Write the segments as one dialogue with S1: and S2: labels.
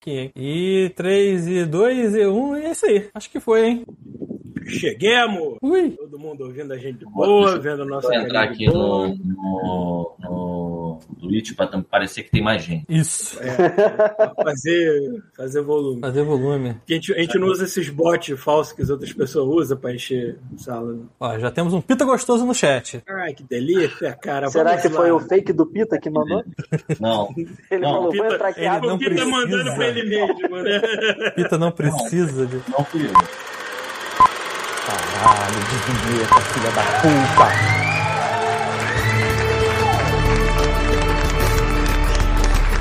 S1: aqui, hein? E 3, e 2, e 1, e é isso aí. Acho que foi, hein?
S2: Cheguemos!
S1: Ui!
S2: Todo mundo ouvindo a gente de boa, vendo a nossa
S3: Vou entrar
S2: carinha de
S3: aqui
S2: boa.
S3: no, no, no Twitch pra tam- parecer que tem mais gente.
S1: Isso.
S2: Fazer, fazer volume.
S1: Fazer volume.
S2: Porque a gente, a gente não usa esses bots falsos que as outras pessoas usam pra encher sala.
S1: Ó, já temos um pita gostoso no chat.
S2: Ai, que delícia, cara.
S4: Será
S2: Vamos
S4: que
S2: lá.
S4: foi o fake do Pita que mandou?
S3: Não,
S4: Ele
S3: Não,
S4: falou,
S2: Pita- é,
S4: vou entrar aqui
S1: ele
S4: rápido.
S1: não
S2: O Pita
S1: precisa.
S2: mandando pra ele mesmo, né?
S1: Pita não precisa de.
S3: não fui eu.
S1: Caralho, de vinheta, filha da puta!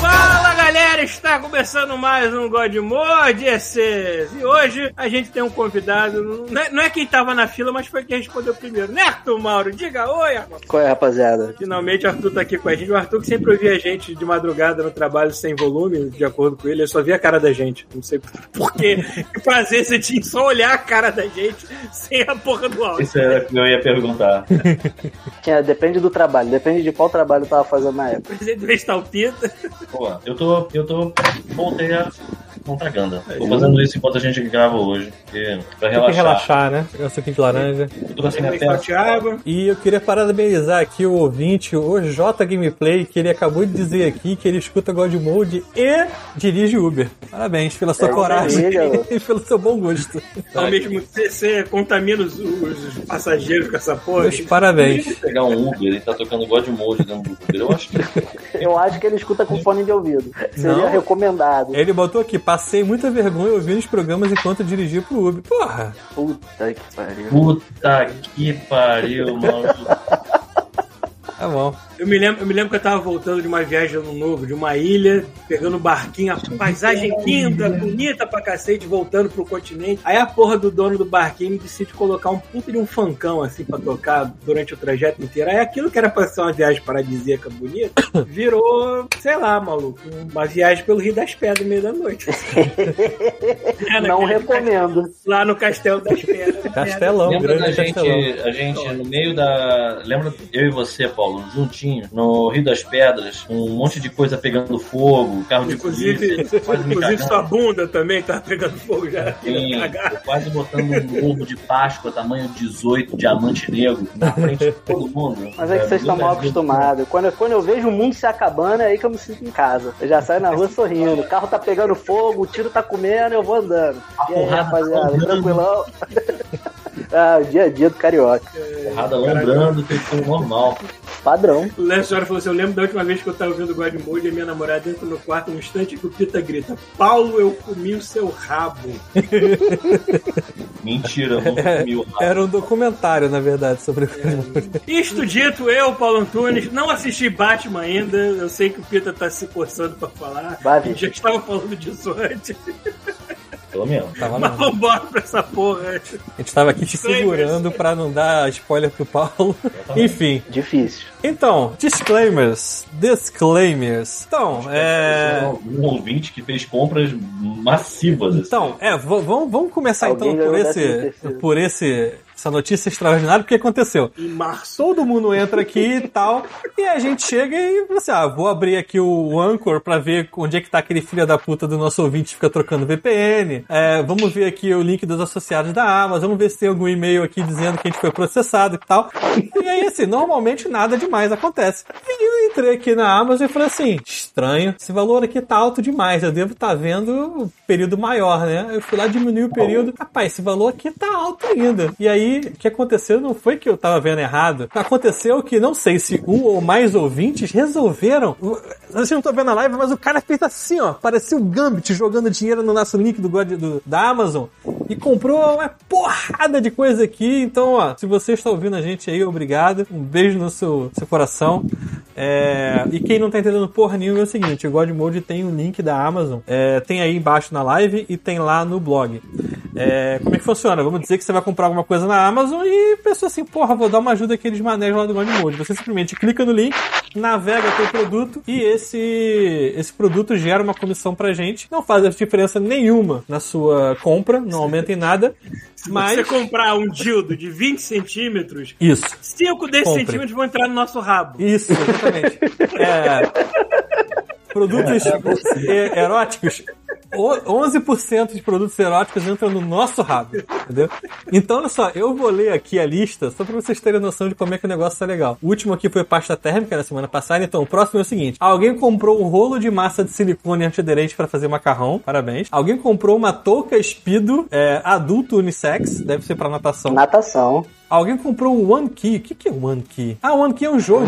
S2: Fala galera, está começando mais um God Mode esses. E hoje a gente tem um convidado, não é, não é quem tava na fila, mas foi quem respondeu primeiro. Neto Mauro, diga oi, Arthur.
S4: Qual é, rapaziada?
S2: Finalmente o Arthur tá aqui com a gente. O Arthur que sempre ouvia a gente de madrugada no trabalho sem volume, de acordo com ele, ele só via a cara da gente. Não sei por quê. que prazer você tinha em só olhar a cara da gente sem a porra do áudio.
S3: Isso era o que eu ia perguntar.
S4: Tinha- é, depende do trabalho, depende de qual trabalho eu tava fazendo na época.
S2: Prazer de vestar o Pita.
S3: Pô, eu tô. Eu tô. Voltei a propaganda. Tô fazendo É isso enquanto a gente grava hoje. Porque, pra
S1: Tem que
S3: relaxar.
S1: relaxar, né? Pegar um suquinho de laranja.
S3: Eu tô sem
S2: Também tá o
S3: café.
S2: Thiago.
S1: E eu queria parabenizar aqui o ouvinte, o J Gameplay, que ele acabou de dizer aqui que ele escuta God Mode e dirige Uber. Parabéns pela sua
S4: É isso aí,
S1: coragem
S4: garoto.
S1: e pelo seu bom gosto.
S2: Ao mesmo tempo, você- você contamina os, os passageiros com essa porra.
S1: Meus parabéns.
S3: Pegar um Uber, ele tá tocando God Mode dentro do Uber. Eu acho que.
S4: Eu acho que ele escuta com fone de ouvido. Seria
S1: Não.
S4: recomendado.
S1: Ele botou aqui, passei muita vergonha ouvindo os programas enquanto dirigia pro Uber. Porra!
S4: Puta que pariu.
S3: Puta que pariu, mano.
S1: Tá bom.
S2: Eu me, lembro, eu me lembro que eu tava voltando de uma viagem no novo, de uma ilha, pegando barquinho, a paisagem linda, bonita pra cacete, voltando pro continente. Aí a porra do dono do barquinho decide colocar um puta de um fancão assim pra tocar durante o trajeto inteiro. Aí aquilo que era pra ser uma viagem paradisíaca bonita, virou, sei lá, maluco, uma viagem pelo Rio das Pedras no meio da noite. É,
S4: Não
S2: naquele-
S4: recomendo.
S2: Lá no Castelo das Pedras.
S1: Castelão,
S3: Lembra da
S1: grande
S3: gente,
S1: castelão.
S3: a gente no meio da. Lembra eu e você, Paulo, juntinho, no Rio das Pedras, um monte de coisa pegando fogo, carro de
S2: Inclusive,
S3: polícia, quase me
S2: inclusive sua
S3: cagando.
S2: bunda também tava pegando fogo já.
S3: Sim, eu quase botando um ovo de Páscoa, tamanho 18, diamante negro, na frente de todo mundo.
S4: Mas é que vocês estão mal acostumados. Quando, eu- quando eu vejo o mundo se acabando, é aí que eu me sinto em casa. Eu já saio na rua sorrindo. O carro tá pegando fogo, o tiro tá comendo, eu vou andando. E aí,
S3: porrada tá
S4: rapaziada,
S3: andando.
S4: tranquilão. ah, o dia a dia do carioca.
S3: Errada, lembrando que foi normal.
S4: Padrão.
S2: O Léo Senhora falou assim: Eu lembro da última vez que eu tava ouvindo o God Mode e a minha namorada entra no quarto um instante que o Pita grita: Paulo, eu comi o seu rabo.
S3: Mentira, não comi o rato.
S1: Era um documentário, na verdade, sobre
S2: Isto dito, eu, Paulo Antunes, não assisti Batman ainda. Eu sei que o Pita tá se forçando pra falar.
S4: Vai,
S2: A gente já estava falando disso antes.
S3: Pelo menos.
S1: Tava
S2: Mas
S1: não.
S2: vambora pra essa porra.
S1: A gente tava aqui te segurando pra não dar spoiler pro Paulo. Enfim.
S4: Difícil.
S1: Então, disclaimers. Disclaimers. Então, é.
S3: Um ouvinte que fez compras massivas. assim.
S1: Então, é, v- vamos, vamos começar
S4: Alguém
S1: então por
S4: ganhou décimo
S1: esse,
S4: terceiro.
S1: por esse, essa notícia extraordinária, porque aconteceu.
S2: Em março.
S1: Todo mundo entra aqui e tal, e a gente chega e fala assim, ah, vou abrir aqui o Anchor pra ver onde é que tá aquele filho da puta do nosso ouvinte que fica trocando VPN, é, vamos ver aqui o link dos associados da Amazon, vamos ver se tem algum e-mail aqui dizendo que a gente foi processado e tal. E aí, assim, normalmente nada demais acontece. E eu entrei aqui na Amazon e falei assim, estranho, esse valor aqui tá alto demais, eu devo estar vendo o período maior, né? Eu fui lá, diminui o período, rapaz, esse valor aqui tá alto ainda. E aí, o que aconteceu não foi que eu tava vendo errado, aconteceu que não sei se um ou mais ouvintes resolveram, vocês não estão vendo a live, mas o cara fez assim, ó, parecia o Gambit jogando dinheiro no nosso link do, God- do- da Amazon e comprou uma porrada de coisa aqui, então, ó, se você está ouvindo a gente aí, obrigado, um beijo no seu, seu coração. É, e quem não tá entendendo porra nenhuma é o seguinte: o God Mode tem um link da Amazon, é, tem aí embaixo na live e tem lá no blog. É, como é que funciona? Vamos dizer que você vai comprar alguma coisa na Amazon e a pessoa assim, porra, vou dar uma ajuda àqueles manejam lá do Godmode. Você simplesmente clica no link, navega teu produto e esse, esse produto gera uma comissão pra gente. Não faz diferença nenhuma na sua compra, não aumenta em nada.
S2: Se você
S1: Mas.
S2: comprar um dildo de 20 centímetros,
S1: Isso.
S2: 5 desses
S1: Compre.
S2: centímetros vão entrar no nosso rabo.
S1: Isso, exatamente. É, produtos e- eróticos. o- 11% de produtos eróticos entram no nosso rabo, entendeu? Então, olha só, eu vou ler aqui a lista só pra vocês terem noção de como é que o negócio tá legal. O último aqui foi pasta térmica na semana passada, então o próximo é o seguinte. Alguém comprou um rolo de massa de silicone antiaderente pra fazer macarrão, parabéns. Alguém comprou uma touca espido é, adulto unissex, deve ser pra natação.
S4: Natação.
S1: Alguém comprou o One Key. O que, que é o One Key? Ah, One Key é um jogo.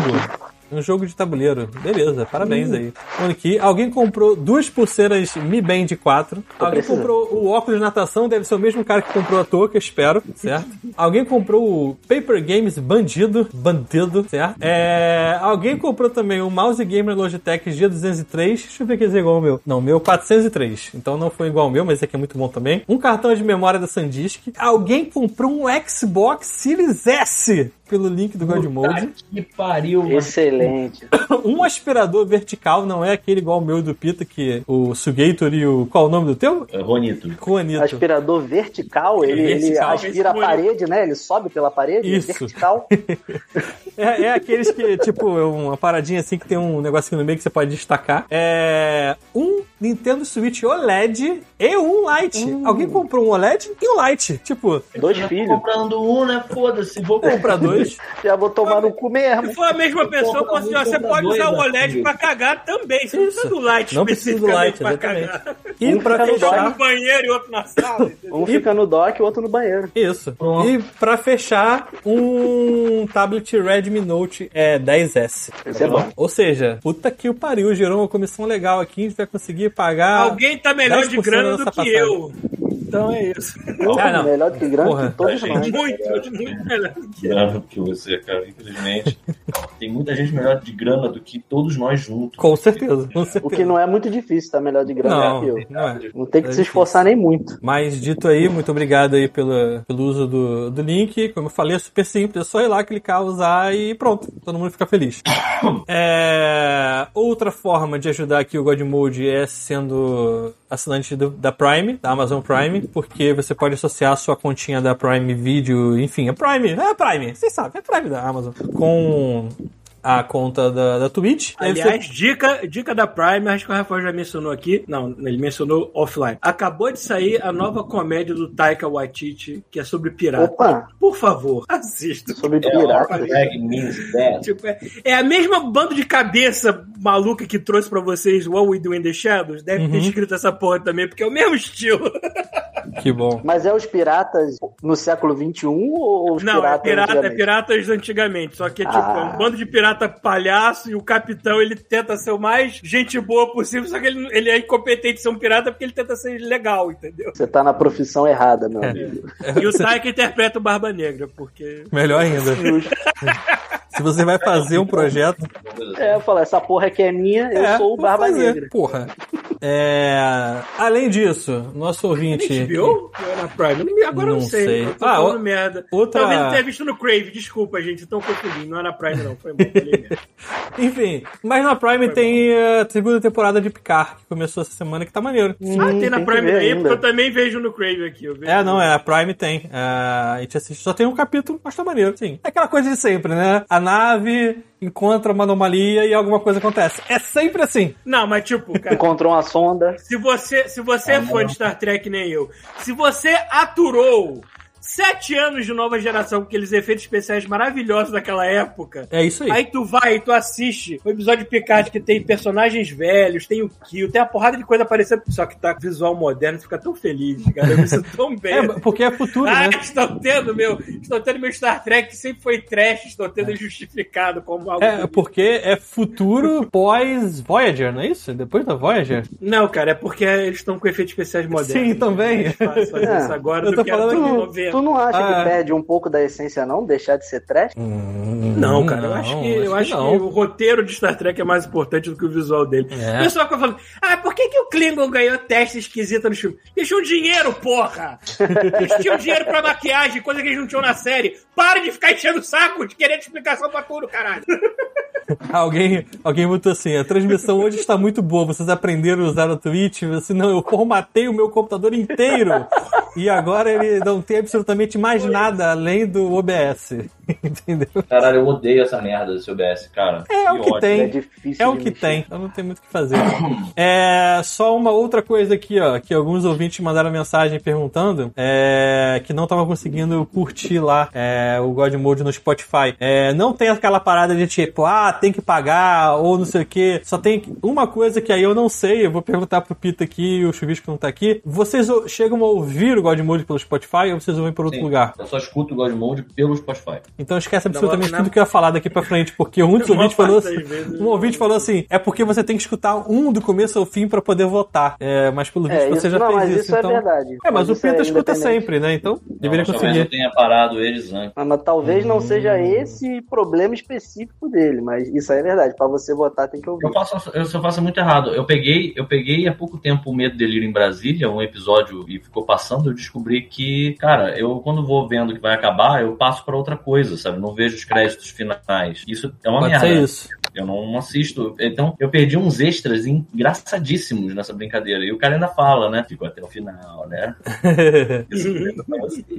S1: Um jogo de tabuleiro. Beleza, parabéns aí. One Key. Alguém comprou duas pulseiras Mi Band 4. Alguém
S4: precisando.
S1: comprou o óculos de natação, deve ser o mesmo cara que comprou a touca, espero, certo? Alguém comprou o Paper Games Bandido. Bandido, certo? É, Alguém comprou também o Mouse Gamer Logitech G203. Deixa eu ver que esse é igual ao meu. Não, o meu 403. Então não foi igual ao meu, mas esse aqui é muito bom também. Um cartão de memória da Sandisk. Alguém comprou um Xbox Series S pelo link do Godmode.
S3: Tá Que pariu, mano.
S4: Excelente.
S1: Um aspirador vertical, não é aquele igual ao meu e do Pita, que o Sugator e o... Qual é o nome do teu?
S3: É, Ronito.
S1: Juanito.
S4: Aspirador vertical, ele, ele
S1: Vertical, é
S4: aspira a
S2: esse
S4: parede, né? Ele sobe pela parede,
S1: Isso.
S4: vertical.
S1: É, é aqueles que, tipo, é uma paradinha assim que tem um negocinho no meio que você pode destacar. É. Um Nintendo Switch OLED e um Lite.
S4: Hum.
S1: Alguém comprou um OLED e um Lite. Tipo,
S4: Dois
S3: Já tô
S4: filhos.
S3: comprando um, né? Foda-se, vou comprar.
S1: compra dois.
S4: Já vou tomar no cu mesmo.
S2: Se for a mesma pessoa,
S3: compra
S2: você,
S3: um,
S2: você
S3: compra
S2: pode
S3: dois,
S2: usar o
S3: né,
S2: OLED
S3: filho?
S2: pra cagar também. Você não
S1: Isso.
S2: precisa do light
S1: Não precisa do
S2: especificamente
S1: Lite,
S2: pra
S1: exatamente.
S2: cagar.
S1: E
S4: Um
S1: pra
S4: fica no
S2: Um
S1: fechar.
S2: no banheiro e outro na sala. entendeu?
S4: Um fica no dock, o outro no banheiro.
S1: Isso.
S3: Pronto.
S1: E pra fechar, um tablet Redmi Note é, 10S.
S4: Isso é bom.
S1: Ou seja, puta que o pariu, gerou uma comissão legal aqui, a gente vai conseguir pagar.
S2: Alguém tá melhor de
S1: 10%
S2: grana do
S1: dessa
S2: que
S1: passagem.
S2: eu. Então é isso.
S1: Ah, não.
S4: Melhor do que grande
S1: Porra.
S4: que todos
S3: Ai,
S4: nós.
S3: gente.
S2: Muito, muito melhor do que eu.
S3: Grana do que você, cara, infelizmente. Tem muita gente melhor de grana do que todos nós juntos.
S1: Com certeza, com
S4: O
S1: certeza.
S4: que não é muito difícil, tá? Melhor de grande
S1: Não,
S4: que eu.
S1: não é.
S4: Não tem que
S1: É
S4: se esforçar nem muito.
S1: Mas dito aí, muito obrigado aí pela, pelo uso do, do link. Como eu falei, é super simples. É só ir lá, clicar, usar e pronto. Todo mundo fica feliz. É, outra forma de ajudar aqui o Godmode é sendo assinante do- da Prime, da Amazon Prime, porque você pode associar a sua continha da Prime Video, enfim, é Prime, é Prime, vocês sabem, é Prime da Amazon, com a conta da, da Twitch. É Aí você-
S2: Aliás, dica, dica da Prime, acho que o Rafael já mencionou aqui. Não, ele mencionou offline. Acabou de sair a nova comédia do Taika Waititi, que é sobre pirata.
S4: Opa,
S2: Por favor, assista.
S4: sobre
S3: É, ó,
S4: pirata.
S3: Greg means that.
S2: Tipo, é, é a mesma bando de cabeça maluca que trouxe pra vocês What We Do in the Shadows. Deve ter escrito essa porra também, porque é o mesmo estilo.
S1: que bom.
S4: Mas é os piratas no século XXI ou os
S2: Não, é,
S4: piratas
S2: pirata, é
S4: antigamente?
S2: piratas antigamente. Só que é tipo,
S4: Ah.
S2: é um bando de pirata palhaço e o capitão ele tenta ser o mais gente boa possível, só que ele, ele é incompetente de ser um pirata porque ele tenta ser legal, entendeu?
S4: Você tá na profissão errada, meu
S1: É.
S4: amigo.
S2: E o Taika interpreta o Barba Negra, porque.
S1: Melhor ainda. Se você vai fazer um projeto,
S4: É, eu falo, essa porra aqui é minha, eu
S1: É,
S4: sou o
S1: vou
S4: Barba
S1: fazer,
S4: Negra.
S1: Porra. É, além disso, nosso ouvinte.
S2: HBO? Ou era Prime? Eu não me- Agora eu não
S1: Não
S2: sei.
S1: sei.
S2: Eu tô
S1: Ah,
S2: falando
S1: o-
S2: merda.
S1: outra-
S2: Talvez eu tenha visto no Crave, desculpa, gente. Então confundindo. Não era Prime, não. Foi bom. falei merda.
S1: Enfim, mas na Prime tem eh, a segunda temporada de Picard, que começou essa semana, que tá maneiro.
S2: Ah, tem na
S4: tem que
S2: Prime
S4: ver
S2: aí,
S4: ainda.
S2: porque eu também vejo no Crave aqui. Eu vejo.
S1: É, não, é, a Prime tem. É, a gente assiste, só tem um capítulo, mas tá maneiro, sim. É aquela coisa de sempre, né? A nave encontra uma anomalia e alguma coisa acontece. É sempre assim.
S2: Não, mas tipo, cara.
S4: Encontrou uma sonda.
S2: Se você, se
S1: Ah,
S2: você é fã de Star Trek, que nem eu, se você aturou sete anos de nova geração com aqueles efeitos especiais maravilhosos daquela época.
S1: É isso aí.
S2: Aí tu vai e tu assiste o episódio de Picard que tem personagens velhos, tem o Kill, tem uma porrada de coisa parecendo. Só que tá com visual moderno, fica tão feliz, cara. Eu me sinto tão bem.
S1: É, porque é futuro,
S2: ah,
S1: né?
S2: estou tendo meu. Estou tendo meu Star Trek que sempre foi trash, estou tendo justificado como algo.
S1: É, porque é futuro pós Voyager, não é isso? Depois da Voyager?
S2: Não, cara, é porque eles estão com efeitos especiais modernos.
S1: Sim, também.
S2: É mais fácil fazer isso agora
S1: Eu
S2: do
S1: tô
S2: que era
S1: falando
S2: tudo
S1: que
S2: é.
S4: Tu não acha
S1: Ah, é.
S4: que perde um pouco da essência, não? Deixar de ser trash?
S2: Não, cara, eu acho que, eu acho que,
S1: não.
S2: o roteiro de Star Trek é mais importante do que o visual dele.
S1: É.
S2: O pessoal fica falando, ah, por que, que o Klingon ganhou teste esquisita no filme? Eles tinham dinheiro, porra! Eles tinham dinheiro pra maquiagem, coisa que eles não tinham na série. Para de ficar enchendo o saco de querer explicação pra tudo, caralho.
S1: Alguém, alguém botou assim, a transmissão hoje está muito boa, vocês aprenderam a usar o Twitch? Assim, não, eu formatei o meu computador inteiro e agora ele não tem absolutamente mais nada além do OBS. Entendeu?
S3: Caralho, eu odeio essa merda desse OBS, cara.
S1: É o que
S3: ódio.
S1: tem.
S4: É difícil.
S1: É o
S4: de
S1: que
S4: mexer.
S1: tem, então não tem muito o que fazer. É, só uma outra coisa aqui, ó, que alguns ouvintes mandaram mensagem perguntando, é, que não estavam conseguindo curtir lá é, o God Mode no Spotify. É, não tem aquela parada de tipo, ah, tem que pagar, ou não sei o quê. Só tem uma coisa que aí eu não sei, eu vou perguntar pro Pita aqui, o Chuvisco não tá aqui. Vocês o- chegam a ouvir o God Mode pelo Spotify ou vocês ouvem por outro
S3: Sim,
S1: lugar?
S3: Eu só escuto o Godmode pelo Spotify.
S1: Então esquece absolutamente
S2: na-
S1: tudo que eu ia falar daqui pra frente, porque muitos
S2: Uma
S1: ouvintes falou,
S2: parte das vezes.
S1: um ouvinte falou assim, é porque você tem que escutar um do começo ao fim pra poder votar. É, mas pelo visto
S4: É,
S1: você
S4: isso,
S1: já
S4: não,
S1: fez
S4: mas
S1: isso,
S4: isso é
S1: então...
S4: verdade.
S1: É, mas o
S4: isso
S1: Pita escuta
S4: independente. Ah,
S1: sempre, né? Então deveria
S3: Não, Talvez eu
S1: conseguir.
S3: tenha parado eles antes.
S4: Mas, mas talvez não
S1: Hum.
S4: seja esse problema específico dele, mas isso aí é verdade. Pra você votar tem que ouvir.
S3: Eu, faço, eu só faço muito errado. Eu peguei, eu peguei há pouco tempo o Medo e Delírio em Brasília, um episódio, e ficou passando, eu descobri que, cara, eu quando vou vendo que vai acabar, eu passo pra outra coisa, sabe? Não vejo os créditos finais. Isso é uma
S1: Pode
S3: merda.
S1: ser isso.
S3: Eu não assisto. Então, eu perdi uns extras engraçadíssimos nessa brincadeira. E o cara ainda fala, né? Ficou até o final, né? Isso mesmo.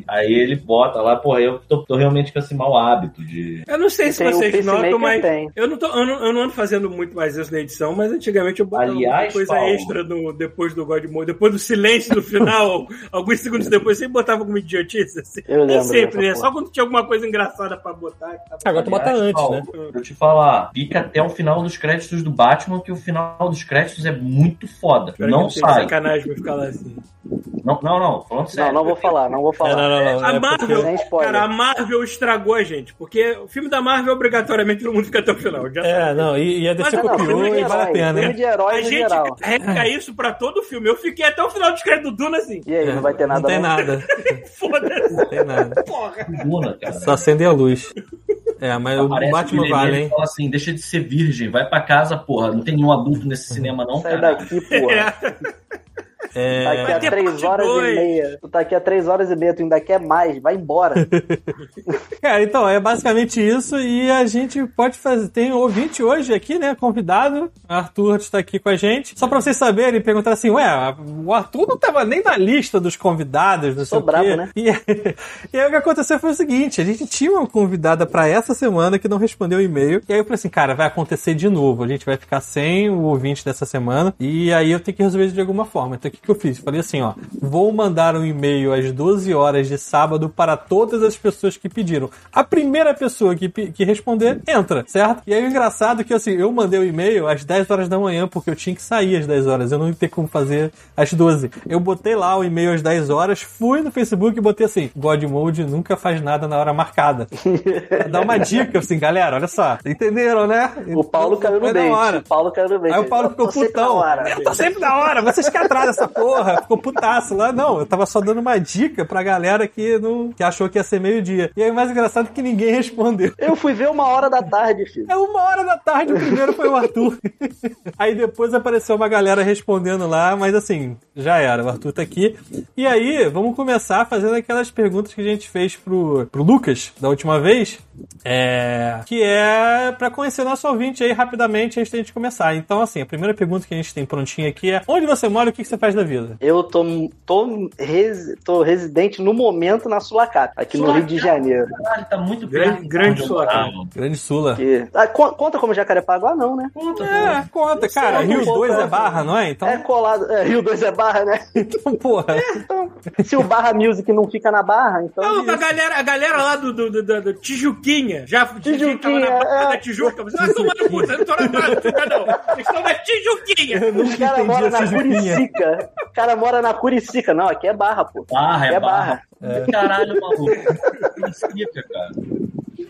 S3: Aí ele bota lá, porra, eu tô, tô realmente com esse mau hábito de.
S2: Eu não sei se
S4: Tem, o
S2: vocês
S4: Peacemaker
S2: notam, mas...
S4: tem.
S2: Eu não, tô, eu, não, eu não ando fazendo muito mais isso na edição, mas antigamente eu botava
S3: Aliás,
S2: alguma coisa
S3: Paulo.
S2: extra no, depois do God Mode, depois do silêncio no final, alguns segundos depois, sempre botava alguma idiotice. Assim.
S4: Eu
S2: Nem
S4: lembro
S2: sempre, né?
S4: dessa
S2: Só quando tinha alguma coisa engraçada pra botar. que tava-
S1: Agora tu bota
S3: Aliás,
S1: antes,
S3: Paulo,
S1: né?
S3: Deixa eu te falar, fica até o final dos créditos do Batman, que o final dos créditos é muito foda.
S2: Pior que
S3: não
S2: eu tenho
S3: sai.
S2: sacanagem pra ficar lá assim.
S3: Não, não, não, falando sério.
S4: Não, não vou falar, não vou
S1: É,
S4: falar.
S1: não, não, não,
S2: A
S1: é
S2: Marvel,
S1: porque-
S4: Sem spoiler.
S2: cara, a Marvel estragou a gente, porque o filme da Marvel obrigatoriamente todo mundo fica até o final. Já
S1: É, não, e, e a DC
S2: Mas,
S4: não,
S1: copiou
S4: filme de
S1: e vale a
S4: herói,
S1: pena,
S4: Filme
S1: né?
S4: de herói
S2: A
S4: no
S2: gente
S4: geral.
S2: carrega isso pra todo o filme. Eu fiquei até o final dos créditos do Duna assim.
S4: E aí, não vai ter nada
S1: É,
S4: né?
S1: Não tem
S4: não?
S1: nada,
S2: Foda-se,
S1: não tem nada.
S2: porra.
S3: Duna, cara.
S1: Só acender a luz. É, mas o
S3: Aparece
S1: Batman
S3: aquele
S1: vale,
S3: menino
S1: hein?
S3: que Fala assim, deixa de ser virgem, vai pra casa, porra. Não tem nenhum adulto nesse cinema, não,
S4: Sai
S3: cara.
S4: daqui, porra. Tá
S1: É,
S4: aqui
S2: Vai
S4: a
S2: ter
S4: três
S2: parte
S4: horas
S2: dois.
S4: e meia. Tu tá aqui a três horas e meia, tu ainda quer mais, vai embora.
S1: Cara, então, é basicamente isso e a gente pode fazer. Tem um ouvinte hoje aqui, né? Convidado. Arthur está aqui com a gente. Só pra vocês saberem, perguntar assim: ué, o Arthur não tava nem na lista dos convidados, não sei
S4: Sou
S1: o quê.
S4: brabo, né?
S1: E, e aí o que aconteceu foi o seguinte: a gente tinha uma convidada pra essa semana que não respondeu o e-mail. E aí eu falei assim: cara, vai acontecer de novo. A gente vai ficar sem o ouvinte dessa semana. E aí eu tenho que resolver isso de alguma forma. Então o que, que eu fiz? Falei assim: ó, vou mandar um e-mail às 12 horas de sábado para todas as pessoas que pediram. A primeira pessoa que, pe- que responder, entra, certo? E aí o engraçado é que assim, eu mandei o e-mail às 10 horas da manhã, porque eu tinha que sair às 10 horas. Eu não ia ter como fazer às 12. Eu botei lá o e-mail às 10 horas, fui no Facebook e botei assim: God Mode nunca faz nada na hora marcada. Pra dar uma dica, assim, galera, olha só. Entenderam, né?
S4: O Paulo
S1: Então,
S4: caiu no
S1: foi na
S4: bait.
S1: hora.
S4: O Paulo caiu no bait.
S1: Aí o Paulo
S4: Eu tô
S1: ficou
S4: Tá sempre na
S1: putão.
S4: hora. assim.
S1: Eu tô sempre na hora, vocês que atrasam essa porra. Ficou putaço lá. Não, eu tava só dando uma dica pra galera que, não, que achou que ia ser meio-dia. E aí o mais engraçado é que ninguém respondeu.
S4: Eu fui ver uma hora da tarde, filho.
S1: É uma hora da tarde, o primeiro foi o Arthur. aí depois apareceu uma galera respondendo lá, mas assim, já era, o Arthur tá aqui. E aí, vamos começar fazendo aquelas perguntas que a gente fez pro, pro Lucas da última vez. É, que é pra conhecer nosso ouvinte aí rapidamente antes da gente começar. Então, assim, a primeira pergunta que a gente tem prontinha aqui é: onde você mora e o que que você faz da vida?
S4: Eu tô, tô, resi- tô residente no momento na Sulacap, aqui no Rio de Janeiro.
S3: Caralho, tá muito
S2: Grande-
S3: perto.
S2: grande
S3: onde eu morava.
S1: Grande Sula.
S4: Que... Ah, con- conta como Jacarepaguá, não, né?
S1: É, conta, cara.
S4: eu não
S1: Rio
S4: vou
S1: 2 é
S4: tanto.
S1: barra, não é? Então,
S4: É colado. é, Rio 2 é barra, né?
S1: então porra.
S4: Então, se o Barra Music não fica na barra, então.
S2: Não, a galera, a galera lá do, do, do, do- do Tijuquinha, já Tijuquinha, tava na
S4: Tijuquinha,
S2: Barra
S4: é.
S2: da Tijuca, "Ah, você vai tomar no cu, vocês não estão na Barra da Tijuca, não. Vocês estão na Tijuquinha.
S1: Nunca
S4: Os caras moram
S1: entendi
S4: na
S1: essa joguinha.
S4: Curicica. O cara mora na Curicica. Não, aqui é barra, pô.
S3: Barra, é,
S4: É
S3: barra.
S4: barra.
S3: Caralho, maluco. Não significa, cara.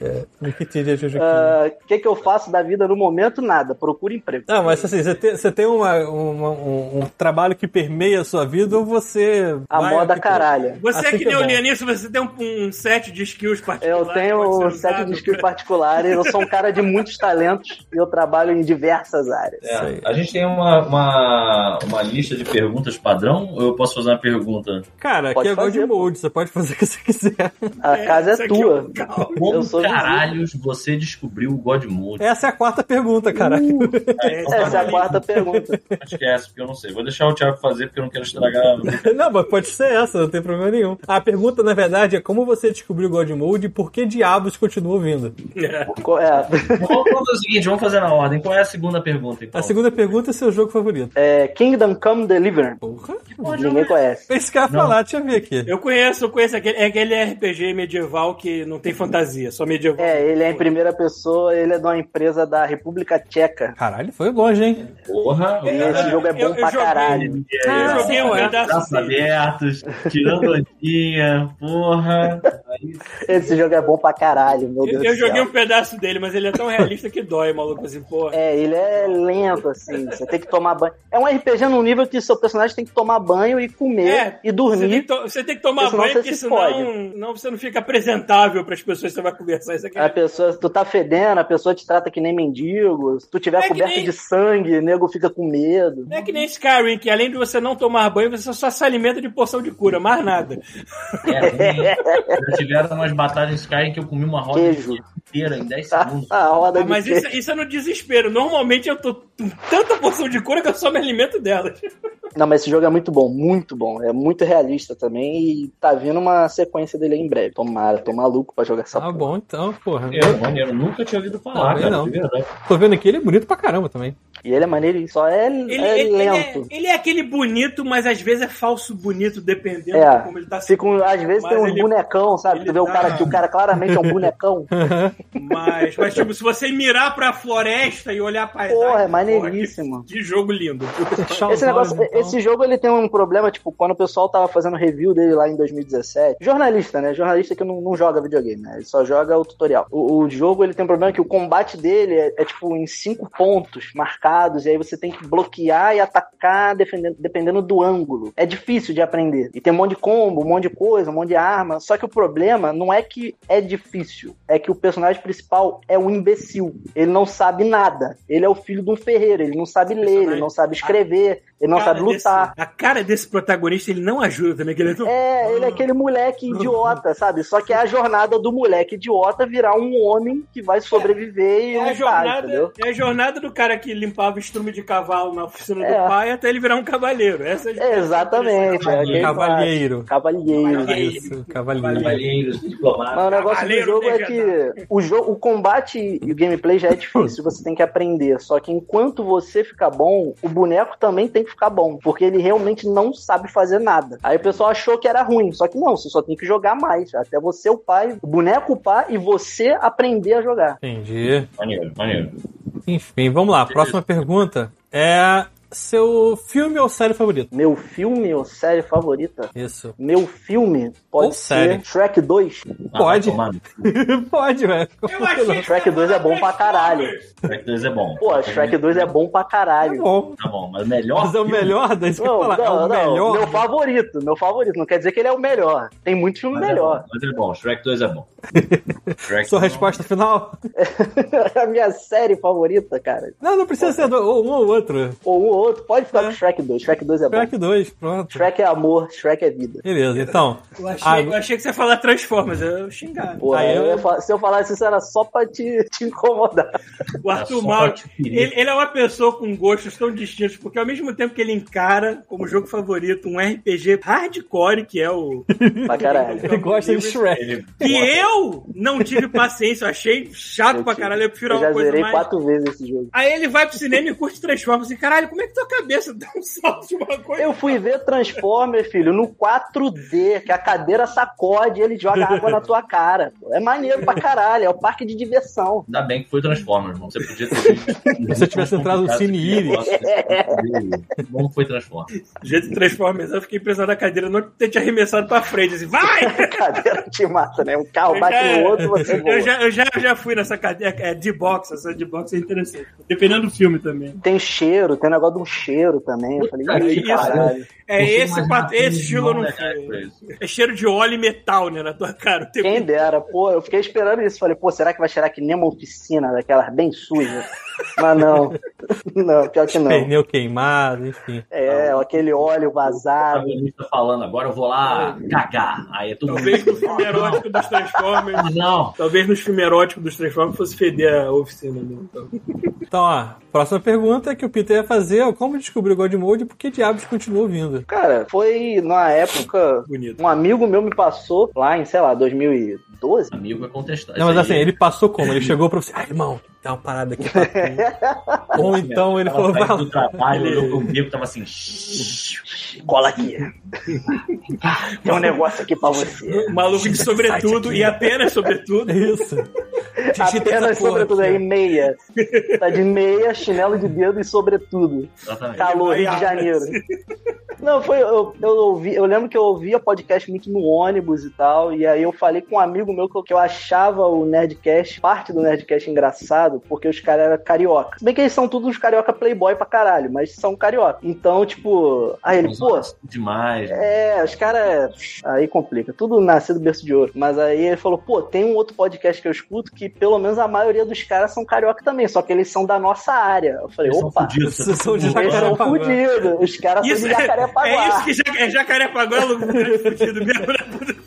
S1: É, Miquitidia Jujuquinha.
S4: O Ah, que, que eu faço da vida no momento? Nada. Procuro emprego.
S1: Não, mas assim, você tem, você tem uma- uma- um, um trabalho que permeia a sua vida ou você.
S4: A
S1: vai- é
S4: moda caralha.
S2: Você
S1: Assim
S2: é que
S1: que
S2: nem
S1: é
S2: o
S1: bom.
S2: Leonício, você tem um, um set de skills particulares.
S4: Eu
S2: que
S4: tenho
S2: pode
S4: um
S2: ser
S4: set
S2: usado
S4: de skills
S2: pra-
S4: particulares, eu sou um cara de muitos talentos e eu trabalho em diversas áreas.
S3: É,
S1: Sei.
S3: a gente tem uma, uma, uma lista de perguntas padrão ou eu posso fazer uma pergunta?
S1: Cara, aqui
S4: Pode
S1: é God
S4: fazer, pô.
S1: Mode, você pode fazer o que você quiser.
S4: A casa
S2: isso
S4: é
S2: aqui
S4: tua.
S2: um caos.
S3: Como
S4: sou
S3: caralhos você descobriu o God Mode?
S1: Essa é a quarta pergunta, cara.
S4: Essa
S2: tá
S4: é a quarta pergunta.
S3: Não Esquece, é porque eu não sei. Vou deixar o Thiago fazer porque eu não quero estragar.
S4: é.
S1: Não, mas pode ser essa, não tem problema nenhum. A pergunta, na verdade, é como você descobriu o God Mode e por que diabos continua ouvindo?
S2: né?
S4: Co- é,
S3: vamos fazer o seguinte, vamos fazer na ordem. Qual é a segunda pergunta, então?
S1: A segunda pergunta é seu jogo favorito.
S4: é, Kingdom Come Deliverance.
S1: Porra.
S4: Ninguém conhece.
S1: Esse cara
S3: Não.
S1: falar, deixa eu ver aqui.
S2: Eu conheço, eu conheço aquele, é aquele RPG medieval que não tem fantasia, só medieval.
S4: É, ele é em primeira pessoa, ele é de uma empresa da República Tcheca.
S1: Caralho, foi longe, hein?
S3: Porra, o
S4: Esse
S3: cara...
S4: jogo é bom
S2: eu- eu
S4: pra
S2: joguei.
S4: caralho.
S1: Ah,
S2: Eu joguei um pedaço
S3: Braços
S2: dele.
S3: abertos, tirando ondinha, porra. Aí,
S4: Esse jogo é bom pra caralho, meu
S2: Eu,
S4: Deus
S2: eu
S4: do céu.
S2: joguei um pedaço dele, mas ele é tão realista que dói, maluco, assim, porra.
S4: É, ele é lento, assim. Você tem que tomar banho. É um RPG num nível que seu personagem tem que tomar banho e comer
S2: É,
S4: e
S2: Você tem, que
S4: dormir.
S2: to- você tem que tomar
S4: Porque senão
S2: banho,
S4: você
S2: porque
S4: se
S2: senão
S4: fode.
S2: não, você não fica apresentável pras pessoas que você vai conversar. Isso aqui
S4: A pessoa, tu tá fedendo, a pessoa te trata que nem mendigo. Se tu tiver
S2: É que
S4: coberto
S2: nem-
S4: de sangue, o nego fica com medo.
S2: Não é que nem Skyrim, que além de você não tomar banho, você só se alimenta de porção de cura, mais nada.
S3: é ruim. Já tiveram umas batalhas de Skyrim que eu comi uma roda
S4: Queijo.
S3: inteira em 10
S4: Tá?
S3: segundos.
S4: A roda
S2: Ah,
S4: de
S2: mas
S4: queijo.
S2: isso, isso é no desespero. Normalmente eu tô com tanta porção de cura que eu só me alimento dela.
S4: Não, mas esse jogo é muito bom, muito bom. É muito realista também e tá vindo uma sequência dele aí em breve. Tomara, tô maluco pra jogar essa
S2: Ah,
S1: Tá
S4: porra.
S1: bom, então, porra.
S3: Eu, maneiro, nunca tinha ouvido falar,
S1: Também
S3: cara,
S1: não.
S3: de verdade.
S1: Tô vendo aqui, ele é bonito pra caramba também.
S4: E ele é maneiro, ele só é,
S2: Ele,
S4: é
S2: ele- ele é,
S4: lento.
S2: ele é aquele bonito, mas às vezes é falso bonito, dependendo
S4: É.
S2: de como ele tá se
S4: Fica um- às vezes
S2: Mas
S4: tem uns
S2: ele-
S4: bonecão, sabe?
S2: ele
S4: Tu vê o
S2: tá-
S4: cara que o cara claramente é um bonecão.
S2: Mas, mas, tipo, se você mirar pra floresta e olhar a paisagem...
S4: Porra, é
S2: maneiríssimo.
S4: maneiríssimo.
S2: que, que jogo lindo. Tá
S1: Tchau,
S4: Esse negócio,
S1: Zóio, então.
S4: esse jogo ele tem um problema, tipo, quando o pessoal tava fazendo review dele lá em 2017, jornalista, né? Jornalista que não, não joga videogame, né? Ele só joga o tutorial. O, o jogo ele tem um problema que o combate dele é, é, tipo em cinco pontos marcados, e aí você tem que bloquear e atacar defendendo- dependendo do ângulo. É difícil de aprender. E tem um monte de combo, um monte de coisa, um monte de arma. Só que o problema não é que é difícil, é que o personagem principal é um imbecil. Ele não sabe nada. Ele é o filho de um ferreiro, ele não sabe ler, ele não sabe escrever. Ele não
S2: Cara
S4: sabe lutar.
S2: desse- a cara desse protagonista, ele não ajuda também, que ele é tão...
S4: É, ele é aquele moleque idiota, sabe? Só que é a jornada do moleque idiota virar um homem que vai sobreviver e
S2: É a,
S4: lutar,
S2: jornada,
S4: entendeu?
S2: é a jornada do cara que limpava estrume de cavalo na oficina
S4: É.
S2: do pai até ele virar um cavaleiro. Essa é a
S4: É, exatamente. É, aquele
S1: Cavalheiro.
S4: básico. Cavalheiro.
S1: Isso, cavalheiro.
S3: Cavalheiros, diplomatas.
S4: Mas o negócio do
S2: Cavaleiro
S4: jogo é
S2: legendário.
S4: que o, jogo, o combate e o gameplay já é difícil, você tem que aprender. Só que enquanto você ficar bom, o boneco também tem que ficar bom, porque ele realmente não sabe fazer nada. Aí o pessoal achou que era ruim, só que não, você só tem que jogar mais. Até você upar, o boneco upar e você aprender a jogar.
S1: Entendi.
S3: Maneiro, maneiro.
S1: Enfim, vamos lá. Próxima pergunta é seu filme ou série favorito?
S4: Meu filme ou série favorita?
S1: Isso.
S4: Meu filme pode
S1: Ou série.
S4: ser Shrek 2.
S3: Ah,
S1: Pode.
S3: vai tomar no cu.
S1: Pode, velho.
S2: Eu achei
S4: Shrek 2 é bom pra caralho.
S3: Shrek 2 é bom.
S4: Pô, Shrek 2 é bom pra
S1: Tá
S4: caralho.
S1: bom.
S3: Tá bom, mas melhor.
S1: Mas é o
S3: filme-
S1: melhor da isso que eu ia
S4: Não,
S1: falar.
S4: não,
S1: é o
S4: não.
S1: melhor.
S4: Meu favorito, meu favorito. Não quer dizer que ele é o melhor. Tem muito filme
S3: Mas é
S4: melhor.
S3: bom, Mas ele é bom, Shrek 2 é bom. Shrek
S1: Sua
S3: é bom.
S1: resposta final?
S4: a minha série favorita, cara.
S1: Não, não precisa ser do- ou um ou outro.
S4: Ou um ou outro. Pode ficar
S1: É.
S4: com Shrek 2. Shrek 2 é bom.
S1: Shrek 2, pronto.
S4: Shrek é amor, Shrek é vida.
S1: Beleza, então.
S2: Eu achei, eu achei que você ia falar Transformers, eu xingava.
S4: Pô,
S1: Aí
S4: eu
S1: eu-
S4: ia fa- se eu falasse isso era só pra te, te incomodar.
S2: O
S3: É
S2: Arthur
S3: só
S2: Mauro,
S3: pra te ferir.
S2: ele, ele é uma pessoa com gostos tão distintos, porque ao mesmo tempo que ele encara como jogo favorito um RPG hardcore, que é o.
S4: Pra caralho.
S1: Ele gosta de Shrek.
S3: Ele-
S2: Que eu não tive paciência, eu achei chato
S4: Eu
S2: pra
S4: te-
S2: caralho, eu prefiro
S4: eu
S2: uma
S4: já
S2: coisa
S4: zerei
S2: mais.
S4: quatro vezes esse jogo.
S2: Aí ele vai pro cinema e curte Transformers e caralho, como é que que tua cabeça dá um salto de uma coisa.
S4: Eu fui ver Transformer, filho, no 4D, que a cadeira sacode e ele joga água na tua cara. pô. É maneiro pra caralho, é o parque de diversão.
S3: Ainda bem que foi Transformers, irmão. Você podia ter visto.
S1: Se você tivesse entrado no Cine Iris.
S3: Como foi Transformers?
S2: Do jeito que Transformers, eu fiquei impressionado na cadeira, não ter te arremessado pra frente, assim, vai! É.
S4: A cadeira te mata, né? Um carro bate no outro, você
S2: eu,
S4: voa.
S2: já, eu, já, eu já fui nessa cadeira, é de box, essa de box é interessante. Dependendo do filme também.
S4: Tem cheiro, tem negócio de um cheiro também. Eu falei,
S2: Cara,
S4: "Ih,
S2: isso,
S4: caralho.
S2: É esse, pat- esse estilo
S3: não
S2: no filme. É cheiro de óleo e metal, né, na tua cara. o tempo
S4: Quem dera, pô, eu fiquei esperando isso. Falei, pô, será que vai cheirar que nem uma oficina daquelas bem suja? Mas não. Não, pior que não.
S1: Pneu queimado, enfim.
S4: É, aquele óleo
S3: Tá
S4: vazado.
S3: protagonista falando, agora eu vou lá cagar. Aí é tudo
S2: Talvez no filme erótico dos Transformers.
S3: Não.
S2: Talvez no filme erótico dos Transformers fosse feder a oficina dele. Então.
S1: Então, ó, próxima pergunta que o Peter ia fazer é como descobrir o Godmode e por que diabos continua ouvindo?
S4: Cara, foi na época.
S2: Bonito.
S4: Um amigo meu me passou lá em, sei lá, 2012.
S3: Amigo é contestar.
S1: Não, mas
S3: Isso
S1: assim,
S3: aí
S1: ele passou como? Ele chegou pra você, ah, irmão, dá uma parada aqui pra tu. Ou então ele
S3: Ela
S1: falou,
S3: saiu
S1: vai
S3: do
S1: lá.
S3: trabalho, olhou pro bico, tava assim. "Shh,
S4: Cola aqui. Tem um negócio aqui pra você.
S2: O um Maluco de sobretudo e apenas sobretudo.
S1: É Isso. Digita essa
S4: Apenas
S1: porra
S4: sobretudo aí,
S1: aqui,
S4: meia. Tá de meia, chinelo de dedo e sobretudo.
S3: Exatamente.
S1: Tá
S4: Calor, Rio de Janeiro. Não, foi. Eu, eu, ouvi, eu lembro que eu ouvia podcast muito no ônibus e tal. E aí eu falei com um amigo meu que eu, que eu achava o Nerdcast, parte do Nerdcast engraçado, porque os caras eram carioca. Se bem que eles são todos uns carioca playboy pra caralho, mas são carioca. Então, tipo. Aí ele,
S3: Mas,
S4: pô.
S3: nossa, Demais.
S4: É, os caras. Aí complica. Tudo nascido berço de ouro. Mas aí ele falou: pô, tem um outro podcast que eu escuto que pelo menos a maioria dos caras são carioca também, só que eles são da nossa área. Eu falei:
S3: Eles são tá
S4: opa,
S3: fudidos,
S1: Vocês são de
S4: eles são
S1: Jacarepaguá.
S4: fudidos. Os caras são
S2: Isso
S4: de
S2: é, é isso
S4: Jacarepaguá.
S2: que jaca- é Jacarepaguá é lugar fudido mesmo. né?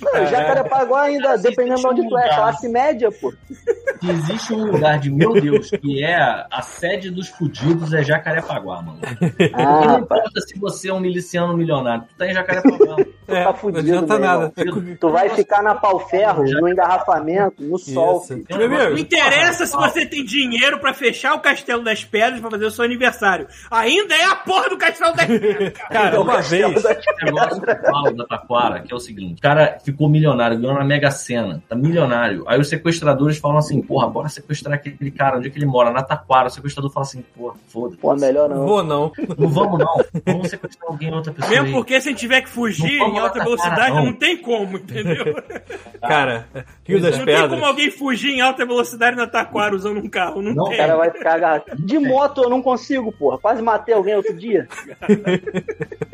S4: Não, Jacarepaguá ainda, dependendo de onde tu é,
S3: lugar.
S4: classe média, pô.
S3: Se existe um lugar de, meu Deus, que é a sede dos fudidos, é Jacarepaguá, mano. Porque não
S4: Ah, pá,
S3: importa se você é um miliciano milionário, tu tá em Jacarepaguá.
S1: É,
S4: tá
S1: não
S4: fudido,
S1: adianta
S4: meu
S1: nada.
S3: irmão.
S4: tu vai ficar na pau-ferro, no engarrafamento, no sol.
S1: Isso.
S4: filho.
S3: Tem um
S1: Meu
S3: negócio-
S2: Não
S1: amigo,
S2: interessa
S3: um
S2: se você tem dinheiro pra fechar o Castelo das Pedras pra fazer o seu aniversário. Ainda é a porra do Castelo das Pedras. cara.
S1: cara, uma vez,
S2: é
S3: um negócio que eu falo da Taquara, que é o seguinte: o cara ficou milionário, ganhou na Mega Sena, tá milionário. Aí os sequestradores falam assim: porra, bora sequestrar aquele cara, onde é que ele mora? Na Taquara. O sequestrador fala assim: porra, foda-se.
S4: Pô, melhor
S1: não
S4: não.
S1: vou não.
S3: Não vamos, não. Vamos sequestrar alguém, outra pessoa.
S2: Mesmo
S3: aí.
S2: porque se a gente tiver que fugir
S3: Não vamos
S2: em alta
S3: atacar,
S2: velocidade,
S3: não.
S2: não tem como, entendeu?
S1: Cara, Rio das
S2: Não tem
S1: Pedras.
S2: como alguém fugir em alta velocidade na Taquara usando um carro. Não,
S3: Não,
S2: tem.
S4: O cara vai ficar agarrado. De moto eu não consigo, porra. Quase matei alguém outro dia.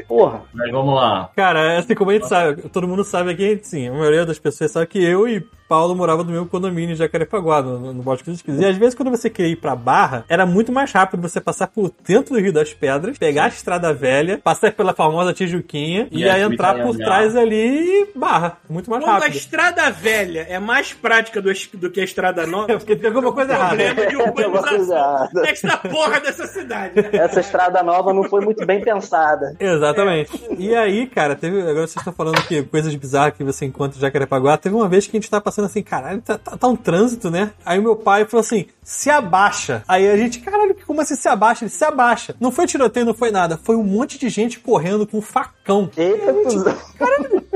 S4: Porra.
S3: Mas vamos lá.
S1: Cara, assim como a gente sabe, todo mundo sabe aqui, a gente, sim, a maioria das pessoas sabe que eu e Paulo morava no mesmo condomínio em Jacarepaguá, no, no, no Bosque dos Esquilos. E às vezes quando você queria ir pra Barra, era muito mais rápido você passar por dentro do Rio das Pedras, pegar a Estrada Velha, passar pela famosa Tijuquinha e,
S3: E aí
S1: aí
S3: tu
S1: entrar
S3: vai
S1: por
S3: olhar.
S1: trás ali e Barra. Muito mais
S2: Quando a
S1: rápido.
S2: estrada velha é mais prática do, do que a estrada nova,
S1: É, porque tem alguma coisa errada.
S2: problema é de
S4: Tem alguma coisa
S2: urbanização
S4: errada.
S2: desta porra dessa cidade. né?
S4: Essa estrada nova não foi muito bem pensada.
S1: Exatamente.
S4: É.
S1: E aí, cara, teve. Agora vocês estão falando que coisas bizarras que você encontra em Jacarepaguá. Teve uma vez que a gente tá passando assim, caralho, tá, tá, tá um trânsito, né? Aí o meu pai falou assim: se abaixa. Aí a gente, caralho, como assim se abaixa? Ele se abaixa. Não foi tiroteio, não foi nada. Foi um monte de gente correndo com facão.
S4: Eita, cuzão.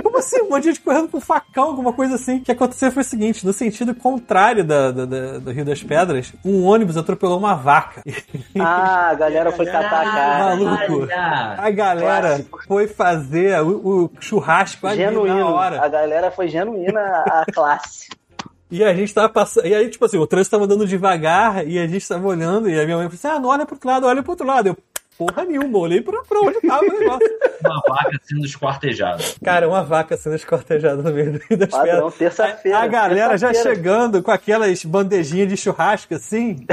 S1: Como assim? Um monte de gente correndo com facão, alguma coisa assim. O que aconteceu foi o seguinte: no sentido contrário da, da- da- do Rio das Pedras, um ônibus atropelou uma vaca.
S4: Ah, a galera foi catar a
S2: Ah,
S4: cara.
S1: Maluco.
S3: Olha.
S1: A galera foi fazer o, o churrasco ali na
S4: Genuíno.
S1: hora.
S4: A galera foi genuína a classe.
S1: E a gente tava passando. E aí, tipo assim, o trânsito tava andando devagar e a gente tava olhando. E a minha mãe falou assim: ah, não olha pro outro lado, olha pro outro lado. Eu, porra nenhuma, olhei pra, pra onde tava o negócio.
S3: Uma vaca sendo esquartejada.
S1: Cara, uma vaca sendo escortejada no meio do- das
S4: Padrão,
S1: pedras.
S4: terça-feira.
S1: A galera já
S4: terça-feira.
S1: chegando com aquelas bandejinhas de churrasco assim.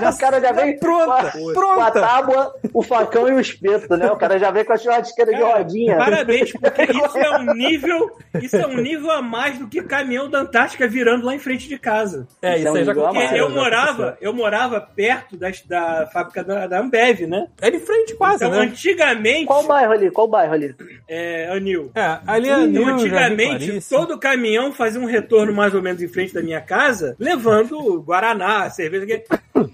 S1: Já
S4: O cara já vem
S1: Tá pronta,
S4: com a, com a
S1: pronta.
S4: tábua, o facão e o espeto, né? O cara já vem com a churrasqueira de rodinha.
S2: Parabéns, porque isso é um nível, isso é um nível a mais do que caminhão da Antártica virando lá em frente de casa.
S1: É, isso
S4: Isso é
S1: aí
S4: um
S1: já
S4: nível
S1: aconteceu.
S4: a
S2: Porque
S4: mais,
S1: já
S2: eu
S1: aconteceu.
S2: morava, eu morava perto das- da fábrica da, da Ambev, né?
S1: É de frente quase,
S2: Então,
S1: né?
S2: antigamente,
S4: Qual o bairro ali? Qual o bairro ali?
S2: é, Anil.
S1: É, ali é New,
S2: Antigamente, todo caminhão fazia um retorno mais ou menos em frente da minha casa, levando Guaraná, cerveja. que-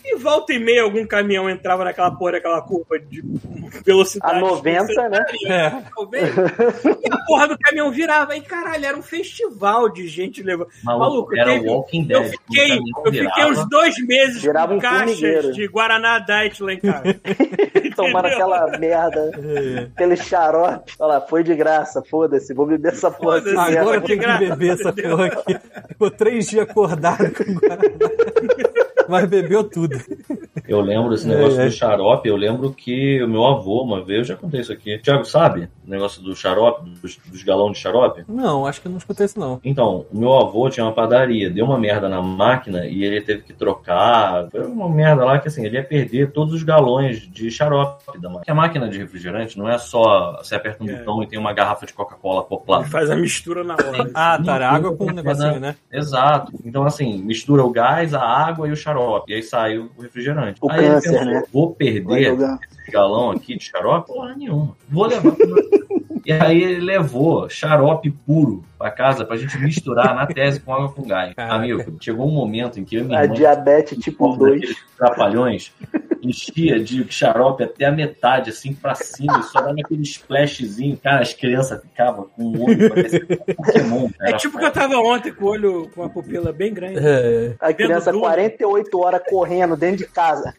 S2: E volta e meia, algum caminhão entrava naquela porra, daquela curva de velocidade.
S4: A 90, né?
S1: É.
S2: Talvez. E a porra do caminhão virava. E caralho, era um festival de gente levando. Maluco,
S3: Maluco, era
S2: teve-
S3: o Walking Dead.
S2: Eu fiquei,
S3: O caminhão
S2: eu fiquei
S3: virava.
S2: uns dois meses
S4: Virava
S2: com
S4: um
S2: caixas
S4: formigueiro.
S2: de Guaraná Diet lá em casa.
S4: Tomando aquela merda,
S1: É.
S2: É.
S4: aquele xarope. Olha lá, foi de graça, foda-se, vou beber essa porra.
S2: Foda-se,
S4: aqui,
S2: Esse
S1: Ah, Agora
S2: era
S1: eu
S4: merda.
S2: de
S1: tenho que
S2: graça,
S1: beber essa
S2: entendeu?
S1: porra aqui. Ficou três dias acordado com Guaraná. Mas bebeu tudo.
S3: Eu lembro esse negócio
S1: É, é.
S3: do xarope, eu lembro que o meu avô, uma vez, eu já contei isso aqui. Tiago, sabe? O negócio do xarope, dos, dos galões de xarope?
S1: Não, acho que eu não escutei isso, não.
S3: Então, o meu avô tinha uma padaria, deu uma merda na máquina e ele teve que trocar. Foi uma merda lá que assim, ele ia perder todos os galões de xarope da máquina. Porque a máquina de refrigerante não é só você aperta um
S2: É.
S3: botão e tem uma garrafa de Coca-Cola acoplada.
S2: Faz a mistura na hora.
S1: Ah, tá. Era
S3: Não,
S1: água com um
S3: não,
S1: negocinho,
S3: não.
S1: né?
S3: Exato. Então, assim, mistura o gás, a água e o xarope. E aí sai o refrigerante.
S4: O
S3: aí ele
S4: câncer, né?
S3: vou
S4: Vai
S3: perder
S4: jogar.
S3: esse galão aqui de xarope? Porra nenhuma. Vou levar. pro- e aí ele levou xarope puro pra casa pra gente misturar na tese com água com gás.
S1: Caraca.
S3: Amigo, chegou um momento em que eu e minha
S4: A
S3: irmã um
S4: diabetes tipo 2.
S3: daqueles trapalhões, enchia de xarope até a metade, assim, pra cima, e só dava aquele splashzinho. Cara, as crianças ficavam com o olho parecendo um Pokémon.
S2: É
S3: cara.
S2: tipo que eu tava ontem com o olho com a pupila bem grande.
S1: É.
S4: A criança
S2: Dedo duro.
S4: 48 horas correndo dentro de casa,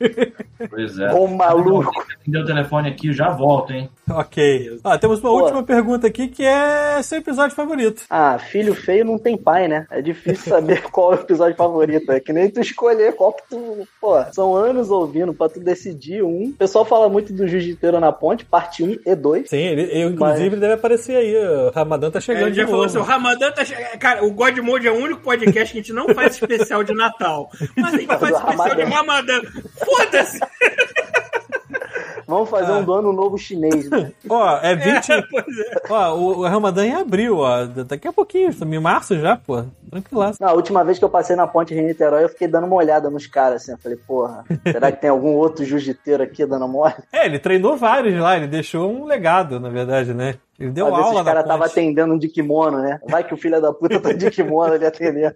S3: Pois é.
S4: com um maluco.
S3: Atendeu o telefone aqui, já volto, hein?
S1: Ok. Ah, temos uma
S4: Boa.
S1: última pergunta aqui que é seu episódio favorito.
S4: Ah, filho feio não tem pai, né? É difícil saber qual é o episódio favorito. É que nem tu escolher qual que tu. Pô, são anos ouvindo pra tu decidir um. O pessoal fala muito do Jiu-Jiteiro na Ponte, parte 1 e 2.
S1: Sim, ele, eu, inclusive, deve aparecer aí. O Ramadã tá
S2: Aí
S1: chegando
S2: ele
S1: de
S2: já falou assim, o
S1: novo.
S2: Ramadã tá... che- Cara, o God Mode é o único podcast que a gente não faz especial de Natal. Mas a gente faz
S4: Do
S2: especial de Ramadã. Foda-se!
S4: Vamos fazer
S1: Ah.
S4: um do ano novo chinês, né?
S1: Ó, é 20...
S2: É, pois é.
S1: Ó, o, o Ramadã em abril, ó. Daqui a pouquinho, estamos em março já, pô. Tranquilaço.
S4: Não, a última vez que eu passei na ponte de Niterói, eu fiquei dando uma olhada nos caras, assim. Eu falei, porra, será que tem algum outro jiu-jiteiro aqui dando mole?
S1: É, ele treinou vários lá, ele deixou um legado, na verdade, né? Ele deu
S4: Pra ver se
S1: aula
S4: os
S1: na
S4: caras
S1: ponte.
S4: estavam atendendo um de kimono, né? Vai que o filho da puta tá de kimono ali atendendo.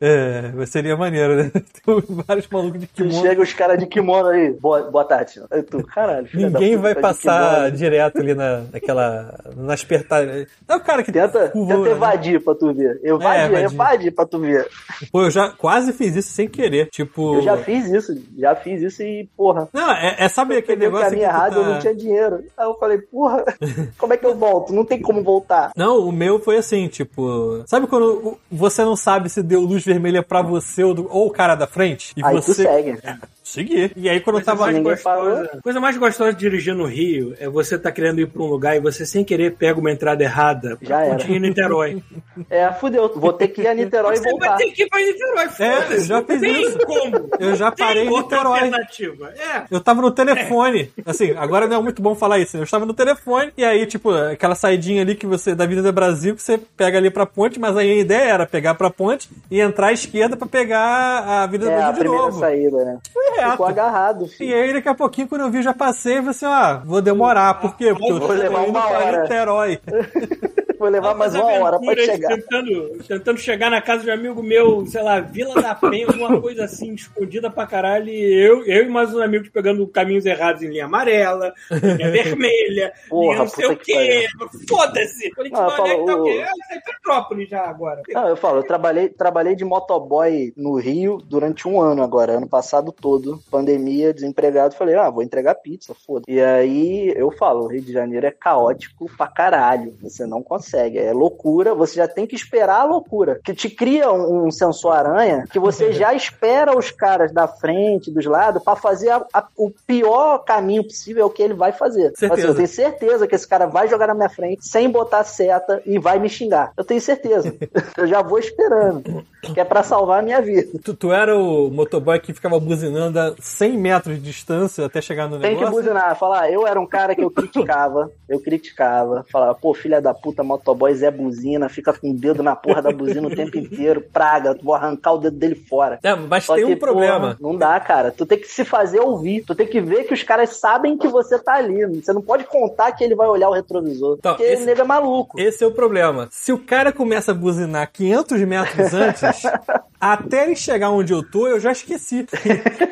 S1: É, mas seria maneiro, né? Tem vários malucos de
S4: E
S1: kimono.
S4: chega os caras de kimono aí. Boa, boa tarde. Aí tu, caralho, filho
S1: Ninguém
S4: da puta,
S1: vai
S4: tá de
S1: passar
S4: kimono.
S1: direto ali na, naquela. nas pertalhas. É o cara que
S4: Tenta,
S1: curva,
S4: tenta
S1: né?
S4: evadir pra tu ver. Evade,
S1: É, evadir.
S4: evade pra tu ver.
S1: Pô, eu já quase fiz isso sem querer. Tipo.
S4: Eu já fiz isso, já fiz isso e, porra.
S1: Não, é, é sabe
S4: Eu
S1: aquele
S4: peguei o
S1: negócio.
S4: caminho
S1: que tu
S4: errado,
S1: tá-
S4: eu não tinha dinheiro. Aí eu falei, porra, como é que eu volto? Não tem como voltar.
S1: Não, o meu foi assim, tipo. Sabe quando o- você não sabe se deu luz vermelha pra você ou, do- ou o cara da frente? E
S4: Aí
S1: você.
S4: tu segue.
S1: Seguir. E aí quando eu
S2: Coisa
S1: tava.
S2: mais,
S4: Ninguém
S2: gostosa,
S4: falou.
S2: coisa mais gostosa de dirigir no Rio é você tá querendo ir pra um lugar e você sem querer pega uma entrada errada pra
S4: Já era.
S2: Pontinha Niterói.
S4: É, fudeu, vou ter que ir a Niterói e
S2: Você vai
S4: voltar.
S2: ter que ir pra Niterói, foda-se.
S1: É, eu já
S2: Não
S1: fiz
S2: tem
S1: isso.
S2: como.
S1: Eu já
S2: Tem
S1: parei em
S2: outra
S1: Niterói.
S2: alternativa. É.
S1: Eu tava no telefone. Assim, agora não é muito bom falar isso. né? Eu estava no telefone e aí, tipo, aquela saidinha ali que você da Avenida Brasil que você pega ali pra ponte, mas aí a ideia era pegar pra ponte e entrar à esquerda pra pegar a Avenida
S4: É a
S1: Brasil de
S4: primeira
S1: novo.
S4: saída, né?
S1: Foi reto.
S4: Ficou agarrado,
S1: E
S4: filho.
S1: aí, daqui a pouquinho, quando eu vi, eu já passei e falei assim, ó, vou demorar. Por quê? Porque eu
S4: Vou levar
S1: tô indo
S4: uma
S1: pra
S4: hora.
S1: Niterói.
S4: Vou levar mais uma
S2: Essas
S4: hora pra
S2: aventuras
S4: chegar.
S2: Tentando, tentando chegar na casa de um amigo meu, sei lá, Vila da Penha, alguma coisa assim, escondida pra caralho. E eu, eu e mais um amigo pegando caminhos errados em linha amarela, linha vermelha,
S4: Porra,
S2: linha não sei
S4: puta
S2: o
S4: que
S2: quê. Foda-se! Quando a gente vai
S4: Ah,
S2: olhar,
S4: fala,
S2: tá o
S4: o-
S2: quê? Ah, isso é Petrópolis já agora.
S4: Não, eu falo, eu trabalhei, trabalhei de motoboy no Rio durante um ano agora, ano passado todo, pandemia, desempregado, falei, ah, vou entregar pizza, foda. E aí eu falo, o Rio de Janeiro é caótico pra caralho, você não consegue, é loucura, você já tem que esperar a loucura, que te cria um, um sensor aranha, que você já espera os caras da frente, dos lados, pra fazer a- a- o pior caminho possível, é o que ele vai fazer.
S1: Certeza.
S4: Assim, eu tenho certeza que esse cara vai jogar na minha frente sem botar seta e vai me xingar. Eu tenho certeza. eu já vou esperando. Que é pra salvar a minha vida.
S1: Tu, tu era o motoboy que ficava buzinando a 100 metros de distância até chegar no
S4: Tem que "Ah,
S1: negócio?
S4: buzinar, falar, eu era um cara que eu criticava, eu criticava, falava, pô, filha da puta, mal motoboy Zé Buzina, fica com o dedo na porra da buzina o tempo inteiro, praga, vou arrancar o dedo dele fora.
S1: É, mas
S4: Só
S1: tem
S4: que,
S1: um problema.
S4: porra, não dá, cara. Tu tem que se fazer ouvir. Tu tem que ver que os caras sabem que você tá ali. Você não pode contar que ele vai olhar o retrovisor.
S1: Então,
S4: porque
S1: esse-
S4: o nego é maluco.
S1: Esse é o problema. Se o cara começa a buzinar 500 metros antes, até ele chegar onde eu tô, eu já esqueci.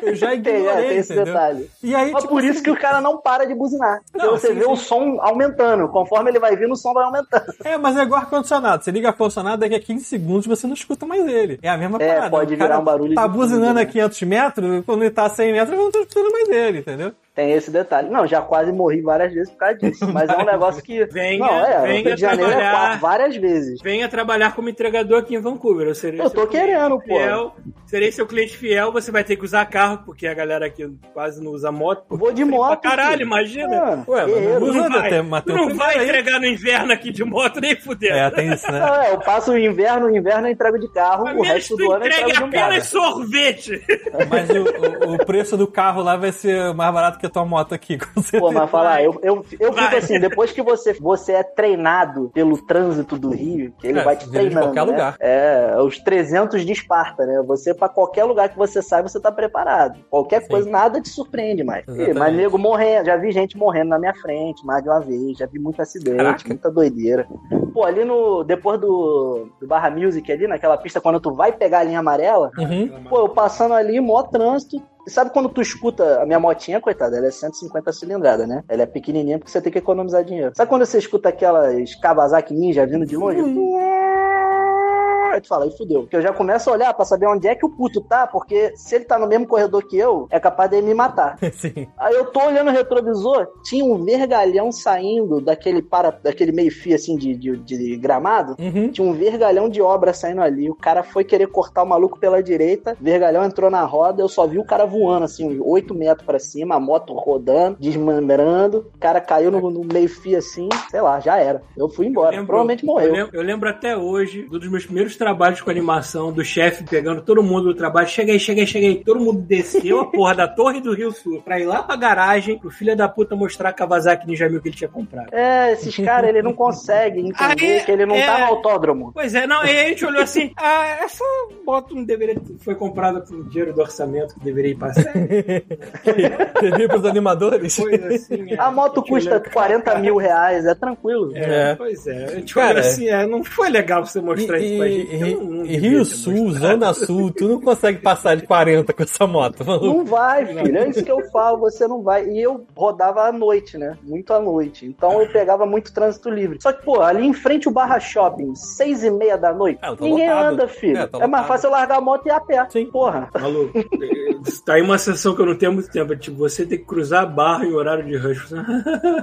S1: Eu já
S4: Tem, é,
S1: ignorei,
S4: tem esse
S1: entendeu?
S4: detalhe.
S1: E aí,
S4: Mas
S1: tipo,
S4: por isso
S1: assim,
S4: que o cara não para de buzinar. Porque
S1: Não,
S4: você
S1: sim,
S4: vê
S1: sim.
S4: o som aumentando. Conforme ele vai vindo, o som vai aumentando.
S1: É, mas é igual ar-condicionado. Você liga ar-condicionado, daqui a 15 segundos você não escuta mais ele. É a mesma
S4: É,
S1: parada.
S4: pode
S1: O cara
S4: virar um barulho
S1: Tá
S4: de
S1: buzinando
S4: fundo,
S1: a
S4: né?
S1: 500 metros, quando ele tá a 100 metros, eu não tô escutando mais ele, entendeu?
S4: Tem esse detalhe. Não, já quase morri várias vezes por causa disso. Mas é um negócio que.
S2: Venha,
S4: não, é.
S2: venha
S4: o Rio de Janeiro é
S2: trabalhar.
S4: quatro, várias vezes.
S2: Venha trabalhar como entregador aqui em Vancouver. Eu, serei
S4: Eu
S2: seu
S4: tô
S2: cliente
S4: querendo, pô.
S2: Fiel, serei seu cliente fiel, você vai ter que usar carro, porque a galera aqui quase não usa moto.
S4: Vou de
S2: Frio
S4: moto.
S2: Pra caralho,
S4: filho.
S2: imagina.
S4: Ah,
S1: Ué, mas
S4: guerreiro.
S1: não usa até
S2: Tu
S1: Matheus.
S2: não vai entregar no inverno aqui de moto nem fudendo.
S1: um É, tem isso, né?
S4: Não, é, eu passo o inverno, o inverno eu entrego de carro,
S2: A
S4: o
S2: menos
S4: resto
S2: que
S4: do
S2: tu
S4: ano eu
S2: entregue
S4: entrego de um cara.
S2: apenas sorvete.
S1: Mas o, o- o preço do carro lá vai ser mais barato que a tua moto aqui, com certeza.
S4: Pô, mas falar, eu, eu, eu fico
S2: Vai.
S4: assim, depois que você, você é treinado pelo trânsito do Rio, que ele
S1: É,
S4: vai te
S1: vira de
S4: treinando,
S1: qualquer
S4: né?
S1: lugar.
S4: É, os 300 de Esparta, né? Você, pra qualquer lugar que você sai, você tá preparado. Qualquer coisa, nada te surpreende mais. Ih,
S1: Exatamente.
S4: Mas nego morrendo, já vi gente morrendo na minha frente, mais de uma vez, já vi muito acidente,
S1: Caraca.
S4: muita doideira. Pô, ali no, depois do, do Barra Music ali, naquela pista, quando tu vai pegar a linha amarela,
S1: Uhum.
S4: Pô, eu passando ali, mó trânsito. E sabe quando tu escuta a minha motinha, coitada? Ela é 150 cilindrada, né? Ela é pequenininha porque você tem que economizar dinheiro. Sabe quando você escuta aquelas Kawasaki Ninja vindo de longe? Aí tu fala, aí fudeu. Porque eu já começo a olhar pra saber onde é que o puto tá, porque se ele tá no mesmo corredor que eu, é capaz dele me matar.
S1: Sim.
S4: Aí eu tô olhando o retrovisor, tinha um vergalhão saindo daquele para daquele meio-fio assim de, de, de gramado.
S1: Uhum.
S4: Tinha um vergalhão de obra saindo ali. O cara foi querer cortar o maluco pela direita. O vergalhão entrou na roda. Eu só vi o cara voando, assim, uns 8 metros pra cima, a moto rodando, desmembrando. O cara caiu no, no meio-fio assim, sei lá, já era. Eu fui embora.
S2: lembro-
S4: Provavelmente morreu.
S2: Eu lem- eu lembro, até hoje um dos meus primeiros trabalhos com animação, do chefe pegando todo mundo do trabalho. Chega aí, chega aí, chega aí. Todo mundo desceu a porra da Torre do Rio Sul pra ir lá pra garagem pro filho da puta mostrar a Kawasaki Ninja Mil que ele tinha comprado.
S4: É, esses caras, ele não consegue entender
S2: Aí,
S4: que ele não
S2: é.
S4: tá no autódromo.
S2: Pois é, não, e a gente olhou assim, ah, essa moto não deveria, foi comprada com dinheiro do orçamento que deveria ir passar.
S1: Servir pros animadores?
S2: Coisa assim, é.
S4: A moto
S2: gente
S4: custa
S2: olhou,
S4: 40 mil reais, é tranquilo.
S2: É,
S1: É.
S2: Pois é, a gente
S1: Cara,
S2: olhou assim, é, não foi legal você mostrar isso pra gente. um
S1: e-
S2: eu não- não
S1: e
S2: devia ter
S1: Rio Sul,
S2: mostrado.
S1: Zona Sul, tu não consegue passar de 40 com essa moto, maluco.
S4: Não vai, filho. É isso que eu falo, você não vai. E eu rodava à noite, né? Muito à noite. Então eu pegava muito trânsito livre. Só que, pô, ali em frente o Barra Shopping, seis e meia da noite,
S1: É, tá
S4: ninguém
S1: lotado.
S4: anda, filho.
S1: É,
S4: É,
S1: tá
S4: mais
S1: lotado.
S4: fácil eu largar a moto e ir a pé.
S1: Sim.
S4: Porra.
S2: Maluco, eh, tá aí uma sessão que eu não tenho há muito tempo. é Tipo, você tem que cruzar a barra em horário de rush.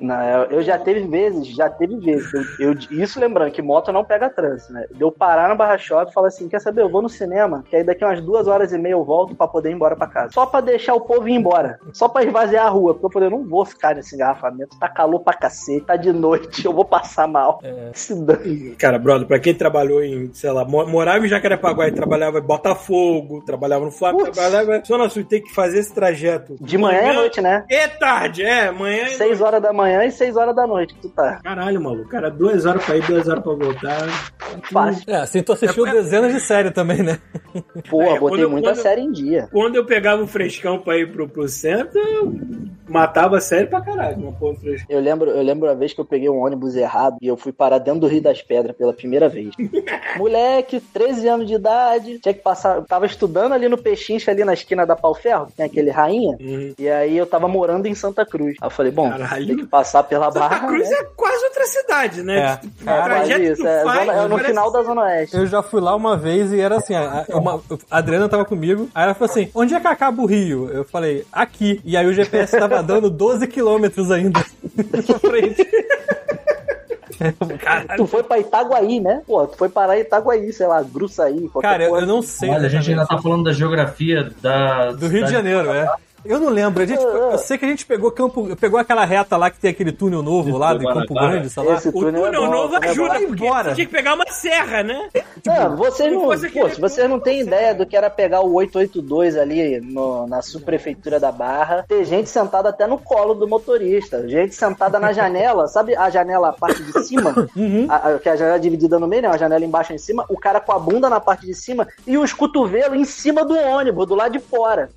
S4: Não, eu, eu já teve vezes, já teve vezes. Eu, eu- isso lembrando que moto não pega trânsito, né? De eu parar no Barra Shopping e falar assim: quer saber? Eu vou no cinema, que aí daqui umas duas horas e meia eu volto pra poder ir embora pra casa. Só pra deixar o povo ir embora. Só pra esvaziar a rua. Porque eu falei, eu não vou ficar nesse engarrafamento. Tá calor pra cacete, tá de noite, eu vou passar mal. Se dane.
S2: Cara, brother, pra quem trabalhou em, sei lá, mo- morava em Jacarepaguá e trabalhava em Botafogo, trabalhava no Flamengo,
S4: Putz.
S2: trabalhava em Zona Sul, tem que fazer esse trajeto.
S4: De manhã é noite, né?
S2: É tarde, é, amanhã é
S4: Seis horas da manhã e seis horas da noite que tu tá.
S2: Caralho, maluco, cara, duas horas pra ir, duas horas pra voltar.
S4: Fácil.
S1: É, assim, tu assistiu
S2: É,
S1: dezenas de séries também, né?
S4: Porra,
S2: É, quando
S4: botei
S2: eu-
S4: muita
S2: quando eu-
S4: série em dia.
S2: Quando eu pegava o frescão pra ir pro, pro centro, eu matava sério pra caralho, uma porra fresca.
S4: Eu lembro, eu lembro a vez que eu peguei um ônibus errado e eu fui parar dentro do Rio das Pedras pela primeira vez. Moleque, 13 anos de idade, tinha que passar. Eu tava estudando ali no Pechincha, ali na esquina da Pau Ferro, que tem aquele rainha.
S2: Uhum.
S4: E aí eu tava morando em Santa Cruz. Aí eu falei, bom,
S2: Caralho.
S4: tem que passar pela
S2: Santa
S4: barra.
S2: Cruz
S4: né?
S2: é quase outra cidade, né?
S1: É,
S2: Tipo, o
S1: cara,
S4: Faz
S2: trajeto que
S4: isso,
S2: tu
S4: é,
S2: faz,
S4: zona- é no
S2: parece-
S4: final da Zona Oeste.
S1: Eu já fui lá uma vez e era assim, a, a- uma- a Adriana tava comigo, aí ela falou assim, onde é que acaba o Rio? Eu falei, aqui. E aí o GPS tava dando 12 quilômetros ainda pra frente.
S2: Uhum.
S4: Tu foi pra Itaguaí, né? Pô, tu foi parar em Itaguaí, sei lá, Gruçaí, qualquer
S1: Cara, eu,
S4: porra.
S1: eu não sei. é
S3: Olha, a gente ainda tá falando da geografia da.
S1: Do Rio de
S3: cidade-
S1: Janeiro, é. Eu não lembro. A gente,
S4: é.
S1: eu sei que a gente pegou campo, pegou aquela reta lá que tem aquele túnel novo lá de Campo
S3: Guarabara.
S1: Grande, sei lá.
S4: Esse
S2: O túnel
S4: é bom,
S2: novo
S4: o túnel é
S2: ajuda,
S1: Vai
S2: porque
S1: embora.
S2: você tinha que pegar uma serra, né?
S4: Não, vocês não,
S2: Tem coisa que
S4: pô,
S2: é
S4: se vocês não têm
S2: muito
S4: ideia do que era pegar o 882 ali no- na subprefeitura da Barra, ter gente sentada até no colo do motorista, gente sentada na janela, sabe a janela, a parte de cima?
S2: Uhum.
S4: A- a- que a janela é dividida no meio, né? A janela embaixo e em cima, o cara com a bunda na parte de cima e os cotovelos em cima do ônibus, do lado de fora.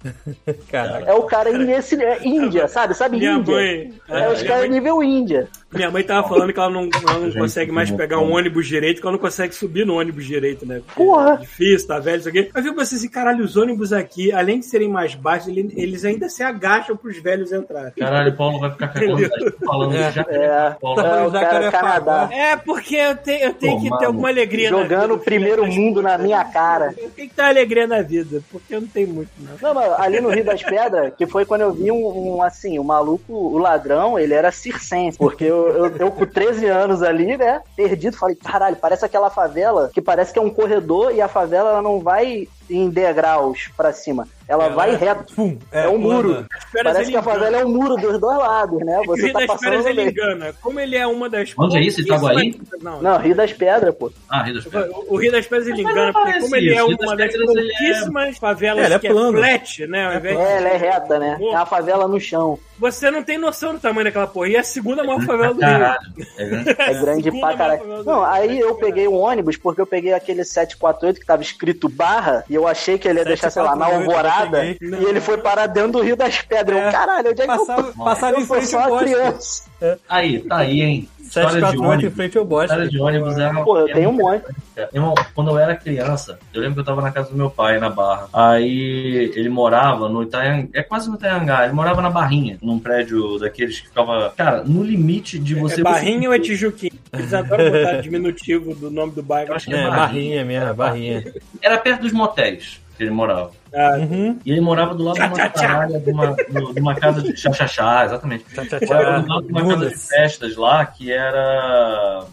S1: Cara,
S4: É o cara esse, é Índia, sabe? Sabe
S2: Minha
S4: Índia?
S2: mãe.
S4: É os
S2: minha,
S4: caras
S2: mãe
S4: nível Índia.
S2: minha mãe tava falando que ela não, ela não
S3: Gente,
S2: consegue mais
S3: que
S2: pegar
S3: bom.
S2: um ônibus direito, que ela não consegue subir no ônibus direito, né? Porque
S4: Porra.
S2: É difícil, tá velho, isso aqui. Mas eu pensei assim, caralho, os ônibus aqui, além de serem mais baixos, ele- eles ainda se agacham pros velhos entrarem.
S3: Caralho, o Paulo vai ficar cagando falando
S1: É.
S3: de jacaré.
S4: É,
S3: Paulo.
S1: Tá
S4: é
S1: falando
S4: o
S1: já
S4: cara
S1: quero é
S4: Canadá.
S1: pagar.
S2: É, porque eu, te- eu tenho que
S3: Tomado.
S2: ter alguma alegria na
S4: Jogando
S2: vida,
S4: o primeiro
S2: filho.
S4: mundo na minha cara.
S2: Eu tenho que ter alegria na vida, porque eu não tenho muito, não.
S4: Não, mas ali no Rio das Pedras, que foi quando eu vi um, um, assim, o maluco, o ladrão, ele era circense, porque eu, eu, eu com 13 anos ali, né, perdido, falei, caralho, parece aquela favela, que parece que é um corredor e a favela ela não vai em degraus pra cima, ela
S1: Ela
S4: vai
S1: é-
S4: reto.
S1: pum,
S4: É um muro.
S2: Feras,
S4: Parece
S2: ele
S4: que a favela é um muro dos dois lados, né? Você
S2: Rio
S4: tá
S2: das é
S4: passando
S2: Feras
S4: no
S2: ele
S4: meio.
S2: engana. Como ele é uma das.
S3: Onde é isso? Itaguaí?
S2: Isso daqui- Não,
S4: Não, Rio das Pedras, pô.
S3: Ah, Rio das Pedras.
S2: O Rio das Pedras ele
S3: Mas
S2: engana,
S3: não
S2: porque
S3: parece
S2: como ele é
S3: isso. Rio das
S2: uma das
S3: Pedras, ele é-
S2: pouquíssimas
S1: É,
S2: favelas
S1: ele é
S2: que
S1: plano.
S2: é flat, né? Ao invés de-
S4: É, ela é reta, né? É uma favela no chão.
S2: Você não tem noção do tamanho daquela porra. E é a segunda maior favela do Rio.
S3: Caralho. É grande.
S4: É grande
S2: Segunda
S4: pra caralho.
S2: maior-
S4: Não, aí eu peguei um ônibus porque eu peguei aquele 748 que tava escrito barra e eu achei que ele ia deixar, sei lá, na
S1: 748,
S4: alvorada
S1: eu
S4: e
S1: peguei.
S4: ele foi parar dentro do Rio das Pedras.
S1: É.
S4: Eu, caralho, onde é que eu
S1: Passava,
S4: tô?
S1: passava em
S4: Eu sou
S1: frente
S4: só
S1: ao
S4: uma
S1: Bosque.
S4: criança.
S3: Aí, tá aí, hein? História de
S1: 748 em
S3: ônibus.
S1: frente ao Bosque.
S3: História de ônibus é uma-
S4: Pô, eu
S3: é
S4: tenho um
S3: uma-
S4: monte.
S3: Meu Irmão, quando eu era criança, eu lembro que eu tava na casa do meu pai, na Barra. Aí ele morava no Itaiangá, é quase no Itaiangá, ele morava na Barrinha, num prédio daqueles que ficava, cara, no limite de você...
S2: É Barrinha ou é Tijuquinha? Eles adoram botar diminutivo do nome do bairro.
S3: Eu acho que
S1: É,
S3: é Barrinha.
S1: barrinha mesmo, barrinha.
S3: Era perto dos motéis que ele morava.
S2: Ah,
S1: Uhum.
S3: E ele morava do lado de
S2: Tchá,
S3: uma
S2: tchá, tchá.
S3: caralha, de uma, de uma casa de chachachá, exatamente.
S1: Tchá, tchá,
S3: Morava
S1: tchá.
S3: do lado de uma casa de
S1: Bundas.
S3: festas lá que era.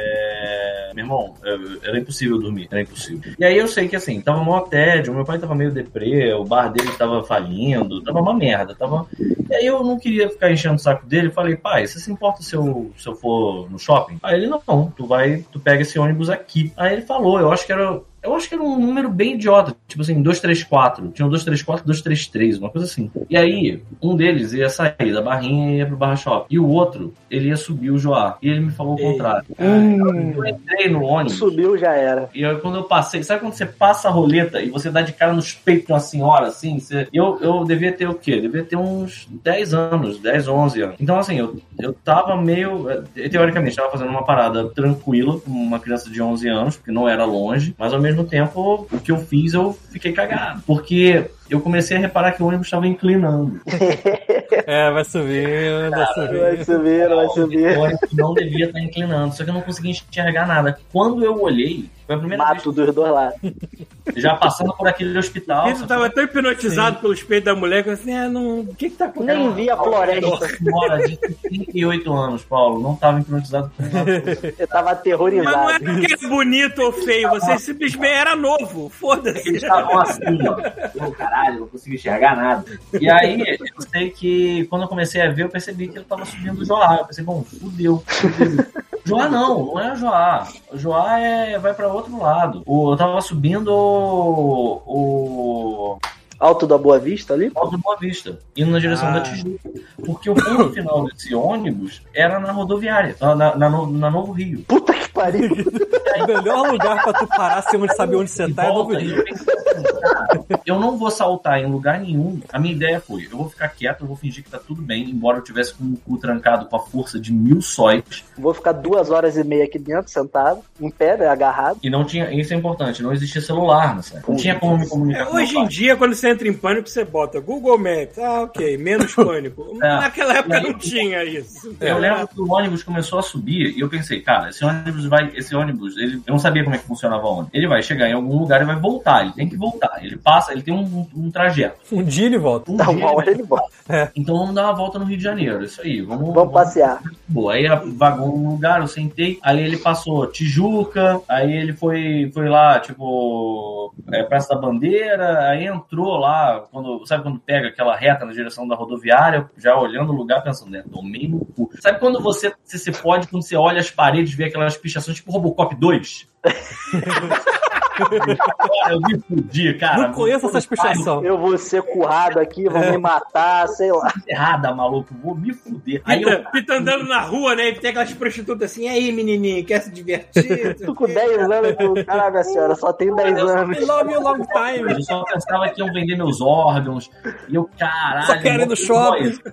S3: é, Meu irmão, é, era impossível dormir, era impossível. E aí eu sei que assim, tava mó tédio, meu pai tava meio deprê, o bar dele tava falindo, tava uma merda, tava. E aí eu não queria ficar enchendo o saco dele, eu falei, pai, você se importa se eu, se eu for no shopping? Aí ele, não, não, tu vai, tu pega esse ônibus aqui. Aí ele falou, eu acho que era. Eu acho que era um número bem idiota, tipo assim, 234. Tinha um 234, 233, uma coisa assim. E aí, um deles ia sair da barrinha e ia pro barra shop. E o outro, ele ia subir o Joá. E ele me falou o
S2: Ei.
S3: contrário.
S4: Hum,
S3: Eu entrei no ônibus.
S4: subiu, já era.
S3: E eu, quando eu passei, sabe quando você passa a roleta e você dá de cara nos peitos de uma senhora, assim? Você- eu, eu devia ter o quê? Devia ter uns 10 anos, 10, 11 anos. Então, assim, eu, eu tava meio. eh, Teoricamente, tava fazendo uma parada tranquila com uma criança de 11 anos, porque não era longe, mas ao mesmo tempo, o que eu fiz, eu fiquei cagado. Porque. Eu comecei a reparar que o ônibus estava inclinando.
S1: É, vai subir, vai
S4: Vai
S1: subir.
S4: subir, vai subir.
S3: O ônibus não devia estar inclinando, só que eu não conseguia enxergar nada. Quando eu olhei, foi a primeira
S4: Mato dos dois lados.
S3: vez, já passando por aquele hospital.
S2: Pedro
S3: sabe?
S2: tava tão hipnotizado pelos peitos da mulher que eu falei assim, ah, não, o que que tá acontecendo?
S4: Nem vi a floresta.
S3: Mora de 38 anos, Paulo. Não estava hipnotizado por nada.
S4: Eu
S2: Mas
S4: tava
S2: não
S4: aterrorizado.
S2: era porque era bonito ou feio, você simplesmente era novo, foda-se.
S3: Eles estavam assim,
S1: é-
S3: ó. Pô, caralho, não consigo enxergar nada. E aí, eu sei que quando eu comecei a ver, eu percebi que eu tava subindo o Joá. Eu pensei, bom, fudeu. fudeu. Joá não, não é o Joá. O Joá é, vai pra outro lado. O, eu tava subindo o, o
S4: Alto da Boa Vista ali?
S3: Alto Boa Vista, indo na direção
S2: Ah.
S3: da Tijuca. Porque o ponto final desse ônibus era na rodoviária, na, na, na No- na Novo Rio.
S4: Puta que pariu.
S1: O melhor lugar pra tu parar sem onde saber onde você
S3: E
S1: tá é Novo
S3: volta,
S1: Rio.
S3: e eu pensei assim, cara, Eu não vou saltar em lugar nenhum. A minha ideia foi: eu vou ficar quieto, eu vou fingir que tá tudo bem, embora eu tivesse com o cu trancado com a força de mil sóis.
S4: Vou ficar duas horas e meia aqui dentro, sentado, em pé, né, agarrado.
S3: E não tinha. Isso é importante, não existia celular, nessa época. É, Não tinha como me comunicar com meu
S2: Hoje em
S3: pai.
S2: dia, quando você entra em pânico, você bota Google Maps. Ah, ok, menos pânico.
S3: É.
S2: Naquela época
S3: E aí-
S2: não tinha isso.
S3: Eu lembro que o ônibus começou a subir e eu pensei, cara, esse ônibus vai. Esse ônibus, ele, eu não sabia como é que funcionava o ônibus. Ele vai chegar em algum lugar e vai voltar. Ele tem que voltar. Ele passa, ele tem um, um- um trajeto.
S1: Um dia ele volta.
S3: Um
S2: Tá
S4: Dá
S3: dia
S4: uma
S3: ele-
S4: hora ele volta.
S3: Então vamos dar uma volta no Rio de Janeiro. Isso aí, vamos.
S4: Vamos passear.
S3: Boa. Aí a- vagou um lugar, eu sentei. Aí ele passou Tijuca, aí ele foi, foi lá, tipo, é, Praça da Bandeira, aí entrou lá, quando, sabe quando pega aquela reta na direção da rodoviária, já olhando o lugar, pensando, né, tomei no cu. Sabe quando você, você se pode, quando você olha as paredes, vê aquelas pichações, tipo Robocop 2? Cara, eu me fudi, cara.
S1: Não conheço essas pichação.
S4: Eu vou ser currado aqui, vão
S1: É.
S4: me matar, sei lá.
S3: tá Errada, maluco, vou me fuder. Aí eu,
S2: Pita, Pita andando na rua, né? E tem aquelas prostitutas assim, e aí, menininho, quer se divertir?
S4: Tô com 10 anos, eu- caraca, senhora, só tenho 10 anos.
S1: I love you long time.
S3: eu só pensava que iam vender meus órgãos. E eu, caralho.
S1: Só quero ir no
S3: mó
S1: shopping.
S3: dói.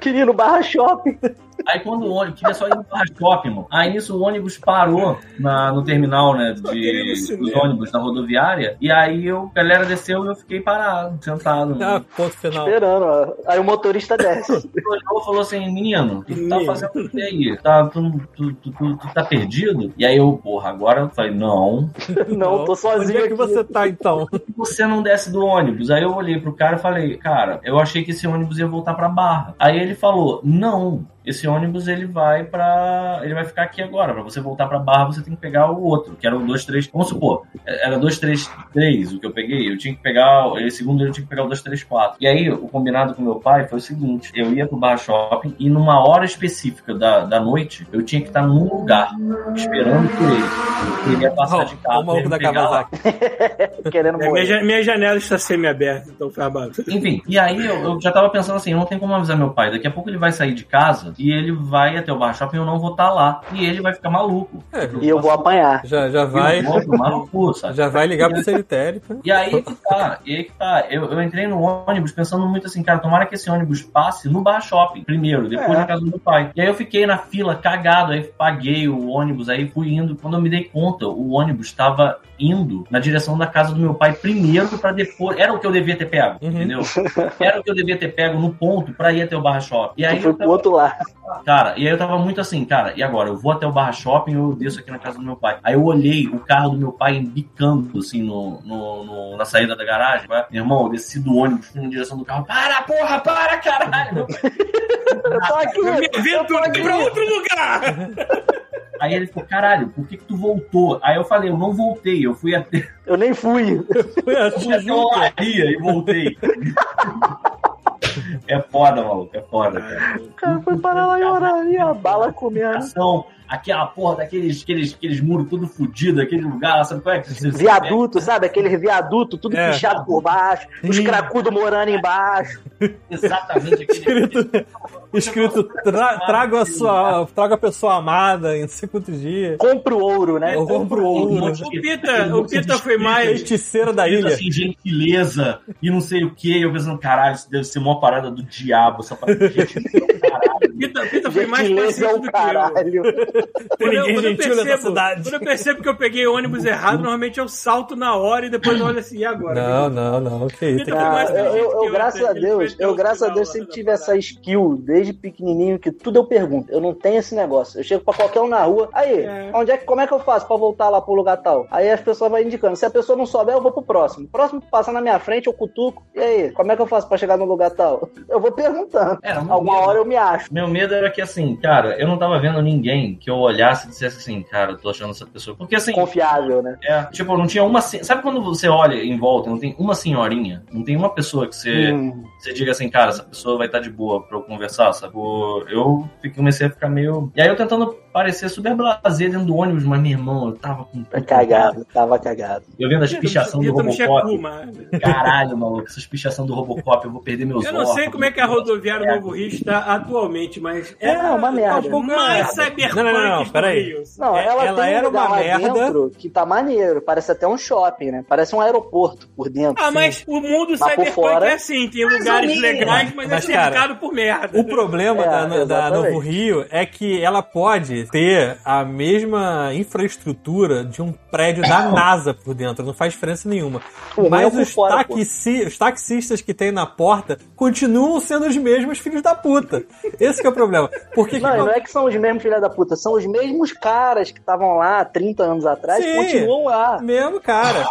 S4: Queria ir no barra shopping.
S3: é Aí quando o ônibus, queria só ir no barra shopping, mano. Aí nisso o ônibus parou na, no terminal, né?
S2: queria ir no
S3: De,
S2: cinema.
S3: dos ônibus da rodoviária. E aí eu, a galera desceu e eu fiquei parado, sentado.
S1: Ah, ponto final.
S4: Esperando, ó. Aí o motorista desce.
S3: Ele olhou e falou assim, menino, tu tá
S2: Menino.
S3: fazendo o que aí? Tá, tu, tu, tu, tu- tu tá perdido? E aí eu, porra, agora eu falei, não,
S4: Não, tô
S1: Onde
S4: sozinho
S1: é que
S4: aqui.
S1: você tá, então?
S3: que você não desce do ônibus? Aí eu olhei pro cara e falei, cara, eu achei que esse ônibus ia voltar pra Barra. Aí ele falou, não, esse ônibus ele vai pra. ele vai ficar aqui agora. Pra você voltar pra Barra, você tem que pegar o outro, que era o 233. Vamos supor, era 233 o que eu peguei. Eu tinha que pegar. ele- Segundo ele, eu tinha que pegar o 234. E aí, o combinado com meu pai foi o seguinte: eu ia pro Barra Shopping e numa hora específica da, da noite, eu tinha que estar num lugar, esperando por ele. Ele ia passar de
S1: Ó,
S3: carro.
S1: o maluco
S3: ele
S1: da
S3: ia pegar lá.
S1: Kawasaki.
S4: Querendo
S2: É, minha,
S4: morrer.
S2: ja- minha janela está semi-aberta, então faz barulho.
S3: Enfim, e aí eu, eu já tava pensando assim, não tem como avisar meu pai, daqui a pouco ele vai sair de casa e ele vai até o bar shopping e eu não vou estar lá. E ele vai ficar maluco.
S1: É,
S4: E eu vou apanhar.
S1: já, já vai,
S3: Eu vou tomar no cu, sabe?
S1: já vai ligar pro cemitério. tá?
S3: E aí que tá, e aí que tá. Eu, eu entrei no ônibus pensando muito assim, cara, tomara que esse ônibus passe no bar shopping primeiro, depois
S2: É.
S3: na casa do meu pai. E aí eu fiquei na fila cagado, aí paguei o ônibus, aí fui indo. Quando eu me dei conta, o ônibus tava indo na direção da casa do meu pai primeiro pra depois. Era o que eu devia ter pego,
S1: Uhum.
S3: entendeu? Era o que eu devia ter pego no ponto pra ir até o barra shopping. E aí
S4: Eu fui
S3: eu
S4: pro
S3: tava,
S4: outro lado.
S3: cara, e aí eu tava muito assim, cara, e agora? Eu vou até o barra shopping ou eu desço aqui na casa do meu pai? Aí eu olhei o carro do meu pai embicando, assim, no, no- no- na saída da garagem. né? Meu irmão, eu desci do ônibus, fui na direção do carro. Para, porra, para, caralho! Meu pai-
S4: Eu tô aqui.
S2: Me avento pra outro lugar!
S3: Aí ele ficou, caralho, por que que tu voltou? Aí eu falei, eu não voltei, eu fui até,
S4: Eu nem fui.
S1: Foi a
S3: eu fui até uma
S1: Tijuca.
S3: olaria e voltei. é foda, maluco, é foda, cara.
S4: O cara foi parar lá em Oraria, a bala comendo.
S3: ação, aquela porra daqueles aqueles, aqueles muros tudo fudido, aquele lugar, sabe qual é? Que você-
S4: Viaduto, sabe? Aquele viaduto, tudo
S1: É.
S4: pichado por baixo, os
S1: Ih.
S4: cracudos morando embaixo.
S3: É, exatamente aquele.
S1: Escrito, escrito tra, traga, a sua, traga a pessoa amada em cinco dias.
S4: Compre o ouro, né?
S1: Eu compro o ouro.
S2: O Pita, o Pita foi mais.
S1: Feiticeira da ilha.
S3: Assim, gentileza e não sei o que. Eu pensando, caralho, isso deve ser uma parada do diabo. Essa parada de gentileza, caralho.
S2: Pita, Pita foi mais
S4: Gentileza é
S2: paciente
S4: o
S2: do que eu.
S4: caralho.
S1: Tem ninguém gentil nessa cidade.
S2: quando eu percebo que eu peguei ônibus errado, normalmente eu salto na hora e depois eu olho assim, e agora?
S1: Não, não, não. Que isso.
S2: Então,
S4: Ah,
S2: mais
S4: eu, eu-
S2: gente
S4: eu,
S2: que eu
S4: graças
S2: tenho,
S4: a
S2: ele
S4: Deus,
S2: foi
S4: eu,
S2: tão
S4: graças a
S2: legal
S4: Deus,
S2: lá
S4: sempre
S2: na
S4: tive essa
S2: parada.
S4: skill, desde pequenininho, que tudo eu pergunto. Eu não tenho esse negócio. Eu chego pra qualquer um na rua, aí,
S2: É.
S4: onde é que, como é que eu faço pra voltar lá pro lugar tal? Aí as pessoas vão indicando. Se a pessoa não souber, eu vou pro próximo. O próximo que passar na minha frente, eu cutuco. E aí, como é que eu faço pra chegar no lugar tal? Eu vou perguntando.
S3: Era um
S4: Alguma
S3: medo.
S4: hora eu me acho.
S3: Meu medo era que, assim, cara, eu não tava vendo ninguém que eu olhasse e dissesse assim, cara, eu tô achando essa pessoa. Porque, assim,
S4: Confiável, né?
S3: é, tipo, não tinha uma. se- Sabe quando você olha em volta, não tem uma senhorinha? Não tem uma pessoa que você.
S4: Hum.
S3: você diga assim, cara, essa pessoa vai estar de boa pra eu conversar, sabe? Eu- Eu fiquei- comecei a ficar meio. E aí eu tentando parecer super blazer dentro do ônibus, mas meu irmão, eu tava com.
S4: Tá Cagado, tava cagado.
S3: Eu vendo as pichação do
S2: Pita não chega
S3: Robocop.
S2: uma.
S3: Caralho, maluco, essas pichação do Robocop, eu vou perder meus
S2: Eu não sei
S3: órgãos.
S2: como é que a rodoviária Novo Rio está atualmente, mas tá um
S4: É, uma merda.
S2: pouco mais
S1: Merda.
S2: cyberpunk
S1: Não, não, não, não,
S2: do
S1: peraí.
S2: Rio.
S4: Não,
S1: É,
S4: ela,
S1: ela
S4: tem um
S1: era
S4: lugar
S1: uma
S4: lá
S1: merda.
S4: dentro que tá maneiro. Parece até um shopping, né? Parece um aeroporto por dentro.
S2: Ah, mas o mundo
S4: Mas por
S2: cyberpunk
S4: fora-
S2: é assim, tem lugares
S3: menos.
S2: legais, mas,
S1: Mas,
S2: é
S1: cara,
S2: cercado por merda.
S1: O problema
S4: É,
S1: da- da,
S4: exatamente.
S1: Novo Rio é que ela pode ter a mesma infraestrutura de um prédio da NASA por dentro, não faz diferença nenhuma.
S4: Pô, mas é
S1: Mas
S4: por
S1: os,
S4: fora, pô.
S1: taxi- os taxistas que tem na porta continuam sendo os mesmos filhos da puta. Esse que é o problema. Porque
S4: Não, e não é que são os mesmos filha da puta, são os mesmos caras que estavam lá 30 anos atrás,
S1: Sim.
S4: continuam lá.
S1: Mesmo, cara.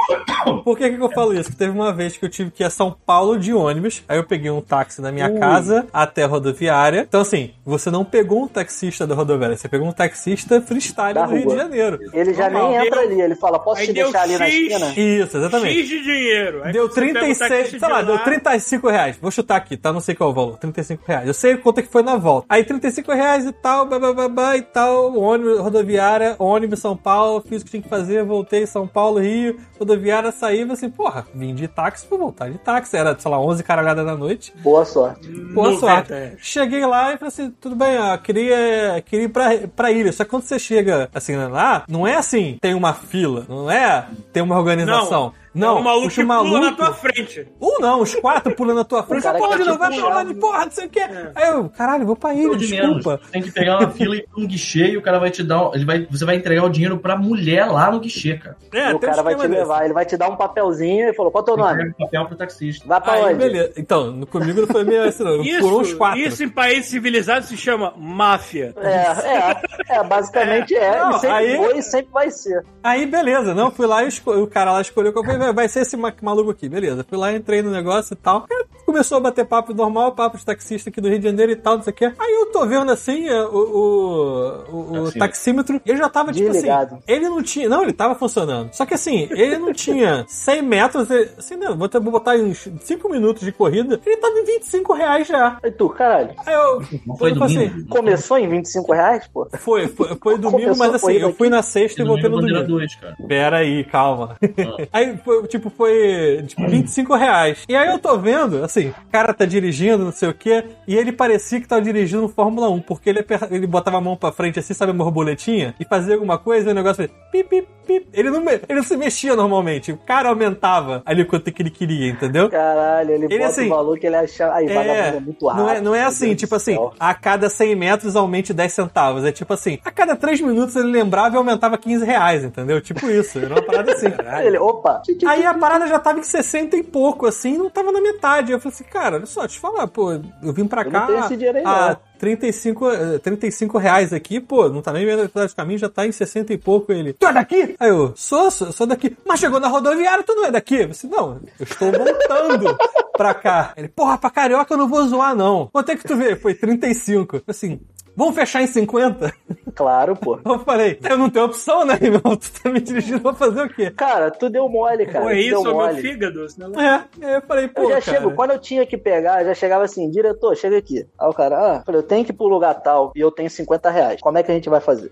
S1: Por que, que eu falo isso? Que teve uma vez que eu tive que ir a São Paulo de ônibus, aí eu peguei um táxi da minha casa até a rodoviária. Então, assim, você não pegou um taxista da rodoviária, você pegou um taxista freestyle
S4: Da
S1: do Rio
S4: rua.
S1: de Janeiro.
S4: Ele já
S2: Normal.
S4: nem entra
S2: Deu-
S4: ali, ele fala, posso
S2: Aí
S4: te
S2: deu
S4: deixar ali na
S2: X.
S4: esquina?
S1: Isso, exatamente.
S2: X de dinheiro. Aí
S1: Deu
S2: você pega o
S1: 36,
S2: taxista
S1: sei
S2: de
S1: lá,
S2: lá.
S1: deu 35 reais. Vou chutar aqui, tá? Não sei qual é o valor. 35 reais. Eu sei quanto é que foi na volta. Aí 35 reais e tal, babá e tal. Ônibus, rodoviária, ônibus São Paulo, fiz o que tinha que fazer, voltei São Paulo, Rio, rodoviária, saí, falei assim, porra, vim de táxi, vou voltar de táxi. Era, sei lá, 11 caralhadas da noite.
S4: Boa sorte.
S1: Boa
S2: 90
S1: sorte.
S2: reais.
S1: Cheguei lá e falei assim, tudo bem, ó, queria, queria ir pra, pra ilha. Só que quando você chega, assim, lá, não é assim, tem uma fila, não é tem uma organização. Não,
S2: é um maluco
S1: os
S2: que pula na
S1: malucos-
S2: tua frente.
S1: um não, os quatro pulando na tua frente.
S4: cara
S1: Pô,
S4: que
S1: ele
S4: tá
S1: não vai
S4: tipo, É.
S1: pular de porra, não sei o quê. Aí eu, caralho, vou pra ele,
S3: Pelo menos.
S1: desculpa.
S3: Tem que pegar uma fila e ir pra um guichê e o cara vai te dar. um, Ele vai, você vai entregar o dinheiro pra mulher lá no guichê, cara.
S1: É,
S4: e o
S1: tem um
S4: cara vai te
S1: esquema desse.
S4: levar, ele vai te dar um papelzinho e falou, qual é o teu nome?
S3: Entrega o papel pro taxista.
S4: Vai pra
S1: Aí,
S4: onde?
S1: beleza. Então, no- comigo não foi meio assim, não.
S2: Isso,
S1: Por uns quatro.
S2: isso em país civilizado se chama máfia.
S4: É, é, é, basicamente é.
S1: Não,
S4: e sempre
S1: aí-
S4: foi e sempre vai ser.
S1: Aí, beleza, não, fui lá e esco- o cara lá escolheu qual foi, vai- vai ser esse ma- maluco aqui, beleza. Fui lá, entrei no negócio e tal. Aí Começou a bater papo normal, papo de taxista aqui do Rio de Janeiro e tal, não sei o quê. Aí eu tô vendo assim é, o, o, o- o
S3: Taxímetro.
S1: taxímetro e ele já tava tipo
S4: Desligado.
S1: assim. Ele não tinha. Não, ele tava funcionando. Só que assim, ele não tinha 100 metros, ele- assim, não, vou, ter- vou botar aí uns 5 minutos de corrida, ele tava em 25 reais já.
S4: E tu, caralho,
S1: Aí eu.
S3: Não foi
S1: eu passei.
S3: domingo.
S4: começou em 25 reais, pô?
S1: Foi, foi, foi domingo,
S4: Começou
S1: mas
S4: a
S1: assim,
S4: corrida
S1: eu fui
S4: aqui.
S1: na sexta e
S3: Domingo
S1: voltei
S3: é
S1: no
S3: bandeira
S1: domingo.
S3: dois, cara.
S1: Pera aí, calma.
S3: Ah.
S1: Aí, foi, tipo, foi tipo, 25 reais. E aí eu tô vendo, assim, o cara tá dirigindo, não sei o quê, e ele parecia que tava dirigindo um Fórmula 1, porque ele, aper- ele botava a mão pra frente, assim, sabe, uma borboletinha, e fazia alguma coisa, e o negócio fazia pip, pip, pip. Ele não, me- ele não se mexia normalmente, o cara aumentava ali o quanto que ele queria, entendeu?
S4: Caralho, ele,
S1: Ele,
S4: bota
S1: assim,
S4: o valor que ele acha. Aí, vagabundo é muito rápido.
S1: não é, não é
S4: meu
S1: assim,
S4: Deus
S1: tipo
S4: do
S1: assim,
S4: céu.
S1: a cada 100 metros aumente 10 centavos. É tipo assim, a cada 3 minutos ele lembrava e aumentava 15 reais, entendeu? Tipo isso, era uma parada assim.
S4: Ele, opa,
S1: Aí a parada já tava em 60 e pouco, assim, não tava na metade. Eu falei assim, cara, olha só, deixa eu te falar, pô, eu vim pra
S4: Eu
S1: cá
S4: não tenho esse dinheiro aí,
S1: a
S4: não.
S1: 35, eh, 35 reais aqui, pô, não tá nem vendo a metade do caminho, já tá em 60 e pouco ele. Tu é daqui? Aí eu, sou, sou, sou daqui. Mas chegou na rodoviária, tu não é daqui? Eu disse, não, eu estou voltando pra cá. Ele, porra, pra carioca eu não vou zoar, não. Quanto é que tu vê? Foi 35. Eu, assim... Vamos fechar em 50?
S4: claro, pô.
S1: Eu falei, eu não tenho opção, né, irmão? Tu tá me dirigindo, eu vou fazer o quê?
S4: Cara, tu deu mole, cara.
S2: Pô,
S4: tu
S2: é isso,
S4: deu
S2: é meu
S4: mole.
S2: fígado. senão-
S1: É, aí eu falei, pô,
S4: Eu
S1: cara.
S4: já chego, quando eu tinha que pegar, eu já chegava assim, diretor, chega aqui. Aí o cara, ah, falei, eu tenho que ir pro lugar tal e eu tenho 50 reais. Como é que a gente vai fazer?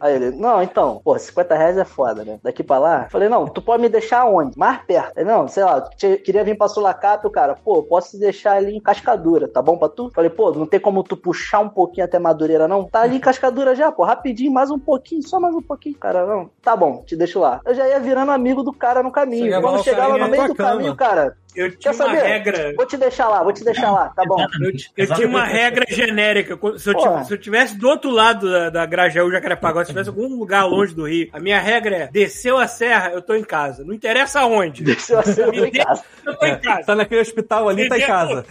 S4: Aí ele, não, então, pô, 50 reais é foda, né? Daqui pra lá. Falei, não, tu pode me deixar onde? Mais perto. Ele, não, sei lá, te- queria vir pra Sulacap, o cara, pô, posso te deixar ali em Cascadura, tá bom pra tu? Falei, pô, não tem como tu puxar um pouquinho até Madureira, não? Tá ali em Cascadura já, pô, rapidinho, mais um pouquinho, só mais um pouquinho. Cara, não, tá bom, te deixo lá. Eu já ia virando amigo do cara no caminho.
S1: Chegava lá,
S4: Quando
S1: o cara ia
S4: chegava no
S1: na
S4: meio
S1: tua
S4: do
S1: cama.
S4: caminho, cara,
S2: Eu tinha
S4: Quer
S2: uma
S4: saber?
S2: regra.
S4: Vou te deixar lá, vou te deixar lá, tá bom.
S3: Exatamente.
S2: Eu tinha uma
S3: Exatamente.
S2: regra genérica. Se eu,
S4: Porra.
S2: tivesse, se eu tivesse do outro lado da, da Grajaú, Jacarepagó, se tivesse algum lugar longe do Rio, a minha regra é: desceu a serra, eu tô em casa. Não interessa aonde.
S4: Se você não
S2: Me
S4: em casa.
S2: deixa, eu tô em casa.
S1: Tá naquele hospital ali, tá em
S2: Entendeu?
S1: casa.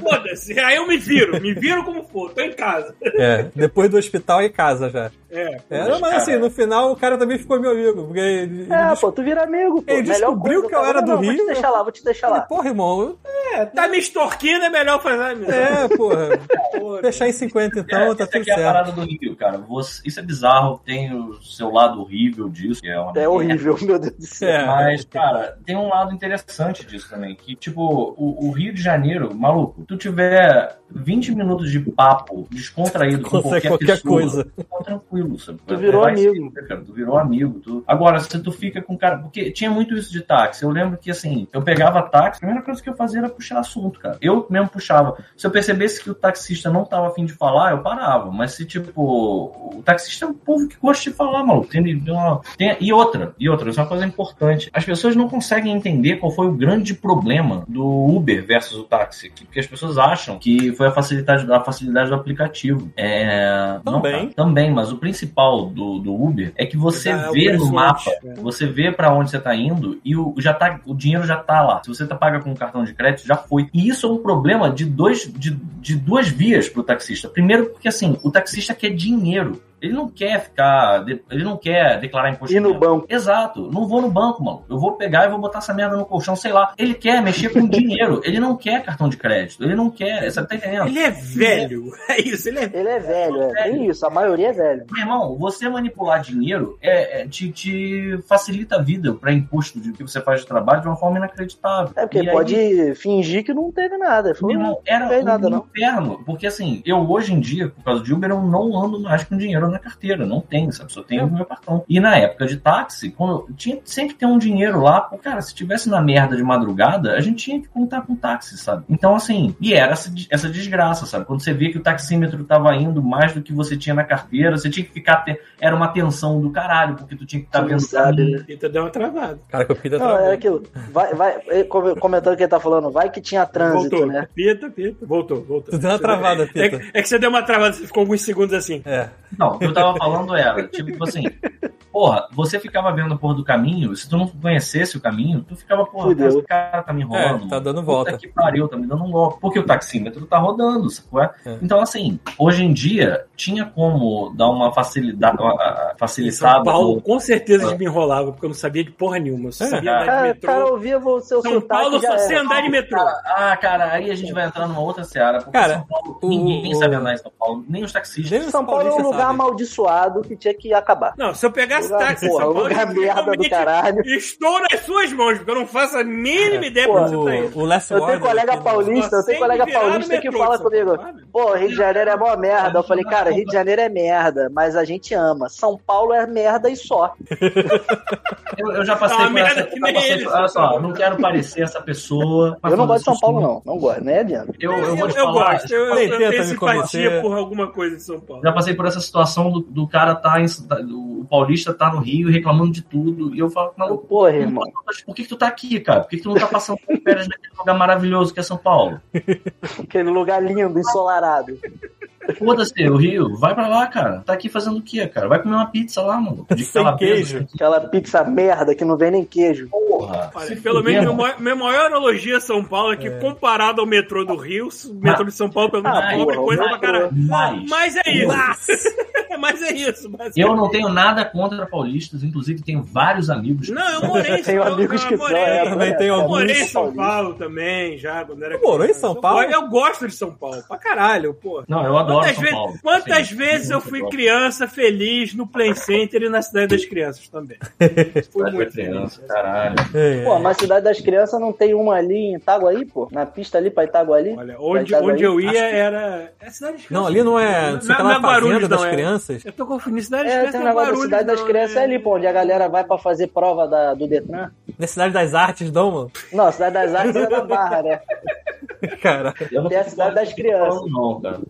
S2: Foda-se. Aí eu me viro. Me viro como for. Tô em casa.
S1: É, depois do hospital em casa já.
S2: É.
S1: É, não, mas assim, no final o cara também ficou meu amigo. Porque ele, ele
S4: É,
S1: des-
S4: pô, tu vira amigo, pô.
S1: Ele
S4: Melhor
S1: descobriu
S4: coisa,
S1: que eu
S4: cara.
S1: era
S4: Não,
S1: do
S4: não, Vou
S1: Rio,
S4: te deixar lá, vou te deixar
S1: ele,
S4: lá.
S1: porra, irmão. eu-
S2: Tá me extorquindo, é melhor fazer. Ai, meu
S1: É, porra.
S2: Porra.
S1: Fechar em 50 então,
S3: É,
S1: tá
S3: isso
S1: tudo
S3: aqui é a
S1: certo.
S3: parada do Rio, cara. Você- isso é bizarro, tem o seu lado horrível disso. que É, uma
S4: É horrível, meu Deus do céu.
S1: É.
S3: Mas, cara, tem um lado interessante disso também, que, tipo, o, o Rio de Janeiro, maluco, tu tiver 20 minutos de papo descontraído com
S1: Consegue
S3: qualquer,
S1: qualquer
S3: pessoa,
S1: coisa.
S3: tá tranquilo, sabe?
S4: Tu virou
S3: Vai
S4: amigo.
S3: ser, cara, tu virou amigo. Tu... Agora, se tu fica com cara... Porque tinha muito isso de táxi. Eu lembro que, assim, eu pegava táxi, a primeira coisa que eu fazia era puxar assunto, cara. Eu mesmo puxava. Se eu percebesse que o taxista não tava afim de falar, eu parava. Mas se, tipo, o taxista é um povo que gosta de falar, maluco. Tem, tem uma- tem- e outra, e outra, isso é uma coisa importante. As pessoas não conseguem entender qual foi o grande problema do Uber versus o táxi. que- Porque as pessoas acham que foi a facilidade, a facilidade do aplicativo. É, não,
S1: Também.
S3: cara, também, mas o principal do, do Uber é que você
S2: Ah, é o
S3: vê no
S2: preço
S3: mapa,
S2: antes, é.
S3: você vê pra onde você tá indo e o, já tá, o dinheiro já tá lá. Se você tá paga com um cartão de crédito, já foi. E isso é um problema de, dois, de, de duas vias pro taxista. Primeiro, porque assim, o taxista quer dinheiro. Ele não quer ficar. Ele não quer declarar imposto.
S4: E no banco.
S3: Exato. Não vou no banco, mano. Eu vou pegar e vou botar essa merda no colchão, sei lá. Ele quer mexer com dinheiro. Ele não quer cartão de crédito. Ele não quer. Você tá entendendo?
S2: Ele é velho. É isso, ele é
S4: Ele é velho, é. Tem isso, a maioria é velho.
S3: Meu irmão, você manipular dinheiro é, é- te, te facilita a vida para imposto de que você faz de trabalho de uma forma inacreditável.
S4: É porque
S3: E aí-
S4: pode fingir que não teve nada. é Falou,
S3: Meu
S4: não,
S3: irmão, era
S4: não fez
S3: um
S4: nada, não.
S3: inferno. Porque assim, eu hoje em dia, por causa de Uber, eu não ando mais com dinheiro na carteira. Não tenho, sabe? Só
S4: É.
S3: tenho o meu cartão. E na época de táxi, quando eu tinha sempre que ter um dinheiro lá, porque, cara, se tivesse na merda de madrugada, a gente tinha que contar com táxi, sabe? Então, assim, e era essa, essa desgraça, sabe? Quando você via que o taxímetro tava indo mais do que você tinha na carteira, você tinha que ficar. te- Era uma tensão do caralho, porque tu tinha que tá estar
S4: Não
S3: pensando.
S4: sabe, né?
S2: Então deu uma travada.
S1: Cara, que eu pedi
S4: Não, é era aquilo. Vai, vai, ele come- comentando o que ele tá falando, vai que tinha trânsito,
S2: voltou.
S4: né?
S2: Pita, pita. Voltou, voltou.
S1: Tu deu uma travada,
S2: É,
S1: Pita.
S2: é que você deu uma travada, você ficou alguns segundos assim.
S1: É.
S3: Não, o que eu tava falando era, tipo assim, porra, você ficava vendo a porra do caminho, se tu não conhecesse o caminho, tu ficava, porra,
S4: Fudeu.
S3: esse cara tá me enrolando.
S1: É, tá dando
S3: mano.
S1: volta.
S3: Puta que pariu, tá me dando um golpe. Porque o taxímetro tá rodando, sacou? É?
S1: É.
S3: Então, assim, hoje em dia, tinha como dar uma facilidade, uma- a- a-
S2: Em São
S3: facilitada.
S2: Paulo, com certeza
S3: Ah.
S2: eles me enrolavam, porque eu não sabia de porra nenhuma. Eu só
S1: É.
S2: sabia andar de
S4: Cara, o
S2: metrô.
S4: cara ouvia o seu
S2: São
S4: sotaque
S2: Paulo
S4: já
S2: só sei
S4: era.
S2: andar de metrô.
S3: Ah, cara, aí a gente vai entrar numa outra seara, porque
S1: Cara,
S3: São Paulo,
S1: o-
S3: ninguém
S1: o-
S3: sabe andar em São Paulo, nem os taxistas.
S1: Nem os
S4: São Paulo é um
S1: paulistas
S4: lugar
S1: sabem.
S4: amaldiçoado que tinha que acabar.
S2: Não, se eu pegasse
S4: Lugar-
S2: táxi, em
S4: porra,
S2: São Paulo,
S4: lugar
S2: eu
S4: merda do
S2: realmente
S4: caralho.
S2: Estou nas suas mãos, porque eu não faço a mínima ideia pra onde você tá indo.
S1: O, o Last
S4: Eu tenho
S1: Order
S4: colega
S1: aqui no-
S4: paulista, eu
S2: Sempre
S4: tenho colega
S2: virar no
S4: paulista que
S2: metrô,
S4: fala
S2: São
S4: comigo.
S2: Paulo, sabe?
S4: Pô, Rio de Janeiro é mó merda. Eu falei, cara, Rio de Janeiro é merda, mas a gente ama. São Paulo é merda e só.
S3: Eu, eu já passei
S2: Ah,
S3: por
S2: merda
S3: essa.
S2: que
S3: já
S2: nem
S3: passei
S2: eles,
S3: por- olha só,
S2: sabe?
S3: não quero parecer essa pessoa.
S4: Eu não gosto de São Paulo, não. Não gosto, nem adianta.
S3: Eu, eu vou te
S2: eu
S3: falar,
S2: gosto, eu, eu-
S1: Nem
S2: eu
S1: tenta
S2: tenho
S1: me
S2: simpatia
S1: convencer.
S2: por alguma coisa de São Paulo.
S3: Já passei por essa situação do, do cara tá em, da- do- o paulista tá no Rio reclamando de tudo. E eu falo,
S4: Eu,
S3: maluco,
S4: porra, irmão.
S3: mas por que, que tu tá aqui, cara? Por que, que tu não tá passando as férias naquele lugar maravilhoso que é São Paulo?
S4: Aquele lugar lindo, ensolarado.
S3: Foda-se, o Rio, vai pra lá, cara. Tá aqui fazendo o quê, cara? Vai comer uma pizza lá, mano. De
S1: Sem
S3: calabresa.
S1: queijo.
S4: Aquela pizza merda que não vem nem queijo.
S3: Porra.
S2: Olha,
S3: Se
S2: pelo
S3: fuder,
S2: menos,
S3: mano.
S2: minha, minha maior analogia a São Paulo é que, comparado ao metrô do Rio, o metrô de São Paulo, pelo menos,
S3: Ah,
S2: cobre
S4: porra,
S2: coisa
S4: o
S2: pra
S4: metrô.
S2: caralho.
S3: Mas-
S2: Mas é isso. Mas é isso. basicamente.
S3: Eu não tenho nada contra paulistas, inclusive tenho vários amigos.
S2: Não, eu morei em São
S4: Tenho
S2: Paulo.
S4: amigos
S2: eu
S4: que são.
S2: morei,
S4: é,
S1: também tem
S4: é,
S2: eu
S1: alguns
S2: morei em São
S4: paulistas.
S2: Paulo também, já, quando era
S1: Tu morou em
S2: criança.
S1: São Paulo?
S2: Eu, eu gosto de São Paulo, pra caralho, pô.
S3: Não, eu adoro
S2: Quantas,
S3: São
S2: vezes,
S3: Paulo.
S2: quantas
S3: Assim,
S2: vezes eu
S3: muito
S2: fui
S3: gosto.
S2: criança feliz no Play Center e na Cidade das Crianças também. Fui
S3: Quando eu era
S2: muito
S3: criança,
S2: feliz.
S3: caralho.
S1: É, é.
S4: Pô, mas Cidade das Crianças não tem uma ali em Itaguaí, pô? Na pista ali pra Itaguaí?
S2: Olha,
S4: Pra
S2: onde,
S4: Itaguaí?
S2: onde eu ia era. É Cidade das Crianças.
S1: Não, ali não é. Não sei
S2: Não-
S1: aquela
S2: não é
S1: fazenda
S2: Guarulhos,
S1: das
S2: não, é.
S1: crianças.
S2: Eu tô confundindo. Cidade das
S4: É,
S2: Crianças
S4: tem um
S2: é
S4: negócio da
S2: Guarulhos.
S4: Cidade das
S2: não,
S4: Crianças
S2: é-
S4: é ali, pô, onde a galera vai pra fazer prova da, do Detran.
S1: Na Cidade das Artes, não, mano.
S4: Não, a Cidade das Artes é na Barra, né?
S1: Cara,
S3: Eu não
S4: Tem a
S3: sei
S4: cidade
S3: o que
S4: das
S3: eu tô
S4: crianças.
S3: falando, Não, cara.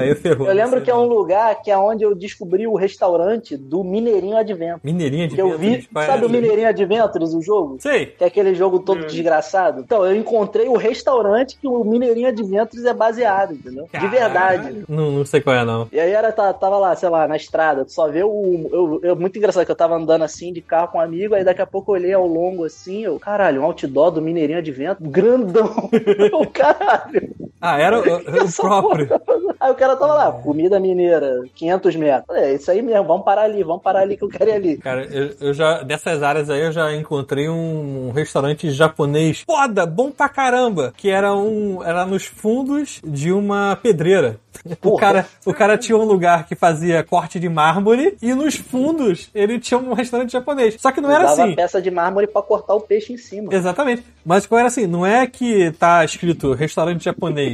S1: aí ferrou.
S4: Eu
S1: não
S4: lembro
S1: sei
S4: que é
S1: não.
S4: um lugar que é onde eu descobri o restaurante do Mineirinho Adventures.
S1: Mineirinha de
S4: Que eu
S1: Pedro,
S4: vi,
S1: de Pai-
S4: sabe o Mineirinho Adventures, o jogo?
S1: Sei.
S4: Que é aquele jogo todo desgraçado. Então, eu encontrei o restaurante que o Mineirinho Adventures é baseado, entendeu?
S1: Caralho.
S4: De verdade.
S1: Não, não sei qual é, não.
S4: E aí era, tá- tava lá, sei lá, na estrada, tu só vê o. Eu, eu- muito engraçado que eu tava andando assim de carro com um amigo, aí daqui a pouco eu olhei ao longo assim, eu, caralho, um outdoor do Mineirinho de Vento, grandão. eu, caralho.
S1: Ah, era o, o- o
S4: Essa
S1: próprio.
S4: Aí o cara tava lá,
S1: É.
S4: comida mineira, 500 metros. Falei, É isso aí mesmo, vamos parar ali, vamos parar ali que eu quero ir ali.
S1: Cara, eu, eu já. Dessas áreas aí eu já encontrei um restaurante japonês foda, bom pra caramba. Que era um. Era nos fundos de uma pedreira. O
S4: Porra.
S1: cara, o cara tinha um lugar que fazia corte de mármore e nos fundos ele tinha um restaurante japonês. Só que não era
S4: Usava
S1: assim.
S4: peça de mármore pra cortar o peixe em cima.
S1: Exatamente. Mas qual era assim? Não é que tá escrito restaurante japonês.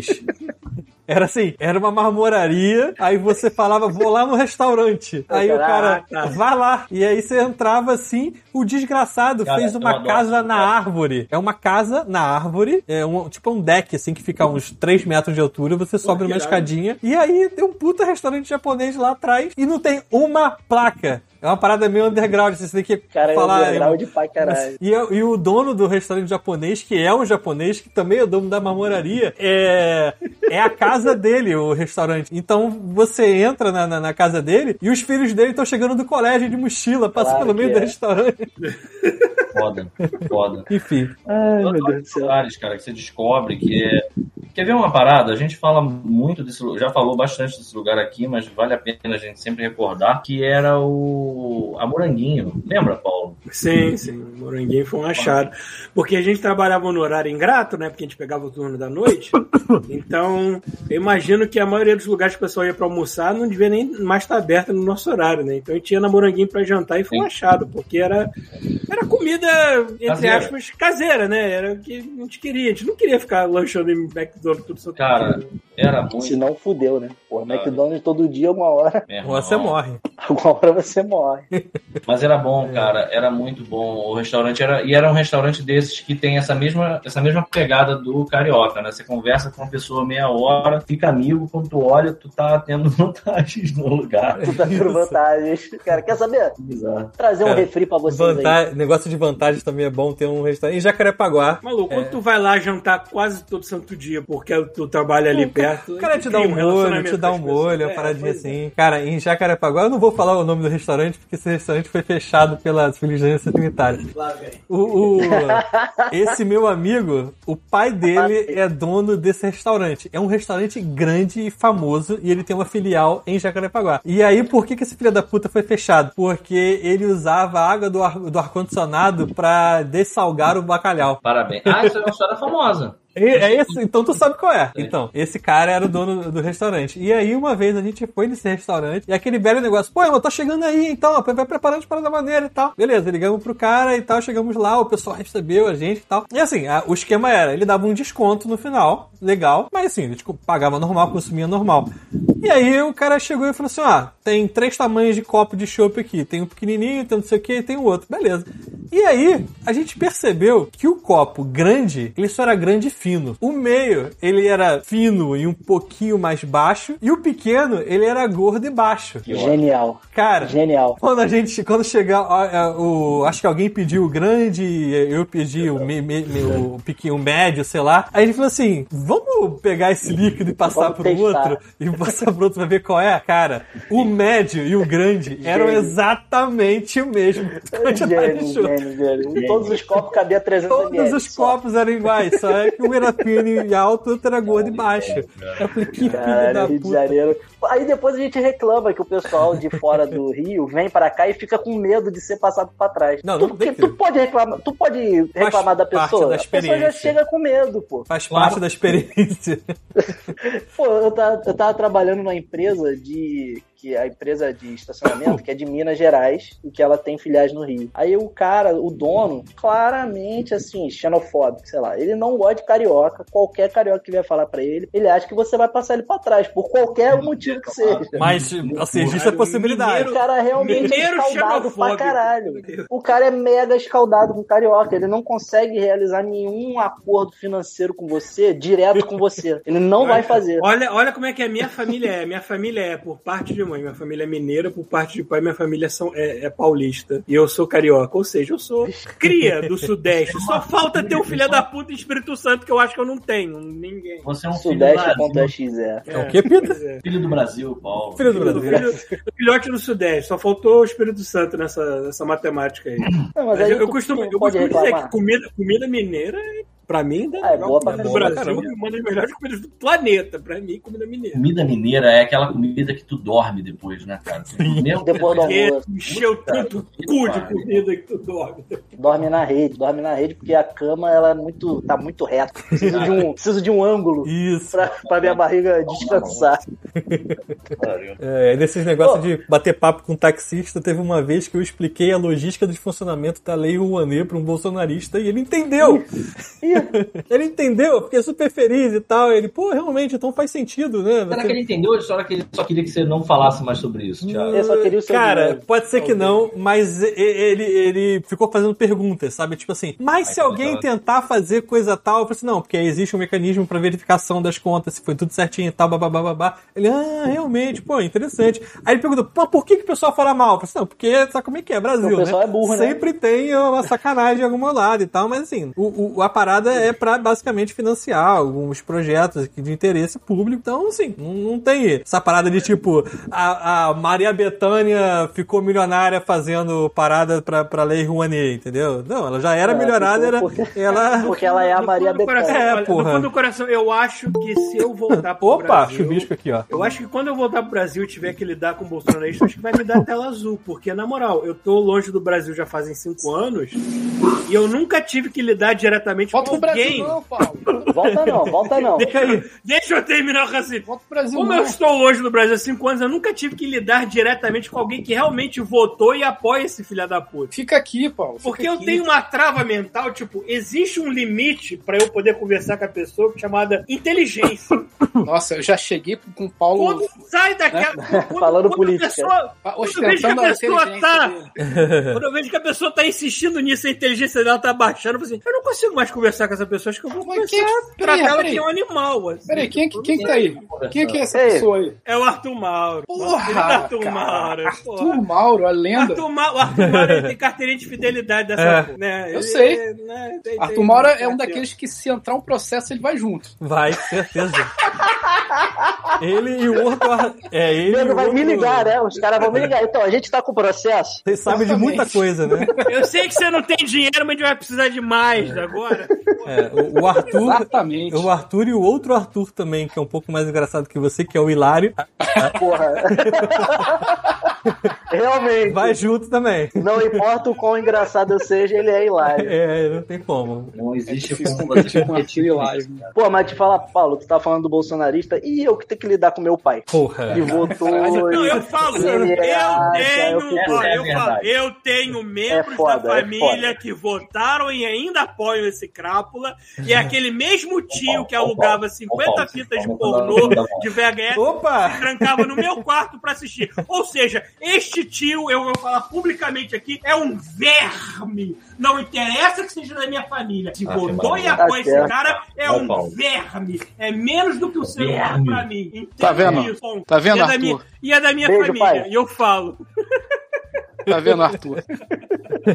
S1: Era assim, era uma marmoraria, aí você falava, vou lá no restaurante. Aí o cara,
S2: Caraca.
S1: vai lá. E aí você entrava assim, o desgraçado
S3: Cara,
S1: fez
S3: eu
S1: uma
S3: adoro.
S1: casa na árvore. É uma casa na árvore, é um, tipo um deck assim, que fica a uns 3 metros de altura, você sobe
S2: que
S1: numa
S2: irado.
S1: escadinha. E aí tem um puta restaurante japonês lá atrás e não tem uma placa. É uma parada meio underground, assim, você tem que
S4: Cara, é
S1: falar.
S4: underground pra caralho.
S1: E, eu- e o dono do restaurante japonês, que é um japonês, que também é dono da marmoraria, é, é a casa dele, o restaurante. Então você entra na, na- na casa dele e os filhos dele estão chegando do colégio de mochila, passam
S4: Claro
S1: pelo meio
S4: que
S1: do
S4: é.
S1: restaurante.
S3: Foda, foda.
S1: Enfim.
S4: Ai,
S3: Eu
S4: meu
S3: adoro
S4: Deus do
S3: esses
S4: céu.
S3: lugares, cara, que você descobre que é. Quer ver uma parada? A gente fala muito desse já falou bastante desse lugar aqui, mas vale a pena a gente sempre recordar que era o a Moranguinho. Lembra, Paulo?
S2: Sim, sim. O Moranguinho foi um achado. Porque a gente trabalhava no horário ingrato, né? Porque a gente pegava o turno da noite. Então, eu imagino que a maioria dos lugares que o pessoal ia pra almoçar não devia nem mais estar aberta no nosso horário, né? Então a gente ia na Moranguinho pra jantar e foi um
S3: Sim.
S2: achado, porque era, era comida, entre
S3: Caseira.
S2: aspas, caseira, né? Era o que a gente queria. A gente não queria ficar lanchando em McDonald's tudo isso.
S3: Cara, era muito.
S4: Se não, fudeu, né? Porra,
S3: Cara.
S4: McDonald's todo dia, uma hora,
S3: meu irmão.
S1: Você é morre.
S4: alguma hora você morre.
S3: Mas era bom, cara, era muito bom. O restaurante era e era um restaurante desses que tem essa mesma essa mesma pegada do carioca, né? Você conversa com uma pessoa meia hora, fica amigo, quando tu olha, tu tá tendo vantagens no lugar.
S4: Tu tá tendo vantagens. Cara, quer saber?
S3: Bizarro.
S4: Trazer um
S1: Cara,
S4: refri pra vocês aí.
S1: Vanta- Negócio de vantagem também é bom ter um restaurante. Em Jacarepaguá.
S2: Maluco,
S3: é.
S2: quando tu vai lá jantar quase todo santo dia, porque o teu trabalho é ali perto.
S1: O cara te dá um
S2: cria
S1: molho,
S2: relacionamento
S1: te dá
S2: com
S1: um
S2: as pessoas.
S1: molho, uma
S2: É,
S1: paradinha
S2: pois é.
S1: assim. Cara, em Jacarepaguá, eu não vou falar o nome do restaurante, porque esse restaurante foi fechado pela Vigilância Sanitária.
S2: Lá, velho.
S1: O, o- esse meu amigo, o pai dele é dono desse restaurante. É um restaurante grande e famoso e ele tem uma filial em Jacarepaguá. E aí, por que, que esse filho da puta foi fechado? Porque ele usava a água do ar- do ar-condicionado pra dessalgar o bacalhau.
S3: Parabéns. Ah, isso é uma história famosa.
S1: E- É esse, então tu sabe qual é. Então, esse cara era o dono do restaurante. E aí, uma vez, a gente foi nesse restaurante e aquele belo negócio, pô, eu tô chegando aí, então, ó, vai preparando para da maneira e tal. Beleza, ligamos pro cara e tal, chegamos lá, o pessoal recebeu a gente e tal. E assim, a- o esquema era, ele dava um desconto no final, legal, mas assim, ele tipo, pagava normal, consumia normal. E aí o cara chegou e falou assim: ah, tem três tamanhos de copo de chopp aqui. Tem um pequenininho, tem não sei o que, tem o outro. Beleza. E aí, a gente percebeu que o copo grande, ele só era grande e fino. O meio, ele era fino e um pouquinho mais baixo. E o pequeno, ele era gordo e baixo.
S4: Genial,
S1: Cara,
S4: genial.
S1: quando a gente, quando chegar, ó, é, o, acho que alguém pediu o grande, é, eu pedi o, me, me- me- o pequeno, o médio, sei lá. Aí ele falou assim, vamos pegar esse líquido e passar
S4: Vamos
S1: pro
S4: testar.
S1: outro e passar pro outro pra ver qual é, cara. O médio e o grande eram
S4: Gênio.
S1: exatamente o mesmo. quantidade
S4: Gênio,
S1: de chute.
S4: gênio, gênio. Todos os copos cabia 300
S1: tá Todos
S4: ml
S1: os
S4: só.
S1: copos eram iguais, só é que um era fino e alto, outro era gordo e baixo. Eu falei, que filho da
S4: Cara, Rio de
S1: puta.
S4: Janeiro. Aí depois a gente reclama que o pessoal de fora do Rio vem pra cá e fica com medo de ser passado pra trás.
S1: Não,
S4: tu,
S1: não tem
S4: tu
S1: que-
S4: pode reclamar, tu pode reclamar da
S1: parte
S4: pessoa.
S1: da
S4: a pessoa já
S1: experiência.
S4: chega com medo, pô.
S1: Faz
S3: Claro.
S1: parte da experiência.
S4: Pô, eu tava, eu tava trabalhando numa empresa de. que é a empresa de estacionamento, que é de Minas Gerais, e que ela tem filiais no Rio. Aí o cara, o dono, claramente assim, xenofóbico, sei lá, ele não gosta de carioca. Qualquer carioca que vier falar pra ele, ele acha que você vai passar ele pra trás, por qualquer um motivo que seja.
S1: Mas, assim, existe a possibilidade.
S4: O cara realmente
S2: Mineiro
S4: é escaldado pra
S2: xenofóbico.
S4: caralho. O cara é mega escaldado com carioca. Ele não consegue realizar nenhum acordo financeiro com você, direto com você. Ele não vai fazer.
S2: Olha, olha como é que a minha família é. Minha família é por parte de mãe, minha família é mineira, por parte de pai, minha família são, é, é paulista. E eu sou carioca, ou seja, eu sou cria do Sudeste. Só falta ter um filho da puta em Espírito Santo, que eu acho que eu não tenho. Ninguém.
S3: Você é um filho do Brasil,
S4: Sudeste.exe.
S1: É o que, Pita?
S3: filho do Brasil, Paulo.
S1: Filho do Brasil.
S2: Filho, filhote do Sudeste, só faltou o Espírito Santo nessa, nessa matemática aí.
S4: Não,
S2: Mas
S4: mas aí
S2: eu, eu
S4: tu
S2: costumo,
S4: não
S2: eu
S4: pode
S2: costumo dizer que
S4: reclamar.
S2: comida, comida mineira, pra mim, ainda
S4: Ah, é boa pra
S2: comida
S1: caramba.
S2: do Brasil
S1: Caramba.
S2: é uma das melhores comidas do planeta. Pra mim, comida mineira.
S3: Comida mineira é aquela comida que tu dorme depois, né, cara? Tu comeu-
S4: Depois do
S2: Porque
S4: almoço.
S2: encheu tanto o cu de comida que tu dorme.
S4: Dorme na rede, dorme na rede, porque a cama ela é muito, tá muito reta. Preciso de um, preciso de um ângulo
S1: Isso.
S4: pra, pra minha barriga descansar.
S1: É, desses negócios de bater papo com taxista, teve uma vez que eu expliquei a logística de funcionamento da Lei Rouanet pra um bolsonarista e ele entendeu. ele entendeu, eu fiquei super feliz e tal. Ele, pô, realmente, então faz sentido, né?
S3: Será
S1: Você-
S3: que ele entendeu? Ou será que ele só queria que você não falasse mais sobre isso, Thiago?
S5: Hum.
S4: Eu só queria o seu
S1: Cara,
S4: dinheiro.
S1: pode ser que não, mas e- ele, ele ficou fazendo perguntas, sabe? Tipo assim, mas
S3: Ai,
S1: se alguém
S3: que
S1: tentar fazer coisa tal, eu falei assim, não, porque existe um mecanismo pra verificação das contas, se foi tudo certinho e tal, babá, babá. Ele, ah, realmente, pô, interessante. Aí ele perguntou, pô, por que, que o pessoal fala mal? Eu falei assim, não, porque sabe como é que é, Brasil,
S4: O pessoal
S1: né?
S4: é burro, né?
S1: Sempre tem uma sacanagem de algum lado e tal, mas assim, o, o- a parada arrecada é para basicamente financiar alguns projetos de interesse público. Então, assim, não, não tem essa parada de tipo, a, a Maria Bethânia ficou milionária fazendo parada pra, pra Lei Rouanet, entendeu? Não, ela já era
S4: É,
S1: milionária, era,
S4: ficou porque-
S1: ela.
S4: Porque ela é a
S2: Do
S4: Maria
S2: fundo do coração,
S1: É,
S4: Bethânia.
S2: olha, do
S1: porra.
S2: fundo do coração, eu acho que se eu voltar pro
S1: Opa,
S2: Brasil...
S1: chuvisco aqui, ó.
S2: Eu acho que quando eu voltar pro Brasil e tiver que lidar com bolsonarista, acho que vai me dar tela azul. Porque, na moral, eu tô longe do Brasil já fazem cinco anos e eu nunca tive que lidar diretamente
S5: Volta pro
S2: com
S5: Brasil,
S2: Tipo, alguém.
S5: não, Paulo.
S4: Volta não, volta não.
S2: Deixa, deixa eu terminar o raciocínio.
S5: Volta pro Brasil,
S2: Como
S5: não.
S2: eu estou longe do Brasil há cinco anos, eu nunca tive que lidar diretamente com alguém que realmente votou e apoia esse filho da puta.
S5: Fica aqui, Paulo. fica
S2: Porque eu
S5: aqui.
S2: tenho uma trava mental, tipo, existe um limite pra eu poder conversar com a pessoa chamada inteligência.
S5: Nossa, eu já cheguei com o Paulo
S2: Quando sai daquela. Quando,
S4: Falando
S2: quando
S4: política.
S2: A pessoa, quando eu vejo que a
S5: ostentando a
S2: pessoa
S5: inteligência
S2: tá.
S5: dele.
S2: Quando eu vejo que a pessoa tá insistindo nisso, a inteligência dela tá baixando, eu falo assim, eu não consigo mais conversar com essa pessoa, acho que eu vou
S5: Mas
S2: começar
S5: quem-
S2: a
S5: peraí,
S2: tratar ela
S5: peraí.
S2: que é um animal. assim.
S5: Peraí, quem, que- quem que tá aí? Quem é que é essa
S4: Ei.
S5: pessoa aí?
S2: É o Arthur Mauro.
S5: Porra,
S2: Ele tá Arthur
S5: cara.
S2: Mauro. porra.
S5: Arthur Mauro, a lenda.
S2: Arthur Ma- o Arthur Mauro ele tem carteirinha de fidelidade dessa.
S1: É.
S2: Né?
S5: Eu sei.
S2: é, né, tem-
S5: Arthur
S2: tem-
S5: Mauro é um daqueles que se entrar um processo ele vai junto.
S1: Vai, certeza. ele e o outro. É, ele e
S4: Pedro
S1: o
S4: vai
S1: outro.
S4: me ligar, né? Os caras vão me ligar. Então, a gente tá com processo.
S1: Você sabe de muita coisa, né?
S2: Eu sei que você não tem dinheiro, mas a gente vai precisar de mais agora.
S1: É, o- o Arthur.
S5: Exatamente.
S1: O Arthur e o outro Arthur também, que é um pouco mais engraçado que você, que é o Hilário,
S4: Porra. Realmente.
S1: vai junto também.
S4: Não importa o quão engraçado eu seja, ele é hilário.
S1: É, não tem como.
S3: Não
S5: É
S3: existe
S5: difícil
S3: como
S5: competir com
S3: competir
S5: aquilo
S3: com
S5: lá.
S3: isso.
S4: Pô, mas te fala, Paulo, tu tá falando do bolsonarista e eu que tenho que lidar com meu pai.
S1: Porra.
S4: Que votou.
S2: Não,
S4: e-
S2: eu falo,
S4: Ele
S2: eu
S4: acha,
S2: tenho,
S4: eu fico-
S2: ó,
S3: É
S2: eu, falo,
S3: verdade.
S2: eu tenho membros
S4: É foda,
S2: da
S4: é
S2: família
S4: foda.
S2: que votaram e ainda apoiam esse crápula, e é aquele mesmo tio que
S3: Ô, Paulo,
S2: alugava
S3: ô, Paulo,
S2: 50
S3: Paulo,
S2: fitas de
S3: vamos
S2: pornô
S3: dar uma-
S2: de VHS
S1: Opa!
S2: trancava no meu quarto pra assistir. Ou seja, este tio, eu vou falar publicamente aqui, é um verme. Não interessa que seja da minha família. Se
S3: Ah,
S2: votou
S3: sim,
S2: e
S3: mas-
S2: apoia
S4: Tá
S2: esse
S4: certo.
S2: cara, é
S3: Vai,
S2: um
S3: Paulo.
S2: verme. É menos do que o ser humano
S3: Verme.
S2: pra mim. Entende
S5: Tá vendo?
S2: isso, Paulo?
S5: Tá vendo,
S2: E é da
S5: Arthur?
S2: minha, e é da minha
S4: Beijo,
S2: família.
S4: pai.
S2: E eu falo.
S5: Tá vendo, Arthur?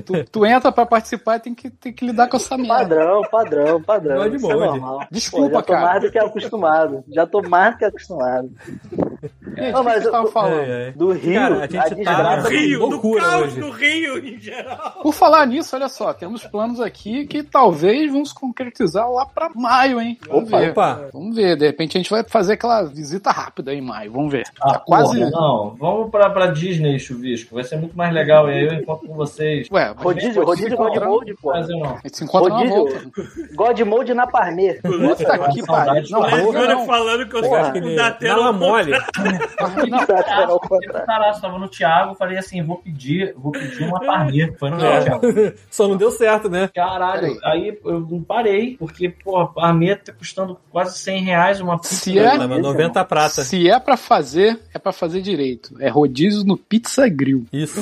S5: tu, tu entra pra participar e tem que, tem que lidar com essa merda.
S4: Padrão, padrão, padrão.
S1: Não é de
S4: Isso
S1: molde.
S4: normal.
S5: Desculpa,
S4: já tô
S5: cara.
S4: mais do que acostumado. Já tô mais do que acostumado.
S5: Gente,
S4: Não,
S5: o que
S4: mas
S5: que eu tava
S4: eu-
S5: falando?
S1: É, é.
S4: Do Rio,
S1: Cara, a gente
S4: a
S1: tá-
S4: desgraça
S1: Tá
S2: "Ah, Rio, do
S1: loucura
S2: caos
S1: hoje.
S2: do Rio em geral.
S5: Por falar nisso, olha só, temos planos aqui que talvez vão se concretizar lá pra maio, hein? Vamos ver.
S1: Opa!
S5: Vamos ver, de repente a gente vai fazer aquela visita rápida em maio, vamos ver.
S3: Ah,
S5: Tá quase.
S3: porra, não, vamos pra, pra Disney, Chuvisco. Vai ser muito mais legal. E aí eu encontro com vocês.
S5: Ué, mas a gente
S4: Rodízio,
S5: pode se
S4: rodízio God
S5: encontrar-
S4: Mode, pô.
S3: Mas eu não.
S5: A gente se encontra na volta.
S4: Rodízio, God Mode na Parmê.
S5: Puta que pariu. Não,
S3: Saudade.
S5: Borra
S2: Agora
S5: não.
S2: falando que eu
S1: Eu acho que
S2: sou
S1: ele
S2: um da
S1: dá
S2: tela.
S1: uma mole.
S5: Não,
S4: Era o
S3: Eu
S4: contrário.
S3: Caraca, tava no Thiago, falei assim: vou pedir, vou pedir
S5: É.
S3: uma parmia. Foi no Thiago.
S1: Só não deu certo, né?
S3: Caralho, aí eu não parei, porque, pô, a parmia tá custando quase 100 reais uma pizza.
S5: Se é,
S1: Tava 90 prata.
S5: se é pra fazer, é pra fazer direito. É rodízio no Pizza Grill,
S1: Isso.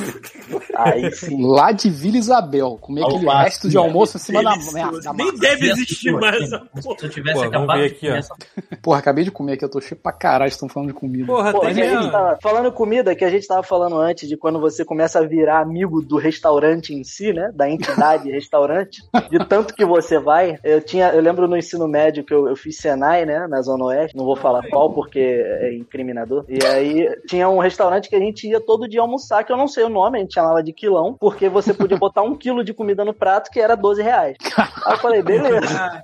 S4: Aí sim.
S5: lá de Vila Isabel. Comer aquele
S3: Alface, né?
S5: resto de almoço em cima da,
S2: Delicioso.
S5: da
S2: Nem
S5: massa.
S2: deve
S3: Sim,
S2: existir
S3: sim.
S2: mais essa porra.
S3: Se eu tivesse
S1: Pô, vamos
S3: acabado
S1: ver
S3: de
S1: aqui,
S3: comer
S1: ó.
S3: essa
S5: Porra, acabei de comer aqui, eu tô cheio pra caralho, estão falando de comida.
S1: Porra,
S4: Pô,
S1: tem
S4: que a gente
S1: mesmo.
S4: tava falando comida, que a gente tava falando antes de quando você começa a virar amigo do restaurante em si, né? Da entidade restaurante, de tanto que você vai. Eu tinha, eu lembro no ensino médio que eu, eu fiz Senai, né? Na Zona Oeste. Não vou falar qual, porque é incriminador. E aí tinha um restaurante que a gente ia todo dia almoçar, que eu não sei o nome, a gente chamava de quilão, porque você podia botar um quilo de comida no prato, que era 12 reais. Aí eu falei, beleza.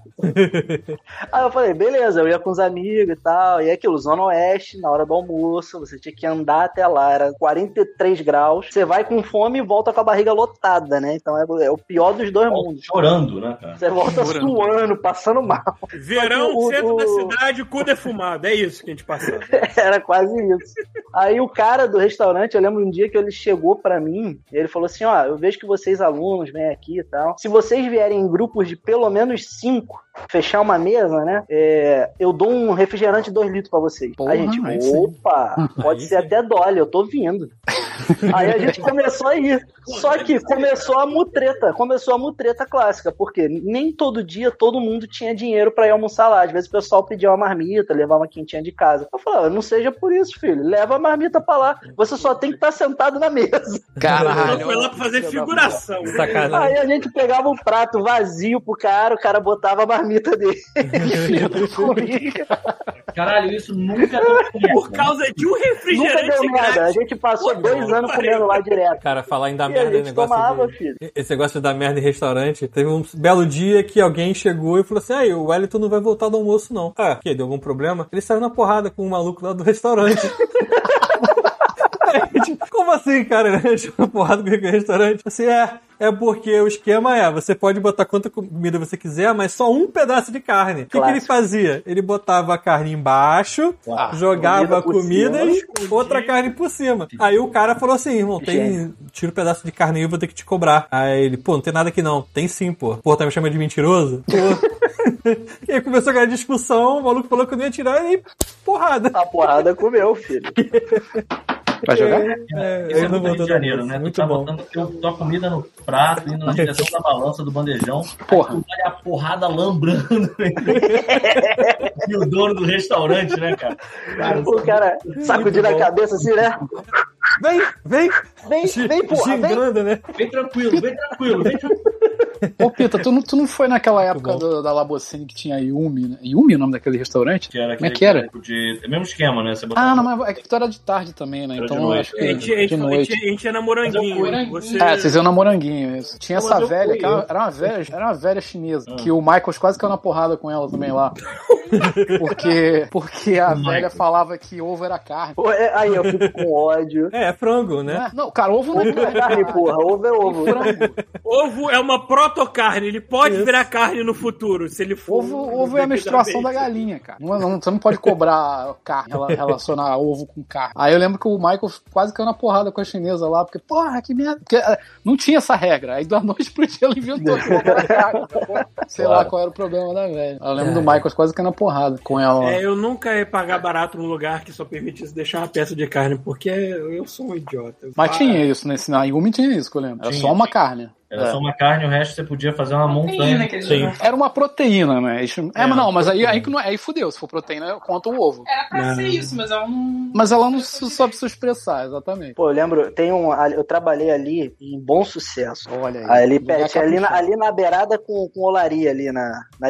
S4: Aí eu falei, beleza, eu ia com os amigos e tal. E é aquilo, Zona Oeste, na hora do almoço, você tinha que andar até lá, era 43 graus. Você vai com fome e volta com a barriga lotada, né? Então é, é o pior dos dois
S3: porra
S4: mundos.
S3: chorando, né, cara?
S4: Você volta
S5: Chorando.
S4: suando, passando mal.
S2: Verão,
S4: Mas o-
S2: centro da
S4: o-
S2: cidade, cu defumado. É isso que a gente passava.
S4: Era quase isso. Aí o cara do restaurante, eu lembro um dia que ele chegou pra mim, e ele falou assim: Ó, eu vejo que vocês alunos vêm aqui e tal. Se vocês vierem em grupos de pelo menos cinco, fechar uma mesa, né? é, eu dou um refrigerante de dois litros pra vocês.
S5: Porra,
S4: aí a gente,
S5: aí sim.
S4: opa, pode
S1: Aí
S4: ser
S1: sim.
S4: até dole, eu tô vindo. Aí a gente começou a ir. Só que começou a mutreta, começou a mutreta clássica, porque nem todo dia todo mundo tinha dinheiro pra ir almoçar lá. Às vezes o pessoal pedia uma marmita, levava uma quentinha de casa. Eu falava, não seja por isso, filho, leva a marmita pra lá. Você só tem que estar sentado na tá mesa.
S2: só foi lá pra fazer figuração.
S1: Sacanagem.
S4: Aí a gente pegava um prato vazio pro cara, o cara botava a marmita dele. Comia.
S3: Caralho, isso nunca tá né? acontece.
S2: Por causa de um
S4: Nunca deu
S2: refrigerante
S6: é
S4: nada. A
S2: grátis.
S4: gente passou
S2: Pô,
S4: dois
S2: não,
S4: anos
S2: pariu.
S4: comendo lá direto.
S1: Cara, falar em dar
S4: E a
S1: merda é um
S4: gente
S1: negócio.
S4: tomava,
S1: de-
S4: filho.
S1: Esse negócio de dar merda em restaurante. Teve um belo dia que alguém chegou e falou assim: aí, o Wellington não vai voltar do almoço, não. Ah, que? Deu algum problema? Ele saiu na porrada com o maluco lá do restaurante. Aí, tipo, Como assim, cara? Ele saiu na porrada com o restaurante? Assim, é. É porque o esquema é, você pode botar quanta comida você quiser, mas só um pedaço de carne. O que, que ele
S4: Clássico.
S1: fazia? Ele botava a carne embaixo, jogava
S4: comida por
S1: comida e outra carne por cima. Aí o cara falou assim, irmão, tem,
S4: Gênio.
S1: tira um pedaço de carne aí, eu vou ter que te cobrar. Aí ele, pô, não tem nada aqui não. Tem sim, pô. Pô, tá me chamando de mentiroso? Pô. e aí começou aquela discussão, o maluco falou que não ia tirar e porrada.
S4: A porrada comeu, filho.
S6: Vai jogar?
S1: É,
S3: Isso
S1: ele
S3: é muito Rio de
S1: voltou,
S3: Janeiro,
S1: não.
S3: né? Tu
S1: Muito
S3: tá
S1: bom.
S3: botando teu, tua comida no prato, indo na direção da balança do bandejão.
S6: Porra.
S3: aí Tu olha a porrada lambrando. e o dono do restaurante, né, cara?
S4: O cara sacudindo a cabeça assim, né?
S1: Vem, vem!
S4: Vem, vem, porra, vem.
S1: Gingando, né?
S3: Vem tranquilo, vem tranquilo, vem tranquilo.
S6: Ô, Pita, tu não, tu não foi naquela época
S1: bom.
S6: do- da Labocine que tinha Yumi, né? Yumi é o nome daquele restaurante?
S3: Que era
S6: Como é
S3: aquele
S6: que era?
S3: tipo de... É o mesmo esquema, né? Você botava-
S6: Ah, não, mas é que tu era de tarde também, né?
S3: Era
S6: Então
S3: de
S6: eu
S3: noite.
S6: acho
S2: A
S6: que
S2: gente, a gente-
S6: de
S2: a gente,
S6: noite.
S2: a gente é na moranguinho. Você...
S6: É, vocês iam na Moranguinho, isso. Tinha
S2: Não, mas
S6: essa
S2: eu
S6: velha,
S2: fui,
S6: que era
S2: eu-
S6: era uma velha, era uma velha chinesa,
S3: Ah.
S6: que o Michaels quase caiu na porrada com ela também lá. Porque, porque a velha falava que ovo era carne.
S4: Pô, é- Aí eu fico com ódio.
S1: É, é frango, né?
S6: Não, é- não, cara, ovo não é
S4: Ovo é
S6: carne.
S4: carne, porra. Ovo é ovo.
S6: Um Frango.
S2: Ovo é uma protocarne, ele pode virar carne no futuro, se ele for. um
S6: Ovo, ovo é a menstruação da galinha, cara. Não, é não- você não pode cobrar carne, rela- relacionar ovo com carne. Aí eu lembro que o Michael quase caiu na porrada com a chinesa lá, porque, porra, que merda. Porque, eh, não tinha essa regra. Aí da noite pro dia ele inventou que ovo era carne. Sei lá qual era o problema da velha. Eu lembro do Michael quase caindo na porrada com ela lá.
S2: É, eu nunca ia pagar barato num lugar que só permitisse deixar uma peça de carne, porque eu sou um idiota.
S6: Mas
S2: Ah,
S6: tinha isso nesse. Na Yumi tinha isso, que eu lembro. Era
S3: Tinha.
S6: só uma carne.
S3: Era só uma carne, o resto você podia fazer uma montanha.
S7: Proteína,
S1: Sim.
S7: Sim.
S6: Era uma proteína, né? Isso- É,
S3: É,
S6: mas não, mas aí, aí, que não é- aí fudeu. Se for proteína, conta o ovo.
S7: Era pra ser isso, mas é um- ela não.
S6: Mas ela não su- soube se expressar, exatamente.
S4: Pô, eu lembro, tem um. ali- Eu trabalhei ali em bom sucesso.
S6: Olha aí.
S4: Ali,
S6: Lugar
S4: perto, ali, na,
S6: caprichado.
S4: ali na beirada com, com olaria, ali na, na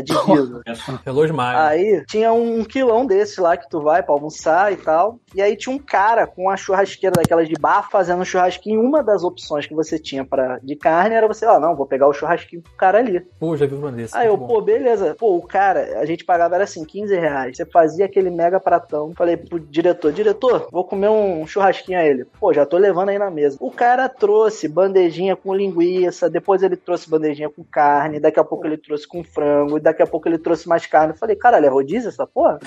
S4: divisa.
S1: Relógio Maia.
S6: Ah, é.
S4: Aí tinha um quilão desse lá que tu vai pra almoçar e tal. E aí tinha um cara com uma churrasqueira daquelas de bar fazendo um churrasquinho. Uma das opções que você tinha para de carne era você, ó, não, vou pegar o churrasquinho pro cara ali.
S1: Pô, já vi uma desse.
S4: Aí Ah, eu,
S1: muito tá é bom.
S4: pô, beleza. Pô, o cara, a gente pagava era assim, 15 reais. Você fazia aquele mega pratão. Falei pro diretor, diretor, vou comer um churrasquinho a ele. Pô, já tô levando aí na mesa. O cara trouxe bandejinha com linguiça, depois ele trouxe bandejinha com carne, daqui a pouco ele trouxe com frango, e daqui a pouco ele trouxe mais carne. Falei, caralho, é rodízio essa porra?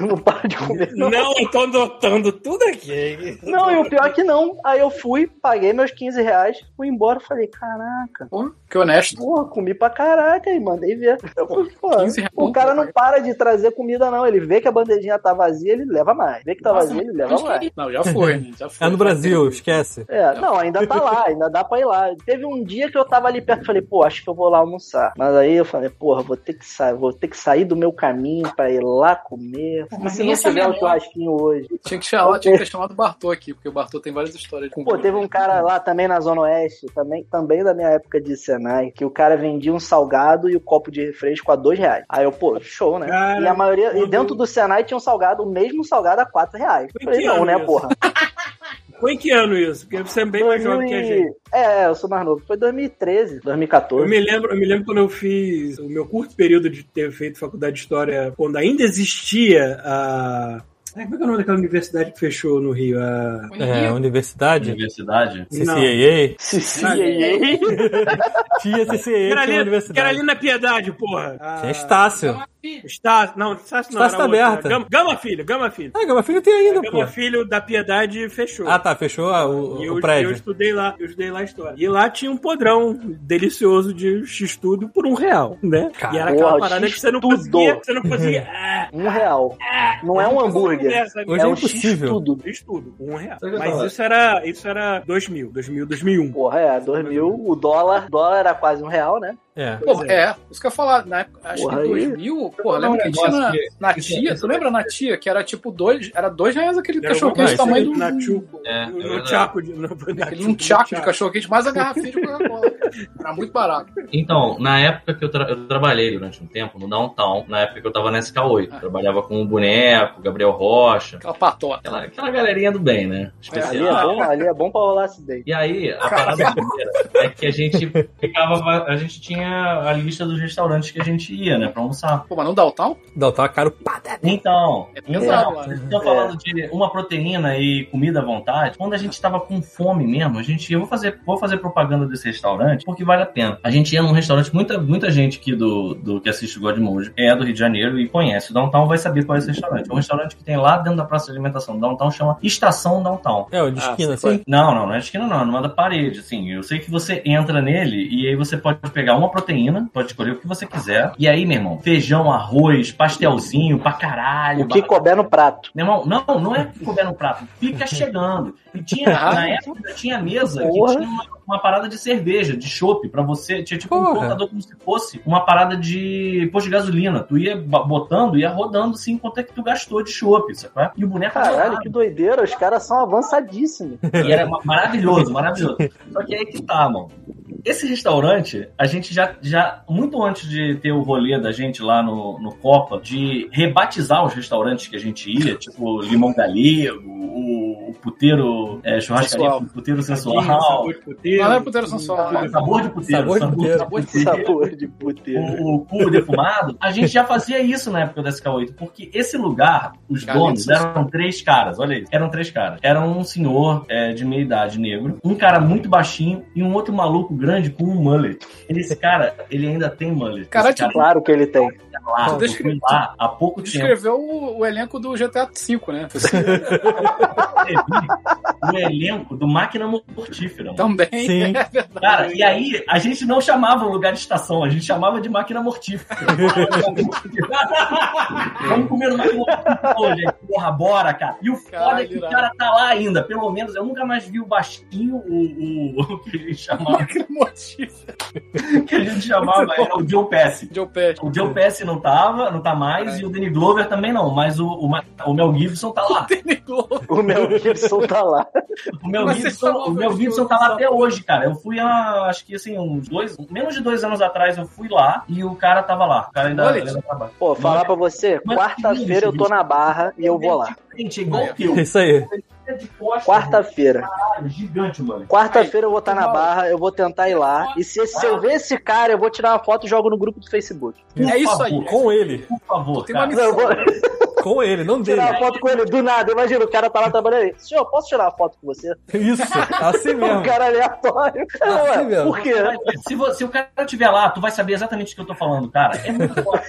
S4: não para de comer. Não,
S2: Não, eu tô adotando tudo aqui. hein?
S4: não e o pior é que não. Aí eu fui, paguei meus 15 reais, fui embora. Falei, caraca,
S6: Pô, que honesto.
S4: Porra, comi pra caraca e mandei ver. Eu falei, pô,
S6: 15 reais,
S4: o cara não para de trazer comida, não. Ele vê que a bandejinha tá vazia, ele leva mais. Vê que tá vazia, ele leva mais.
S6: Não, já foi, né? Já foi.
S1: É no Brasil, esquece.
S4: É, não, ainda tá lá, ainda dá pra ir lá. Teve um dia que eu tava ali perto, falei, pô, acho que eu vou lá almoçar. Mas aí eu falei, porra, vou ter que sair, vou ter que sair do meu caminho pra ir lá comer.
S7: Mas
S4: se
S7: nem
S4: não
S7: essa
S4: tiver o
S7: memória.
S4: churrasquinho hoje.
S6: Tinha que, chamar, tinha que ter chamado o Bartô aqui, porque o Bartô tem várias histórias. de
S2: Uhum.
S4: Pô, teve um cara lá também na Zona Oeste, também, também da minha época de Senai, que o cara vendia um salgado e o copo de refresco a dois reais. Aí eu, pô, show, né?
S2: Cara,
S4: e a maioria, e
S2: quando-
S4: dentro do Senai tinha um salgado, o mesmo salgado a quatro reais. Eu Falei,
S2: que
S4: não,
S2: ano
S4: né,
S2: isso?
S4: porra?
S2: Foi em que ano isso? Porque você é bem mais jovem que a
S4: 2000
S2: gente.
S4: É, é, eu sou mais novo. Foi 2013,
S2: Eu
S4: 2014.
S2: me, lembro, eu me lembro quando eu fiz o meu curto período de ter feito faculdade de história, quando ainda existia a. Ai, Como é que é o nome daquela universidade que fechou no Rio? A...
S1: É, universidade,
S3: Universidade.
S1: CCAA.
S4: CCAA.
S1: Tinha CCAA, tinha uma
S2: Era, ali, que era ali
S1: universidade.
S2: na Piedade, porra. A...
S1: Tinha Estácio.
S2: Está... Não, Estácio
S1: Estácio
S2: não. era
S1: tá
S2: outra.
S1: aberta.
S2: Gama, Gama Filho, Gama Filho.
S1: Ah, meu filho tem ainda, pô.
S2: Gama Filho da Piedade fechou.
S1: Ah, tá, fechou ah, o, o
S2: E eu, eu
S1: prédio.
S2: estudei lá, eu estudei lá a história. E lá tinha um podrão delicioso de x-tudo por um real, né? e era aquela
S4: Porra,
S2: parada que você não
S4: x-tudo.
S2: conseguia, você não conseguia. ah,
S4: Um real. Não é um hambúrguer.
S2: nessa,
S1: Hoje
S4: é
S1: é
S4: um
S1: impossível.
S4: X-tudo.
S2: X-tudo, um real.
S3: Sabe o que eu
S2: Mas
S3: tava-
S2: isso era, isso era 2000, 2000, 2001.
S4: Porra, é, 2000, o dólar, dólar era quase um real, né?
S1: É.
S5: Pô, é, isso que eu ia falar, na época, acho
S4: Porra,
S5: que
S4: aí-
S5: 2000, pô, lembra
S4: um
S5: que tinha na, na tia, tu lembra na tia, que era tipo dois, era dois reais aquele
S2: Era alguma
S5: cachorro-quente do
S2: coisa
S5: tamanho
S2: assim,
S5: do...
S1: um-
S2: Na Chuco.
S3: É,
S2: no
S3: é
S2: no
S3: verdade.
S2: Chaco de novo.
S5: Aquele um tchaco de cachorro-quente, mais a garrafinha de Coca-Cola. Era muito barato.
S3: Então, na época que eu, tra- eu trabalhei durante um tempo no Downtown, na época que eu tava na SK8,
S4: Ah.
S3: trabalhava com o Boneco, Gabriel Rocha,
S5: Aquela patota.
S3: aquela, aquela galerinha do bem, né?
S4: Ali é
S3: Especial.
S4: bom, ali é bom pra rolar acidente.
S3: E aí, a parada primeira é que a gente ficava, a gente tinha a lista dos restaurantes que a gente ia, né, pra almoçar.
S5: Pô, mas não dá o tal?
S1: Dá, tá caro pra
S4: Né?
S3: Então,
S5: É
S3: então,
S5: bizarro,
S3: vocês estão falando de uma proteína e comida à vontade. Quando a gente tava com fome mesmo, a gente eu vou fazer, vou fazer propaganda desse restaurante porque vale a pena. A gente ia num restaurante, muita, muita gente aqui do, do que assiste o Godmode é do Rio de Janeiro e conhece o Downtown, vai saber qual é esse restaurante. É um restaurante que tem lá dentro da praça de alimentação do Downtown, chama Estação Downtown.
S1: É, o de esquina, assim.
S3: Não, não, não é esquina, não. É numa da parede, assim. Eu sei que você entra nele e aí você pode pegar uma proteína, pode escolher o que você quiser. E aí, meu irmão, feijão, arroz, pastelzinho pra caralho.
S4: O que
S3: barra-
S4: couber no prato.
S3: Meu irmão, não, não é que couber no prato. Fica chegando. E tinha, na época, tinha mesa
S4: Ah. Porra.
S3: que tinha uma, uma parada de cerveja, de chopp, pra você. Tinha tipo um
S1: Porra.
S3: contador como se fosse uma parada de posto de gasolina. Tu ia ba- botando, ia rodando, assim, quanto é que tu gastou de chopp, sacou? é? E o boneco
S4: Caralho, que doideira, os caras são avançadíssimos.
S3: e era ma- maravilhoso, maravilhoso. Só que aí que tá, mano. Esse restaurante, a gente já, já muito antes de ter o rolê da gente lá no, no Copa, de rebatizar os restaurantes que a gente ia, tipo Limão Galego, o, o puteiro é, churrascaria,
S5: Sensual.
S3: o puteiro sensual,
S2: Sabor de
S5: Não era
S2: puteiro.
S5: puteiro sensual.
S3: sabor, de puteiro,
S1: Sabor de
S3: sabor-
S1: puteiro.
S3: sabor de puteiro
S4: Sabor de puteiro.
S3: o, o cu defumado, a gente já fazia isso na época da SK8, porque esse lugar, os
S5: Cara,
S3: donos
S5: isso- é
S3: eram três caras, olha isso, eram três caras. Era um senhor é, de meia idade negro, um cara muito baixinho e um outro maluco grande com um mullet. Esse cara, ele ainda tem mullet.
S5: Cara,
S3: Esse cara
S4: Claro que ele tem.
S3: tá lá,
S5: tu
S3: eu fui lá há pouco tempo.
S5: Descreveu o, o elenco do GTA V, né?
S3: Escrevi o elenco do Máquina Mortífera. mano.
S5: Também. é
S1: Sim.
S3: Cara, e aí a gente não chamava o lugar de estação, a gente chamava de máquina mortífera. Vamos comer no máquina mortífera hoje, aí, porra, bora, cara. E o foda é
S5: Caralho,
S3: que o
S5: irado.
S3: cara tá lá ainda, pelo menos eu nunca mais vi o baixinho, o, o, o que a gente chamava,
S5: Aquele motivo.
S3: que a gente chamava era o Joe Pesci.
S5: Joe Pesci.
S3: O Joe Pesci não tava, não tá mais, e o Danny Glover também não, mas o, o, Ma- o Mel Gibson tá lá.
S4: O meu Gibson tá lá.
S3: O meu
S5: Mas
S3: Gibson,
S5: você falou,
S3: o meu
S5: meu
S3: Gibson
S5: Deus,
S3: tá lá
S5: essa
S3: até hoje, cara. Eu fui há, acho que assim, uns dois, menos de dois anos atrás, eu fui lá e o cara tava lá. O cara ainda,
S5: Olha,
S3: ele ainda trabalha.
S4: Pô, falar pra você,
S3: Mas-
S4: quarta-feira eu tô na barra e eu vou lá.
S3: Gente, é igual o teu.
S1: É Isso aí.
S3: É de costas,
S4: Quarta-feira.
S3: caralho, gigante, mano.
S4: Quarta-feira eu vou estar na barra, eu vou tentar ir lá. E se, se eu ver esse cara, eu vou tirar uma foto e jogo no grupo do Facebook.
S3: Por
S5: É isso aí.
S3: favor,
S1: Com ele.
S3: Por favor,
S5: Tem uma
S3: cara.
S4: Não, eu vou
S1: Com ele, não dele.
S4: tirar uma foto com ele do nada. Imagina, o cara tá lá trabalhando aí. Senhor, posso tirar uma foto com você?
S1: Isso. Assim
S4: Um
S1: mesmo.
S4: cara aleatório.
S1: Assim
S4: Ué,
S1: mesmo.
S4: por quê?
S3: Se, você, se o cara estiver lá, tu vai saber exatamente o que eu tô falando, cara. É muito forte.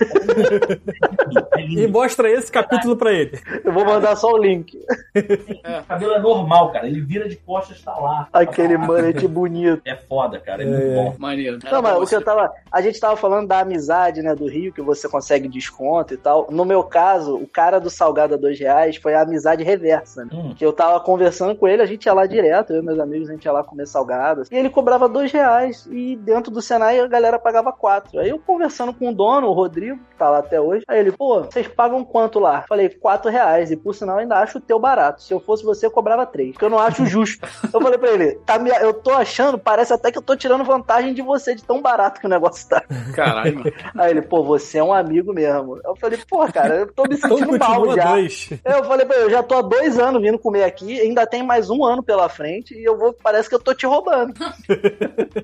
S3: É lindo.
S1: E mostra esse capítulo pra ele.
S4: Eu vou mandar só o link.
S3: O cabelo é normal, cara. Ele vira de costas, tá lá.
S4: Aquele manete bonito.
S3: É foda, cara. É, muito
S1: É.
S3: bom.
S5: Maneiro. né? Era
S4: Não, mas
S5: pra
S4: o que
S5: você.
S4: eu tava. A gente tava falando da amizade, né, do Rio, que você consegue desconto e tal. No meu caso, o cara do Salgado a dois reais foi a amizade reversa, né?
S3: Hum.
S4: Que eu tava conversando com ele, a gente ia lá direto, eu e meus amigos, a gente ia lá comer salgadas. E ele cobrava dois reais. E dentro do Senai a galera pagava quatro. Aí eu conversando com o dono, o Rodrigo, que tá lá até hoje. Aí ele, pô, vocês pagam quanto lá? Falei, quatro reais. E por sinal, eu ainda acho o teu barato. Se eu fosse você, eu cobrava três. Porque eu não acho justo. Eu falei pra ele, tá me- eu tô achando, parece até que eu tô tirando vantagem de você, de tão barato que o negócio tá.
S5: Caralho, mano.
S4: Aí ele, pô, você é um amigo mesmo. Eu falei, pô, cara, eu tô me
S1: Então
S4: sentindo mal
S1: continua
S4: Tipo um já.
S1: dois.
S4: Eu falei pra ele, eu já tô há dois anos vindo comer aqui, ainda tem mais um ano pela frente, e eu vou, parece que eu tô te roubando.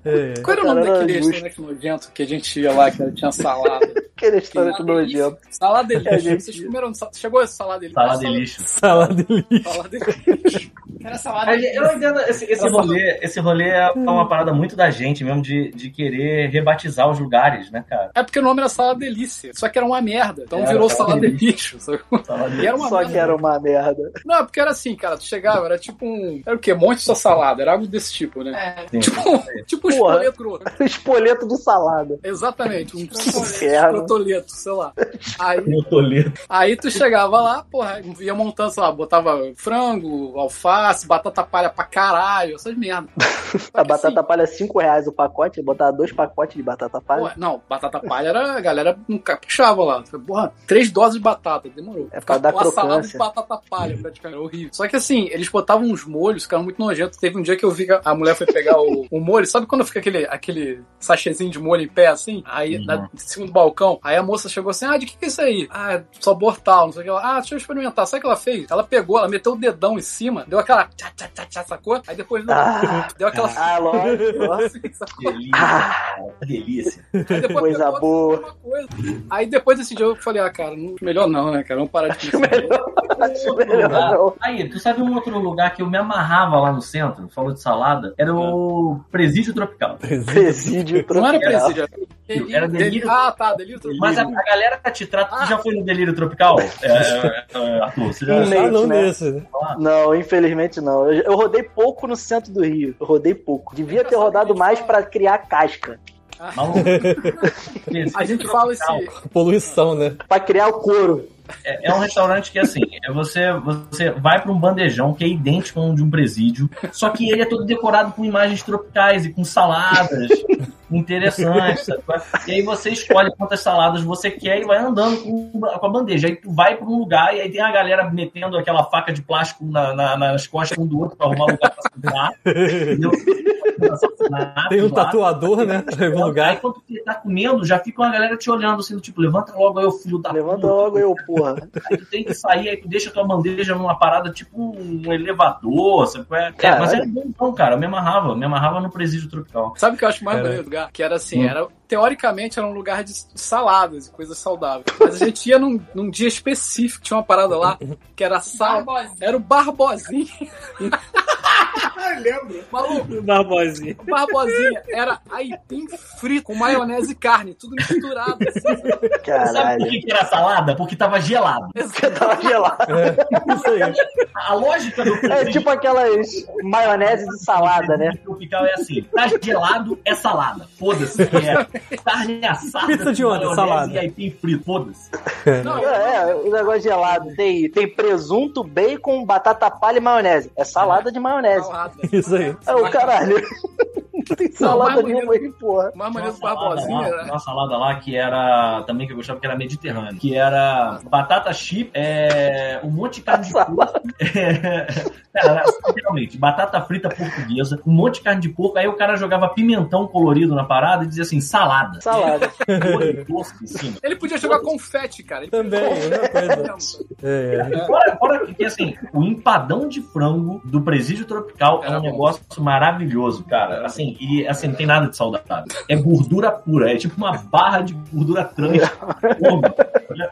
S1: É.
S5: Qual era o nome
S4: Cara, era
S5: daquele
S4: justo.
S5: restaurante nojento que a gente ia lá, que era- tinha salada?
S4: Aquele restaurante nojento.
S5: Salada de
S4: É,
S5: lixo.
S4: gente.
S5: Vocês comeram... sal- Chegou essa salada de lixo?
S3: Salada de lixo.
S1: Sala de lixo.
S5: Salada de lixo.
S7: Era salada
S3: Mas Eu entendo, esse, esse rolê, esse rolê é uma parada muito da gente mesmo, de, de querer rebatizar os lugares, né, cara?
S5: É porque o nome era Salada Delícia, só que era uma merda. Então
S3: Era
S5: virou
S3: salada
S5: Salada
S3: de
S5: de Lixo. sabe? E era uma
S4: Só
S5: merda.
S4: que era uma merda.
S5: Não, é porque era assim, cara. Tu chegava, era tipo um... Era o quê? Um monte de só salada. Era algo desse tipo, né?
S7: É.
S3: Sim.
S5: Tipo, tipo um
S4: Porra. Tipo
S5: espoleto grosso.
S4: Espoleto de salada.
S5: Exatamente. Um
S4: Que merda.
S6: no Toledo, sei lá. Aí,
S3: Eu tô lendo.
S6: aí tu chegava lá, porra, ia montando, sei lá, botava frango, alface, batata palha pra caralho, essas merda.
S4: A batata
S5: assim-
S4: palha é 5 reais o pacote, botar dois pacotes de batata palha.
S6: Porra, não, batata palha era. A galera nunca puxava lá. Falei, Porra, três doses de batata, demorou.
S4: É pra dar
S6: Uma salada de
S4: crocância. Uhum.
S6: batata palha, praticamente, era horrível. Só que assim, eles botavam uns molhos, ficavam muito nojento. Teve um dia que eu vi que a mulher foi pegar o, o molho, sabe quando fica aquele, aquele sachêzinho de molho em pé assim? Aí,
S3: Uhum.
S6: na, em cima do balcão, aí a moça chegou assim: ah, de que que é isso aí? Ah, é sabor tal, não sei o que lá. Ah, deixa eu experimentar. Sabe o que ela fez? Ela pegou, ela meteu o dedão em cima, deu aquela tchá, tchá, tchá, tchá, sacou? Aí depois
S4: Ah,
S6: deu aquela.
S4: ah, lógico. Ah, lógico.
S6: assim, sacou?
S3: Que delícia, cara, que delícia.
S6: Aí depois
S4: Coisa
S6: pegou,
S4: boa.
S6: uma coisa. Aí depois desse dia eu falei, ah, cara, não- melhor não, né, cara? Vamos parar de pensar.
S4: Acho melhor
S3: lugar.
S4: não.
S3: Aí, tu sabe um outro lugar que eu me amarrava lá no centro, falou de salada, era o Presídio Tropical.
S4: Presídio
S6: Não era
S4: tropical.
S6: presídio, era delírio.
S3: Era delírio.
S6: Ah, tá, delírio.
S3: Mas a, a galera que te trata, tu já foi no Delírio Tropical? É, é, é, Arthur, você já
S4: Hum.
S1: Ah, não
S4: né?
S1: desse, né?
S4: Não, infelizmente não. Eu, eu rodei pouco no centro do Rio. Eu rodei pouco. Devia ter rodado mais pra criar casca.
S3: Maluco.
S6: A gente fala esse...
S1: Poluição, né?
S4: Pra criar o couro.
S3: É, é um restaurante que, assim, é você, você vai pra um bandejão que é idêntico a um de um presídio, só que ele é todo decorado com imagens tropicais e com saladas interessantes, sabe? qual é? E aí você escolhe quantas saladas você quer e vai andando com, com a bandeja. Aí tu vai pra um lugar e aí tem a galera metendo aquela faca de plástico na- na- nas costas um do outro pra arrumar lugar pra sentar. entendeu? Assassinato
S1: Tem um
S3: lá. Então,
S1: tatuador, né? Pra algum
S3: Aí
S1: lugar.
S3: quando tu tá comendo, já fica uma galera te olhando assim, do tipo, levanta logo aí, ô filho da
S4: Levanta
S3: puta.
S4: logo eu, porra.
S3: Aí tu tem que sair, aí tu deixa tua bandeja numa parada tipo um elevador, sabe? qual é? É,
S4: Caralho.
S3: mas era bom, não, cara. Eu me amarrava, me amarrava no presídio tropical.
S6: Sabe o que eu acho mais
S1: Era.
S6: bonito do lugar? Que era assim,
S3: Hum.
S6: era, teoricamente era um lugar de saladas e coisas saudáveis. Mas a gente ia num, num dia específico, tinha uma parada lá, que era sal...
S7: Barbosinha.
S6: Era o Barbosinha.
S2: Ah, lembro.
S6: Maluco,
S2: Do Barbosinha.
S6: Barbosinha era aipim frito com maionese e carne, tudo misturado. Assim, sabe?
S3: Sabe por
S4: Caralho.
S3: que, que era salada? Porque tava gelado.
S4: Você tava gelado.
S1: Isso aí.
S3: A lógica do
S4: É
S3: presídio
S4: tipo aquelas maionese de salada, né?
S3: tropical é assim: tá gelado, é salada. Foda-se. que É carne assada.
S1: Pizza de
S3: com
S1: onda,
S3: maionese
S1: salada.
S3: E aipim frito, foda-se.
S6: Não,
S4: É, o negócio gelado. Tem, tem presunto, bacon, batata palha e maionese. É salada de maionese.
S6: salada.
S1: Isso aí.
S4: É o caralho. Não tem salada
S6: mas
S4: nenhuma aí, porra.
S6: Uma
S3: Tinha
S6: maionese
S3: uma salada
S6: Barbosinha né?
S3: lá-
S6: era...
S3: tinha Uma salada lá que era também que eu gostava, que era mediterrânea. Que era batata chip, é, um monte de carne de porco. É, cara, realmente, batata frita portuguesa, um monte de carne de porco. Aí o cara jogava pimentão colorido na parada e dizia assim: salada.
S4: Salada.
S3: Molho doce em cima.
S6: Ele podia jogar confete, cara. Ele
S1: Também, mesma coisa. É, é.
S3: Fora, fora que, que, assim, o empadão de frango do presídio tropical é
S6: Era
S3: um
S6: bom.
S3: negócio maravilhoso, cara. Assim, e assim, não tem nada de saudável. É gordura pura, é tipo uma barra de gordura trans.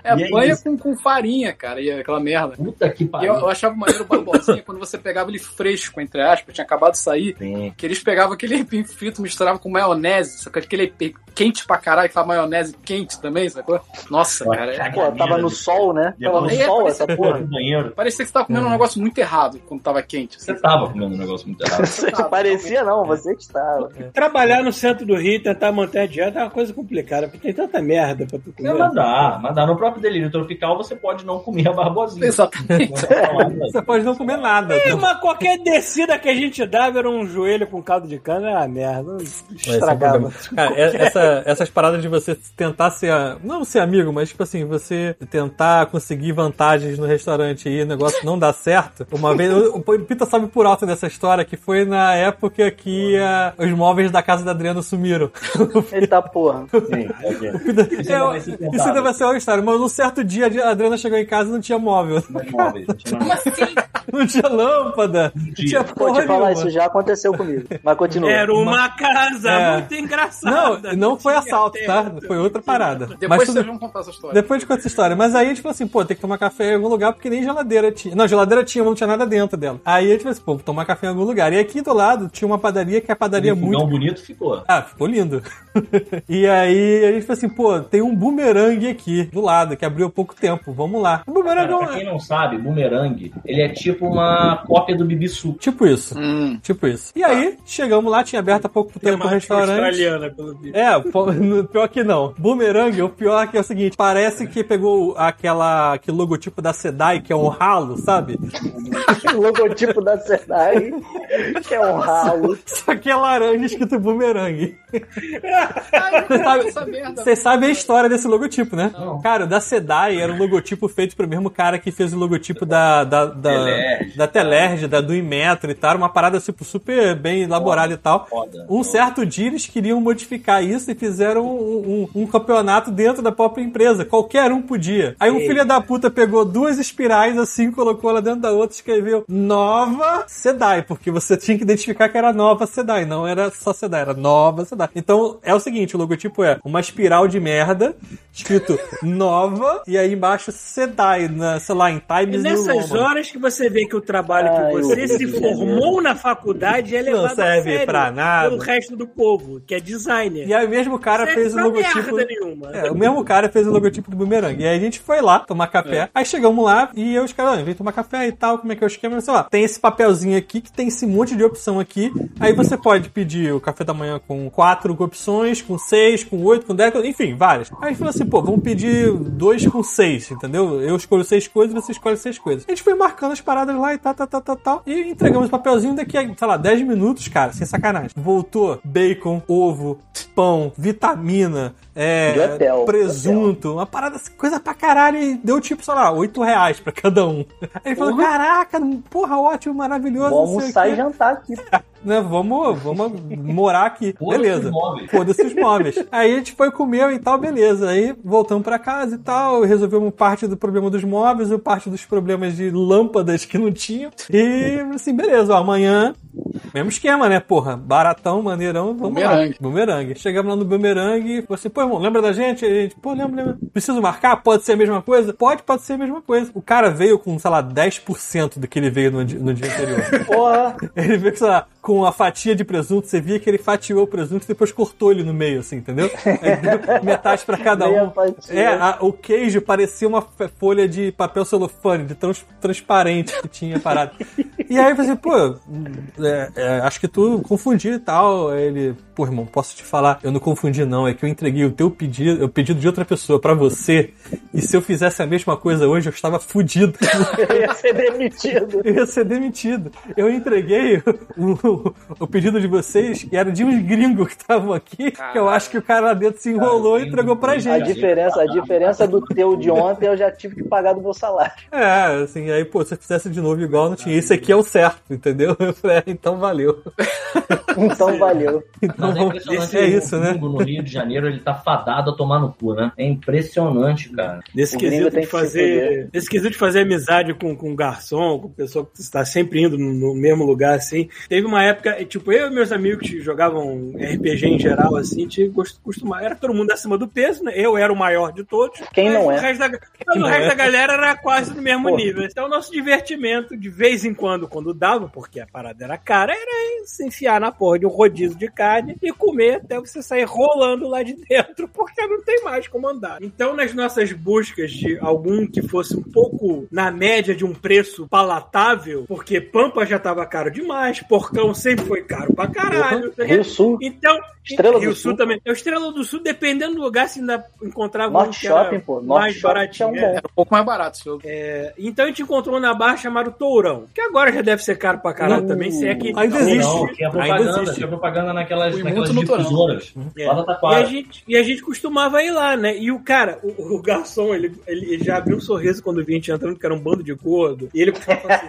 S6: É,
S3: E
S6: banha
S3: isso.
S6: com, com farinha, cara, e é aquela merda.
S3: Puta que
S6: E eu,
S3: pariu.
S6: eu achava maneiro o barbosinha quando você pegava ele fresco, entre aspas, tinha acabado de sair,
S3: Tem.
S6: que eles pegavam aquele aipim frito, misturavam com maionese, sacou? Aquele aipim quente pra caralho, que faz maionese quente também, sacou? Nossa,
S3: Uma
S6: cara. é-
S4: Pô, tava no sol, né? Tava no
S3: Depois-
S4: sol essa
S3: Porra,
S4: porra.
S3: no banheiro.
S6: Parecia que você tava comendo um negócio muito errado quando tava quente. assim.
S3: Você tava comendo um negócio muito errado.
S4: Você não parecia não, você que estava.
S2: Trabalhar no centro do Rio e tentar manter a dieta é uma coisa complicada, porque tem tanta merda pra tu
S3: É,
S2: comer.
S3: mas dá, mas dá. No próprio delírio tropical você pode não comer a barbosinha.
S6: Exatamente.
S1: Você pode não comer nada. tá?
S2: É, mas qualquer descida que a gente dava era um joelho com caldo de cana, era uma merda.
S1: é um
S2: Estragava.
S1: Cara, é- essa- essas paradas de você tentar ser. a- Não ser amigo, mas tipo assim, você tentar conseguir vantagens no restaurante e o negócio não dá certo. Uma vez. O o Pita sabe por alto dessa história que foi na época que ah, os móveis da casa da Adriana sumiram.
S4: Eita tá, porra.
S3: Sim, é que- Isso ainda
S1: Eu,
S3: vai ser contado.
S1: isso ainda vai ser uma história, mas num certo dia a Adriana chegou em casa e não tinha móvel.
S3: Não é móvel, gente, não é
S7: Como
S3: móvel.
S7: assim?
S1: Não tinha lâmpada, não
S3: Dia.
S1: tinha
S4: Pô,
S1: porra
S4: te falar, isso
S1: nenhuma.
S4: já aconteceu comigo. Mas continua.
S2: Era uma casa
S1: É.
S2: muito engraçada.
S1: Não, não foi
S2: tinha
S1: assalto, tá?
S2: teto.
S1: Foi outra parada.
S6: Depois
S1: tudo-
S6: vocês vão contar essa história.
S1: Depois de conta essa história. Mas aí a gente falou assim, pô, tem que tomar café em algum lugar, porque nem geladeira tinha. Não, geladeira tinha, mas não tinha nada dentro dela. Aí a gente falou assim, pô, tomar café em algum lugar. E aqui do lado tinha uma padaria que é a padaria
S3: Um
S1: muito.
S3: fogão bonito ficou.
S1: Ah, ficou lindo. e aí a gente falou assim, pô, tem um bumerangue aqui do lado, que abriu há pouco tempo, vamos lá. O bumerangue é
S3: Cara,
S1: um-
S3: pra quem não sabe, bumerangue, ele é tipo tipo uma cópia do Bibisu.
S1: Tipo isso.
S5: Hum.
S1: Tipo isso. E aí, chegamos lá, tinha aberto há pouco tempo o
S2: Temática
S1: restaurante.
S2: australiana, pelo visto.
S1: É, po- no- pior que não. Boomerang, o pior que é o seguinte, parece que pegou aquela, aquele logotipo da Sedai, que é um ralo, sabe? um
S4: O logotipo da Senai, que é um ralo.
S1: Só que é laranja escrito Boomerang.
S6: Ah,
S5: Ai, eu quero essa merda.
S1: Vocês sabem a história desse logotipo, né?
S3: Não.
S1: Cara, o da Sedai era um logotipo feito pro mesmo cara que fez o logotipo da da, da,
S3: Telerge.
S1: da Telerge, da do Inmetro e tal. Era uma parada tipo, super bem elaborada e tal.
S3: Foda.
S1: Um certo dia eles queriam modificar isso e fizeram um, um- um campeonato dentro da própria empresa. Qualquer um podia. Aí um filho da puta pegou duas espirais assim, colocou ela dentro da outra e escreveu Nova Sedai, porque você tinha que identificar que era Nova Sedai, não era só Sedai, era Nova Sedai. Então é o seguinte, o logotipo é uma espiral de merda, escrito Nova, e aí embaixo Sedai, na, sei lá, em
S2: E
S1: Times New
S2: É nessas
S1: Roman.
S2: horas que você vê que o trabalho
S4: Ai,
S2: que você
S4: eu-
S2: se formou na faculdade é
S1: Não
S2: levado
S1: serve
S2: a sério
S1: pra nada.
S2: pelo resto do povo, que é designer.
S1: E aí o mesmo cara
S2: Serve
S1: fez o
S2: pra
S1: logotipo...
S2: tá merda nenhuma.
S1: É, o mesmo cara fez o logotipo do bumerangue. E aí a gente foi lá tomar café. Aí chegamos lá e eu, os caras, "Ah, vem tomar café e tal, como é que é o esquema? Sei lá, tem esse papelzinho aqui que tem esse monte de opção aqui. Aí você pode pedir o café da manhã com quatro opções, com seis, com oito, com dez, enfim, várias. Aí a gente falou assim, pô, vamos pedir dois com seis, entendeu? Eu escolho seis coisas, você escolhe seis coisas. A gente foi marcando as paradas lá e tal, tal, tal, tal, tal. E entregamos o papelzinho daqui a, sei lá, 10 minutos, cara, sem sacanagem. Voltou bacon, ovo, pão, vitamina, é,
S4: Do Epel.
S1: presunto, uma parada, assim, coisa pra caralho. E deu tipo, sei lá, 8 reais pra cada um. Aí ele falou: caraca, porra, ótimo, maravilhoso.
S4: Vou
S1: não sei o
S4: almoçar
S1: quê."
S4: e jantar aqui.
S1: né? Vamos, vamos morar aqui.
S3: Foda-se
S1: beleza.
S3: os móveis.
S1: Foda-se os móveis. Aí a gente foi comeu e tal, beleza. Aí voltamos pra casa e tal, resolvemos parte do problema dos móveis e parte dos problemas de lâmpadas que não tinha. E assim, beleza, ó, amanhã, mesmo esquema, né, porra? Baratão, maneirão, vamos
S5: Bumerangue.
S1: lá. Bumerangue. Chegamos lá no bumerangue e falou assim, pô, irmão, lembra da gente? Aí a gente, pô, lembra, lembra. Preciso marcar? Pode ser a mesma coisa? Pode, pode ser a mesma coisa. O cara veio com, sei lá, 10% do que ele veio no di- no dia anterior.
S4: Porra,
S1: Ele veio com, essa- com a fatia de presunto, você via que ele fatiou o presunto e depois cortou ele no meio, assim, entendeu? Aí deu metade pra cada
S4: meia
S1: um.
S4: fatia.
S1: É, a- o queijo parecia uma f- folha de papel celofane, de trans- transparente que tinha parado. E aí eu falei assim, pô, é, é, acho que tu confundiu e tal. Aí ele, pô, irmão, posso te falar? Eu não confundi, não. É que eu entreguei o teu pedido, o pedido de outra pessoa pra você. E se eu fizesse a mesma coisa hoje, eu estava fudido.
S4: Eu ia ser demitido.
S1: Eu ia ser demitido. Eu entreguei o, o- o pedido de vocês, que era de uns gringos que estavam aqui, que eu acho que o cara lá dentro se enrolou e
S3: gringo.
S1: entregou pra
S4: A
S1: gente.
S4: diferença, a diferença do teu de ontem eu já tive que pagar do meu salário.
S1: É, assim, aí, pô, se eu fizesse de novo igual, não tinha. Esse aqui é o certo, entendeu? Eu falei, é, então valeu.
S4: Então valeu.
S1: Então,
S3: Mas é impressionante.
S1: é
S3: que o
S1: isso, né?
S3: gringo No Rio de Janeiro, ele tá fadado a tomar no cu, né? É impressionante, cara.
S2: Nesse
S4: O gringo
S2: quesito,
S4: tem
S2: de
S4: que se
S2: fazer,
S4: fuder.
S2: nesse quesito de fazer amizade com, com garçom, com pessoa que está sempre indo no, no mesmo lugar, assim. Teve uma época, tipo, eu e meus amigos que jogavam RPG em geral, assim, tinha gosto- costumava. Era todo mundo acima do peso, né? Eu era o maior de todos.
S4: Quem
S2: mas
S4: não
S2: o
S4: é?
S2: resto da, mas o
S1: não
S2: resto
S1: é?
S2: da galera era quase do mesmo
S4: Porra.
S2: nível. Então, o nosso divertimento, de vez em quando, quando dava, porque a parada era cara, era se enfiar na porra de um rodízio de carne e comer até você sair rolando lá de dentro, porque não tem mais como andar. Então, nas nossas buscas de algum que fosse um pouco na média de um preço palatável, porque Pampa já tava caro demais, Porcão sempre foi caro pra caralho.
S4: Rio Sul,
S2: Então,
S4: Estrela do
S2: Rio Sul
S4: Sul.
S2: também. É O Estrela do Sul, dependendo do lugar, se ainda
S1: é
S2: encontrava um
S4: Norte
S1: né?
S2: que era
S4: Shopping, pô.
S2: mais
S4: Norte Shopping é
S2: baratinho.
S4: um bom.
S5: Era um pouco mais barato esse jogo.
S2: Então a gente encontrou na barra chamado Tourão, que agora já deve ser caro pra caralho
S4: Não.
S2: também, se é que.
S1: Ainda
S2: não,
S1: existe.
S2: não.
S3: Não, tinha
S1: Ainda
S3: propaganda,
S1: existe.
S3: tinha propaganda naquelas,
S5: Fui
S3: naquelas
S5: muito no Torão.
S3: difusoras.
S2: É.
S3: Lá da
S2: E a,
S3: Taquara.
S2: gente, e a gente costumava ir lá, né? E o cara, o, o garçom, ele, ele ele já abriu um sorriso quando vinha a gente entrando, que era um bando de gordo. E ele falou assim: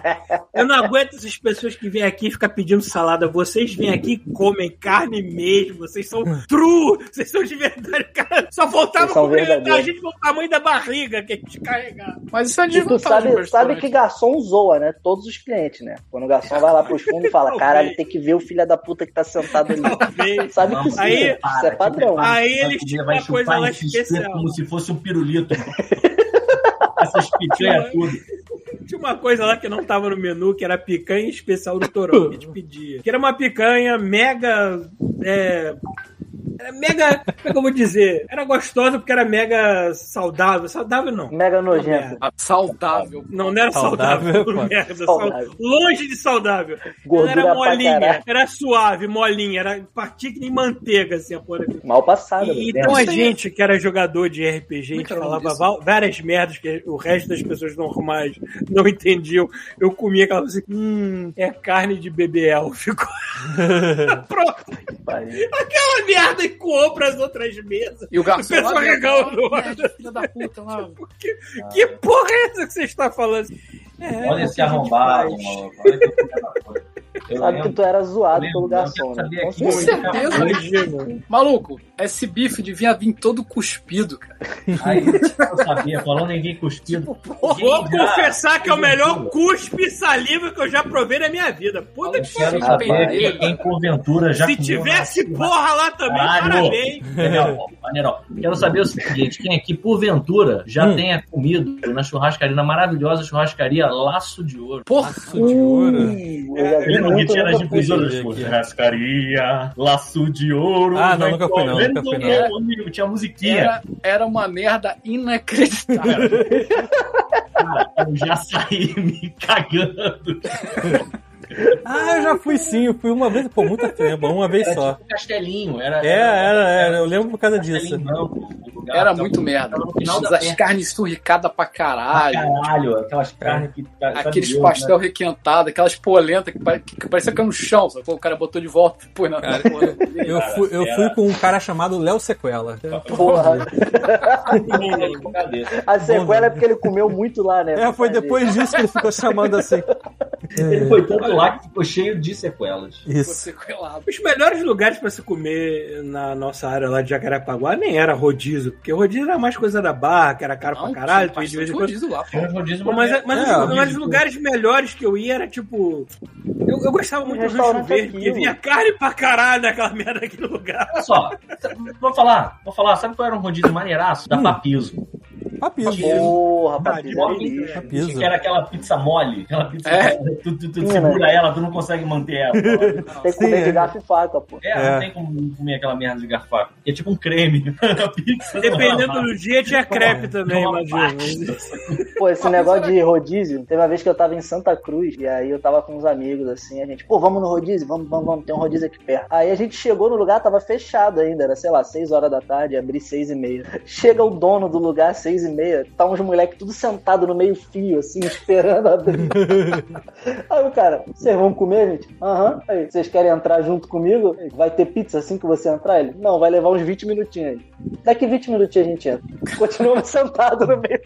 S2: Eu não aguento essas pessoas que vêm aqui e ficam pedindo salada. Vocês vêm aqui e comem carne mesmo. Vocês são true, vocês são de verdade. Cara, só faltava
S4: Vocês são
S2: cumprimentar a
S4: verdadeiros.
S2: gente pelo tamanho da barriga que é a gente carregava.
S5: Mas isso é de
S4: E tu sabe, sabe que garçom zoa, né? Todos os clientes, né? Quando o garçom vai lá pros fundos e fala, caralho, tem que ver o filho da puta que tá sentado ali.
S2: Talvez.
S4: Sabe que
S3: Vamos,
S4: sim,
S2: Aí-
S4: né? isso é padrão.
S2: aí-
S3: Vai
S2: eles
S3: comer,
S2: tinham
S3: vai
S2: uma
S3: chupar
S2: coisa lá
S3: esse espeto
S2: especial.
S3: Como se fosse um pirulito. Essas picanhas tudo.
S2: Tinha uma coisa lá que não tava no menu, que era a picanha especial do Torão, que a gente pedia. Que era uma picanha mega. é, Era mega. Como é que eu vou dizer? Era gostosa porque era mega saudável. Saudável não.
S4: Mega nojento.
S6: Ah, Saudável.
S2: Não, não era saudável.
S1: Saudável, pô.
S2: merda, sal-
S4: Saudável.
S2: Longe de saudável.
S4: Gordura
S2: ela era
S4: pra caralho.
S2: molinha, era suave, molinha, era partia que nem manteiga, assim, a porra.
S4: Mal passado.
S2: E,
S4: velho.
S2: então a
S7: Isso aí.
S2: gente que era jogador de RPG, a gente
S7: Muito bom
S2: falava
S7: disso.
S2: va- várias merdas que o resto das pessoas normais não entendiam. Eu comia aquela coisa assim, hum, é carne de bebê élfico. Pronto,
S4: Pariu.
S2: aquela merda que coou pras outras mesas.
S6: E o
S2: O
S6: garçom.
S2: pessoal regalou.
S7: É, Filha da puta lá.
S2: Que porra é essa que você está falando? É,
S3: Olha
S2: é o
S3: esse
S2: que a gente
S3: arrombado,
S2: faz.
S3: maluco. Olha que filha da puta. Eu
S4: Sabe que
S3: lembro-
S4: tu era zoado
S3: eu
S4: pelo
S3: lembro,
S4: garçom,
S3: eu
S4: né?
S3: sabia
S4: Com
S3: que-
S4: certeza.
S7: Certeza.
S6: Maluco, esse bife devia vir todo cuspido, cara.
S3: Aí tipo, eu sabia, falando ninguém ah, cuspido.
S2: Vou confessar que é o melhor cuspe e saliva que eu já provei na minha vida. Puta que
S3: Quero
S2: pariu.
S3: saber
S6: Rapaz.
S3: que quem porventura já
S2: Se
S3: comeu
S2: tivesse
S3: na-
S2: porra lá também,
S3: Caralho.
S2: parabéns.
S3: Maneirão, maneirão. Quero saber o seguinte: quem aqui, porventura, já
S1: Hum.
S3: tenha comido na churrascaria, na maravilhosa churrascaaria Laço de Ouro?
S6: Porra,
S1: de ouro.
S4: Eu já vi
S3: Vendo
S4: muito,
S3: que tinha
S4: nunca
S3: nas
S4: fui.
S1: Deixa eu
S3: divisórias,
S1: ver aqui.
S3: churrascaria, laço de ouro.
S1: Ah, não,
S3: vai
S1: nunca fui não, nunca
S3: comendo,
S1: fui não.
S3: meu amigo, Tinha musiquinha.
S6: era, era uma merda inacreditável.
S3: Eu já saí me cagando.
S1: Ah, eu já fui sim, eu fui uma vez, pô, muito tempo, uma vez só.
S3: Tipo castelinho, era. um
S1: É, era, era, eu lembro por causa disso.
S3: castelinho, não, o lugar
S6: Era
S3: tava-
S6: muito merda.
S3: tava no final da
S6: As
S3: perna.
S6: carnes esturricadas pra
S3: Ah,
S6: caralho.
S3: Caralho, aquelas carnes que. tá- sabe
S6: É. Aqueles
S3: Deus,
S6: pastel requentado, aquelas polenta que, pare... que parecia que era no chão, sacou? O cara botou de volta. Pô, na, na polenta.
S1: Eu fui, eu fui com um cara chamado Léo Sequela.
S4: Porra.
S3: né? Brincadeira.
S4: A sequela é porque ele comeu muito lá, né?
S1: É, foi depois disso que ele ficou chamando assim. É,
S3: Ele foi tanto lá que ficou cheio de sequelas.
S1: Isso.
S6: Você colado.
S2: Os melhores lugares pra se comer na nossa área lá de Jacarepaguá nem era rodízio, porque rodízio era mais coisa da barra, que era caro pra caralho, tu ia de vez em quando.
S6: lá.
S3: Tinha uns rodízios,
S2: Pô, Mas,
S3: era-
S2: mas,
S1: É,
S2: os, mas os lugares melhores que eu ia era tipo. Eu, eu gostava muito do Rancho
S4: restaurante
S2: Verde,
S4: aquilo.
S2: porque vinha carne pra caralho naquela merda daquele lugar.
S3: Olha só, vou falar, vou falar, sabe qual era um rodízio maneiraço?
S6: Hum.
S3: Da Papismo.
S1: Papismo.
S4: Porra, é
S2: de
S4: rapaz.
S3: boa,
S4: delícia.
S1: Papismo.
S3: Que era aquela pizza mole, aquela pizza
S6: É.
S3: que tu, tu- tu
S4: Sim,
S3: segura ela, tu não consegue manter ela.
S4: Tem que
S1: Sim,
S4: comer
S1: é.
S4: de garfo e faca, pô.
S3: É,
S1: É.
S3: não tem como comer aquela merda de garfaco. É tipo um creme. A pizza não é
S2: Dependendo
S3: uma-
S2: do dia, tinha crepe também,
S3: uma
S2: imagina.
S4: Pô, esse negócio de rodízio, teve uma vez que eu tava em Santa Cruz, e aí eu tava com uns amigos, assim, a gente, pô, vamos no rodízio, vamos, vamos, vamos, tem um rodízio aqui perto. Aí a gente chegou no lugar, tava fechado ainda, era, sei lá, 6 horas da tarde, abri 6 e meia. Chega o dono do lugar, 6 e meia, tá uns moleques tudo sentado no meio fio, assim, esperando abrir. Aí o cara, vocês vão comer, gente? Aham. Aí, vocês querem entrar junto comigo? Vai ter pizza assim que você entrar? Ele, não, vai levar uns 20 minutinhos. Ele, Daqui 20 minutinhos a gente entra. Continuamos sentado no meio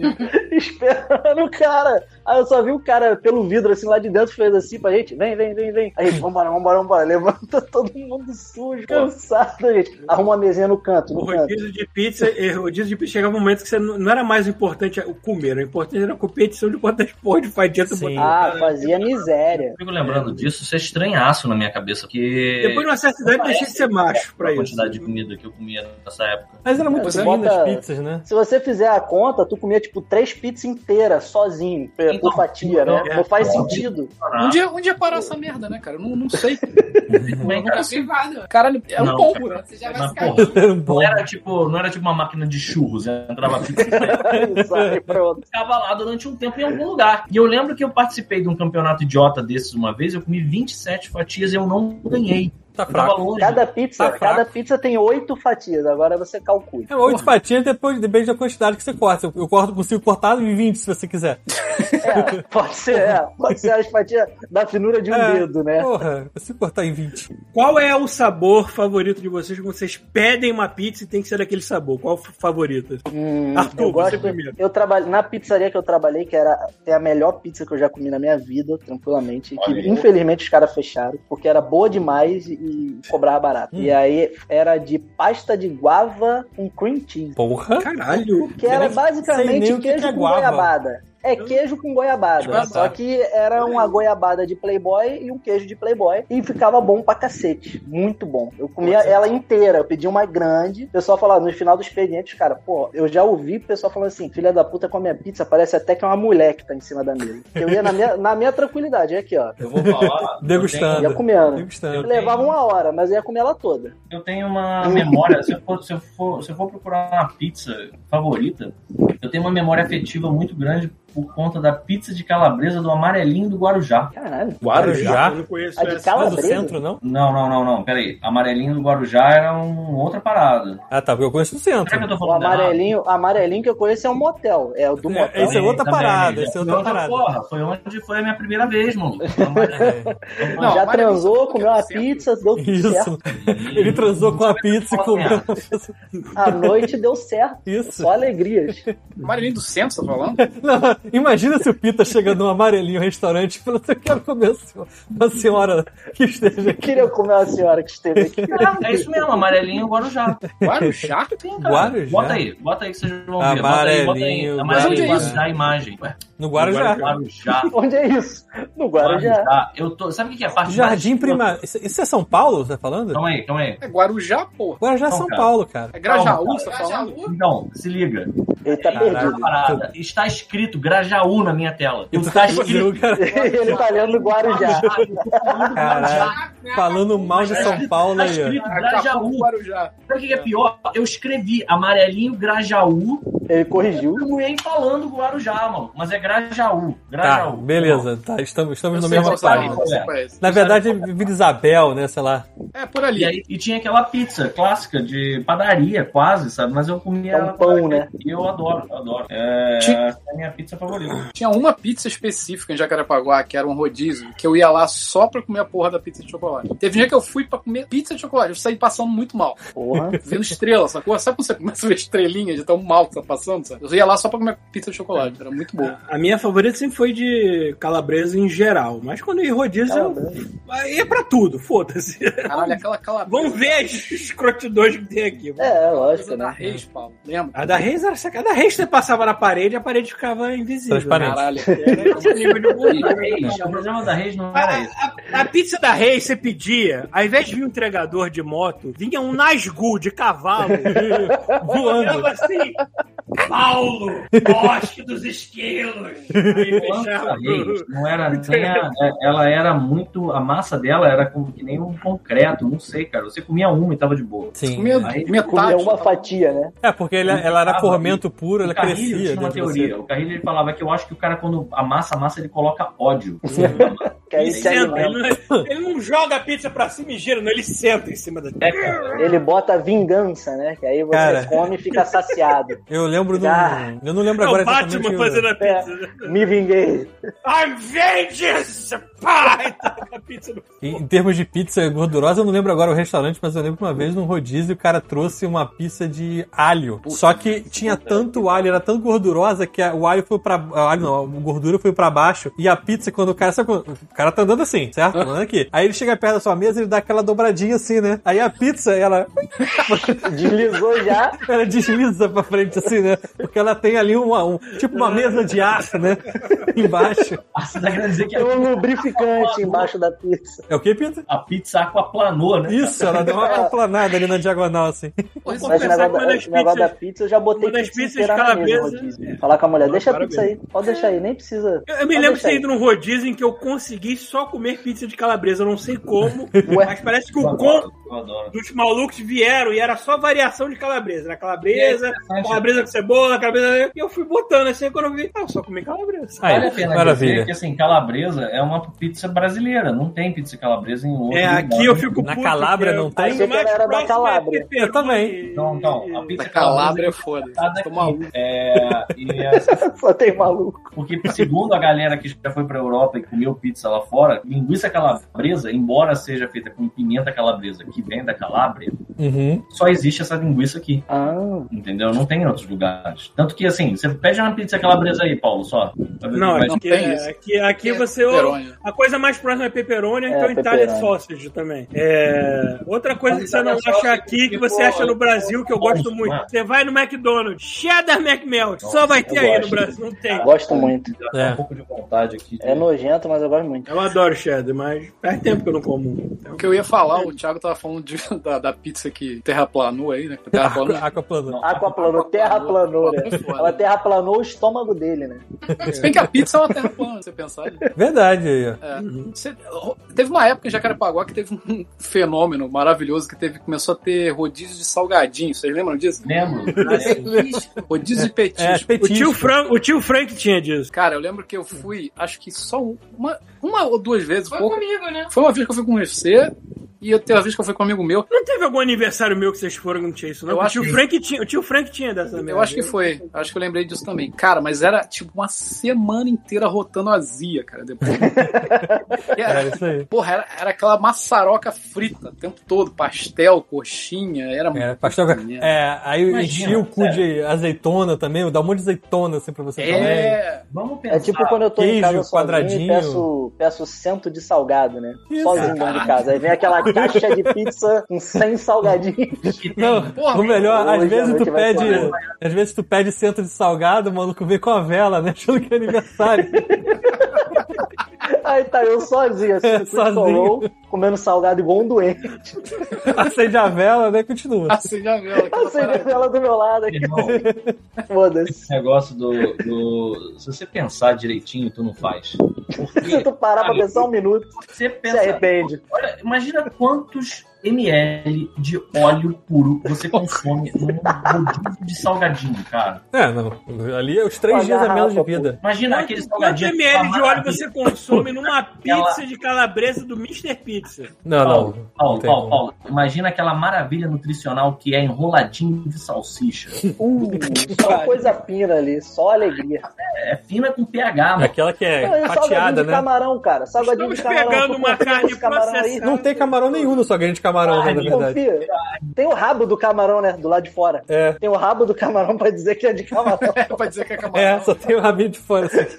S4: esperando o cara. Aí eu só vi o cara pelo vidro, assim, lá de dentro, fez assim pra gente, vem, vem, vem, vem. Aí, vambora, vambora, vambora. Levanta todo mundo sujo, cansado, gente. Arruma uma mesinha no canto,
S2: O
S4: no canto.
S2: rodízio de pizza, eh, rodízio de pizza chegava um momento que você não, não era mais importante o comer, o importante era a competição de quantas porra de fatia você
S1: Sim.
S2: botava.
S4: Ah, fazia miséria.
S3: Eu fico lembrando disso, isso é estranhaço na minha cabeça, porque
S2: Depois de uma certa idade, eu deixei de ser macho pra
S3: é a
S2: isso.
S3: quantidade de comida que eu comia nessa época.
S1: Mas era muito
S4: Você
S1: fina
S4: bota-
S1: as pizzas, né?
S4: Se você fizer a conta, tu comia, tipo, três pizzas inteiras, sozinho, por
S3: Então,
S4: fatia, né?
S3: então, é.
S4: Não faz sentido.
S6: Um dia, um dia parar essa merda, né, cara? Eu não, não sei.
S3: Como é que era?
S7: Tá privado.
S6: Caralho, é um
S3: Não,
S6: pombo, né?
S7: Você já vai
S3: Mas,
S7: se cair.
S3: porra,
S1: Bom,
S3: Não era tipo, não era tipo uma máquina de churros, entrava pizza e saía.
S4: Isso aí, pronto.
S3: ficava lá durante um tempo em algum lugar. E eu lembro que eu participei de um campeonato idiota desses uma vez, eu comi 27 fatias e eu não ganhei.
S1: tá
S3: Eu tava
S1: fraco.
S3: longe.
S4: Cada pizza,
S1: Tá fraco.
S4: cada pizza tem oito fatias, agora você calcula.
S1: É, oito fatias depois, depende da quantidade que você corta. Eu corto, consigo cortar em 20 se você quiser.
S4: É, pode ser, é, pode ser as fatias da finura de um
S1: É.
S4: dedo, né?
S1: Porra, eu consigo cortar em 20.
S2: Qual é o sabor favorito de vocês quando vocês pedem uma pizza e tem que ser daquele sabor? Qual é o favorito?
S4: Hum,
S2: Arthur,
S4: eu
S2: você
S4: gosto.
S2: primeiro.
S4: Eu trabalhei na pizzaria que eu trabalhei, que era tem a melhor pizza que eu já comi na minha vida, tranquilamente. Que
S3: Olha aí.
S4: infelizmente os caras fecharam, porque era boa demais e cobrava barato. E
S2: Hum.
S4: aí era de pasta de guava com cream cheese,
S1: Porra.
S2: Caralho!
S4: que era
S1: Eu nem sei nem
S4: basicamente
S1: o que
S4: queijo
S1: que Tipo, é
S4: com
S1: guava.
S4: goiabada. é queijo com goiabada.
S6: Goiabada.
S4: Só que era uma goiabada de Playboy e um queijo de Playboy. E ficava bom pra cacete. Muito bom. Eu comia ela inteira, eu pedi uma grande. O pessoal falava, no final do expediente, os cara, pô, eu já ouvi o pessoal falando assim: filha da puta com a minha pizza, parece até que é uma mulher que tá em cima da mesa. Eu ia na minha, na minha tranquilidade, é aqui, ó.
S3: Eu vou falar.
S1: Degustando.
S4: Ia comendo.
S1: Degustando.
S4: Levava uma hora, mas eu ia comer ela toda.
S3: Eu tenho, eu tenho uma memória. Se eu, for, se, eu for, se eu for procurar uma pizza favorita, eu tenho uma memória afetiva muito grande por conta da pizza de calabresa do amarelinho do Guarujá.
S4: Caralho.
S1: Guarujá?
S2: Eu não conheço
S4: A de
S2: essa.
S1: Não é do
S4: Calabresa?
S1: centro, não?
S3: Não, não, não, não. Peraí. Amarelinho do Guarujá era um, outra parada.
S1: Ah, tá, porque eu conheço o centro.
S3: Será que eu tô
S4: O
S3: falando errado?
S4: amarelinho, o amarelinho que eu conheço é um motel. É o do motel.
S1: É, esse é outra
S3: Também,
S1: parada,
S3: já.
S1: esse é outra parada.
S3: Porra, foi onde foi a minha primeira vez, mano.
S6: Não,
S4: já
S6: amarelinho
S4: transou,
S6: que é
S4: comeu uma
S6: eu sempre-
S4: pizza, deu tudo
S1: Isso.
S4: certo.
S1: Ele transou com a pizza e comeu.
S4: A noite deu certo.
S1: Isso.
S4: Só alegrias.
S6: Amarelinho do centro, você tá falando?
S1: Não, imagina se o Pita chega num amarelinho restaurante e fala assim, eu quero comer uma senhora que esteja aqui.
S4: Queria comer uma senhora que esteve aqui.
S3: Ah, é isso mesmo, amarelinho Guarujá.
S6: Guarujá?
S3: Sim, cara.
S1: Guarujá?
S3: Bota aí, bota aí que vocês vão ver. Bota aí, bota aí.
S1: Amarelinho,
S3: Amarelinho,
S6: Guarujá.
S3: Guarujá, imagem. Ué,
S1: No Guarujá.
S3: Guarujá.
S4: Onde é isso? No Guarujá.
S3: Guarujá. Eu tô... Sabe o que que é? A parte
S1: Jardim
S3: mais-
S1: Primário. Isso, isso é São Paulo, você tá falando?
S3: Calma aí, calma aí.
S6: É Guarujá, porra.
S1: Guarujá é
S3: Não,
S1: São
S3: cara.
S1: Paulo, cara.
S6: É Grajaú,
S3: Calma,
S6: você tá falando?
S3: Então, se liga.
S4: Ele tá
S3: Essa
S4: perdido.
S3: parada. Está escrito Grajaú na minha tela. Não tá escrito.
S1: Brasil, cara,
S4: Ele tá lendo Guarujá.
S1: Caralho. falando mal de São Paulo
S3: Tá
S1: aí. ó.
S3: escrito Grajaú.
S6: É Guarujá.
S3: Sabe o que que é pior? Eu escrevi amarelinho Grajaú
S4: Ele corrigiu.
S3: continuei falando Guarujá, mano. Mas é Grajaú.
S1: Tá,
S3: Grajaú.
S1: beleza. Tá, estamos, estamos no
S6: Eu sei
S1: mesmo
S6: qual você tá
S1: página.
S6: falando, eu sei qual é esse.
S1: Na verdade, é Vila Isabel, né? Sei lá.
S6: É por ali.
S3: E, aí, e tinha aquela pizza clássica de padaria, quase, sabe? Mas eu comia
S4: É um
S3: ela.
S4: pão, né?
S3: E eu adoro, eu adoro. É,
S6: Ti-
S3: essa é a minha pizza favorita.
S6: Tinha uma pizza específica em Jacarepaguá, que era um rodízio, que eu ia lá só pra comer a porra da pizza de chocolate. Teve um dia que eu fui pra comer pizza de chocolate, eu saí passando muito mal.
S4: Porra.
S6: Vendo estrela, sacou? Sabe quando você começa a ver estrelinha de tão mal que tá passando? Sabe? Eu ia lá só pra comer pizza de chocolate, era muito bom.
S2: A minha favorita sempre foi de calabresa em geral. Mas quando eu ia em rodízio,
S4: Calabresa.
S2: eu... aí é pra tudo, foda-se.
S6: Caralho, aquela calabresa.
S2: Vamos ver as escrotidões que tem aqui.
S4: É,
S6: Coisa
S4: lógico,
S6: da
S4: né?
S6: Reis, Paulo. Lembra?
S2: A da Reis era sacanagem. A da Reis você passava na parede e a parede ficava invisível. né?
S1: Transparente.
S6: Caralho.
S2: Era esse nível de bondade.
S3: Reis, o problema da Reis não era esse.
S2: A, a- a pizza da Reis você pedia, ao invés de vir um entregador de moto, vinha um Nazgul de cavalo voando assim. Paulo, poste dos esquilos. Aí
S3: A
S2: fechava.
S3: Reis não era nem a, é, ela era muito. A massa dela era como que nem um concreto, não sei, cara. Você comia uma e tava de boa.
S1: Sim.
S6: Comia
S3: Aí
S6: metade.
S4: Comia uma fatia, né?
S1: É, porque ele- ela era fermento puro, ela
S3: o Carrilho
S1: crescia.
S3: tinha uma
S1: dentro de você.
S3: teoria. O Carrilho ele falava que eu acho que o cara, quando amassa a massa, ele coloca ódio.
S4: Que aí
S2: Ele
S6: é
S4: se
S2: senta,
S4: alimenta.
S2: ele não, é- ele não joga a pizza pra cima e gira, não. Ele senta em cima da
S3: É, cara.
S4: Ele bota vingança, né? Que aí você
S1: Cara.
S4: come e fica saciado.
S1: Eu lembro do.
S4: Ah.
S1: Eu não lembro
S2: É
S1: agora
S2: o É. Batman
S1: exatamente. o-
S2: fazendo a
S4: É,
S2: pizza. né?
S4: me vinguei.
S2: I'm vengeance! Pá! E taca a pizza no
S1: Em em termos de pizza gordurosa, eu não lembro agora o restaurante, mas eu lembro que uma vez num rodízio o cara trouxe uma pizza de alho. Só que tinha tanto alho, era tão gordurosa que a- o alho foi pra. a- Alho não, a gordura foi pra baixo. E a pizza, quando o cara. Sabe, quando- o cara tá andando assim, certo? Andando aqui. Aí ele chega perto da sua mesa e ele dá aquela dobradinha assim, né? Aí a pizza, ela,
S4: Deslizou já.
S1: ela desliza pra frente assim, né? Porque ela tem ali uma. um- tipo uma mesa de aço, né? Embaixo.
S3: Ah, Você tá querendo dizer que
S4: Tem
S1: Então,
S3: a,
S4: um lubrificante embaixo da pizza.
S1: É o que, Pita?
S3: a pizza aquaplanou, né?
S1: Isso, ela deu uma aplanada ali na diagonal, assim.
S2: Vou
S4: Mas o
S2: confessar que é
S4: negócio,
S2: uma
S4: da,
S2: das
S4: o negócio da
S2: pizzas-
S4: pizza eu já botei
S2: uma das
S4: pizza
S2: pizzas de
S4: inteira na mesa.
S2: calabresa-
S4: rodízio. Falar com a mulher, deixa a
S2: Parabéns.
S4: pizza aí. Pode deixar aí, nem precisa.
S2: Eu me
S4: Pode
S2: lembro de ter
S4: deixar aí.
S2: ido num rodízio em que eu consegui só comer pizza de calabresa, eu não sei como,
S4: Ué.
S2: mas parece que
S3: Eu
S2: o
S3: adoro,
S2: combo
S3: eu adoro.
S2: dos malucos vieram e era só variação de calabresa. Era calabresa,
S3: É, é
S2: calabresa com cebola, calabresa. E eu fui botando assim, quando eu vi, ah, eu só comi calabresa.
S1: Aí,
S3: Vale a pena dizer
S1: maravilha.
S3: que, assim, calabresa é uma pizza brasileira. Não tem pizza calabresa em outro
S2: É,
S3: lugar. né?
S2: aqui eu fico
S1: Na
S2: puto,
S1: Calábria
S2: porque
S1: não tem?
S2: o mais
S4: Achei que era da
S2: próximo é
S4: Calábria.
S2: pepperoni.
S1: Eu também.
S3: Não, não. Então, A
S6: Da
S3: pizza
S6: Calabria
S3: calabresa
S6: é foda.
S3: é
S6: Tô
S3: daqui.
S6: maluco.
S3: É, e essa-
S4: Só tem maluco.
S3: Porque, segundo a galera que já foi pra Europa e comeu pizza lá fora, linguiça calabresa, embora seja feita com pimenta calabresa que vem da Calábria,
S1: Uhum.
S3: só existe essa linguiça aqui.
S4: Ah,
S3: Entendeu? Não tem em outros lugares. Tanto que, assim, você pede uma pizza calabresa aí, Paulo, só.
S2: Não, então-
S3: Mas-
S6: não
S2: aqui, é,
S6: tem isso.
S2: aqui, aqui você.
S6: Pepperoni.
S2: A coisa mais próxima é pepperoni, então Itália
S4: pepperoni.
S2: Sausage também. É, Outra coisa que você não acha aqui,
S6: tipo,
S2: que você acha no Brasil, que eu gosto muito. Você vai no McDonald's, cheddar McMelt, só vai ter
S3: eu
S2: aí no
S3: gosto.
S2: Brasil, não tem.
S4: Gosto muito.
S3: Dá
S1: É.
S3: um pouco de vontade aqui.
S4: É nojento, mas eu gosto muito.
S2: Eu adoro cheddar, mas faz tempo que eu não como. Então,
S6: O que eu ia falar, o Thiago tava falando de- da, da pizza que terraplanou aí, né? Terraplanou.
S1: Aquaplano.
S4: Aquaplanou, terraplanou, né? Ela terraplanou o estômago dele, né?
S6: Se bem que a pizza é uma terraplana, você pensar. né?
S1: Verdade. aí, ó.
S6: É. Você- teve uma época em Jacarepaguá que teve um fenômeno maravilhoso que teve, começou a ter rodízio de salgadinho. Vocês lembram disso?
S3: Lembro. é,
S6: Rodízio de
S1: É,
S6: petisco.
S2: o, tio
S1: petisco.
S2: Fran, o tio Frank tinha disso.
S6: Cara, eu lembro que eu fui, acho que só um, uma, uma ou duas vezes.
S7: Foi
S6: pouco.
S7: comigo, né?
S6: Foi uma vez que eu fui com você e eu- teve uma vez que eu fui com um amigo meu.
S2: Não teve algum aniversário meu que vocês foram que não tinha isso, não?
S6: Eu
S2: Porque
S6: acho
S2: o tio
S6: que-
S2: Frank tinha, o tio Frank tinha dessa merda.
S6: Eu acho que foi. Eu Acho que eu lembrei disso também. Cara, mas era tipo uma semana inteira rotando azia, cara, depois. E era-
S1: É, isso aí.
S6: porra, era, era aquela maçaroca frita o tempo todo, pastel, coxinha, era
S1: É, pastel. É, aí enchia o cu de azeitona também, dá um monte de azeitona assim pra você comer.
S6: É,
S3: Vamos pensar.
S4: É tipo quando eu tô em
S1: queijo,
S4: casa sozinho e
S1: quadradinho.
S4: peço, peço cento de salgado, né?
S1: Isso.
S4: Sozinho dentro de casa. Aí vem aquela caixa de pizza com 100 salgadinhos.
S3: que tem
S1: Não,
S6: Porra,
S1: o melhor, às
S4: hoje à
S1: vezes tu
S4: noite vai
S1: pede.
S4: ser
S1: Às vezes tu pede centro de salgado, o maluco vem com a vela, né? Achando que é aniversário.
S4: Aí tá eu sozinho, assim,
S1: É,
S4: com o
S1: sozinho.
S4: Solon, comendo salgado igual um doente.
S1: Acende a vela, né? e Continua.
S6: assim já viu.
S2: Tá
S6: aquela
S4: Passei
S6: parada.
S4: ela do meu lado aqui,
S3: irmão,
S4: foda-se.
S3: esse negócio do, do- Se você pensar direitinho, tu não faz.
S4: Se
S3: Porque
S4: tu parar pra pensar um minuto,
S3: você
S4: se
S3: pensa.
S4: arrepende.
S3: Olha, imagina quantos ml de óleo puro você consome num rodízio de salgadinho, cara.
S1: É, não. Ali é os três
S4: Uma
S1: dias a menos de
S4: garrafa,
S1: vida.
S3: Imagina aquele
S2: Quanto
S3: salgadinho.
S2: ml de óleo
S3: maravilha.
S2: você consome numa pizza
S3: Ela-
S2: de calabresa do Mr. Pizza?
S1: Não, não.
S3: Paulo,
S1: não
S3: Paulo,
S1: tem
S3: Paulo,
S1: como.
S3: Paulo, imagina aquela maravilha nutricional que é enroladinho de salsicha.
S4: Uh, só coisa fina ali, só alegria.
S3: É fina com pH, mano.
S1: Aquela que
S4: Não,
S1: é
S4: e salgadinho
S1: fatiada,
S4: de
S1: né?
S4: camarão, cara. Salgadinho
S2: Estamos
S4: de camarão.
S2: pegando
S4: Tu
S2: uma
S4: confia
S2: carne
S4: nesse camarão aí?
S2: processada.
S1: Não tem camarão nenhum no salgadinho de camarão, né, na
S4: Não
S1: verdade.
S4: confia. Tem o rabo do camarão, né? Do lado de fora.
S1: É.
S4: Tem o rabo do camarão pra dizer que é de camarão.
S6: É, pra dizer que é camarão.
S1: É, só tem o rabinho de fora isso aqui.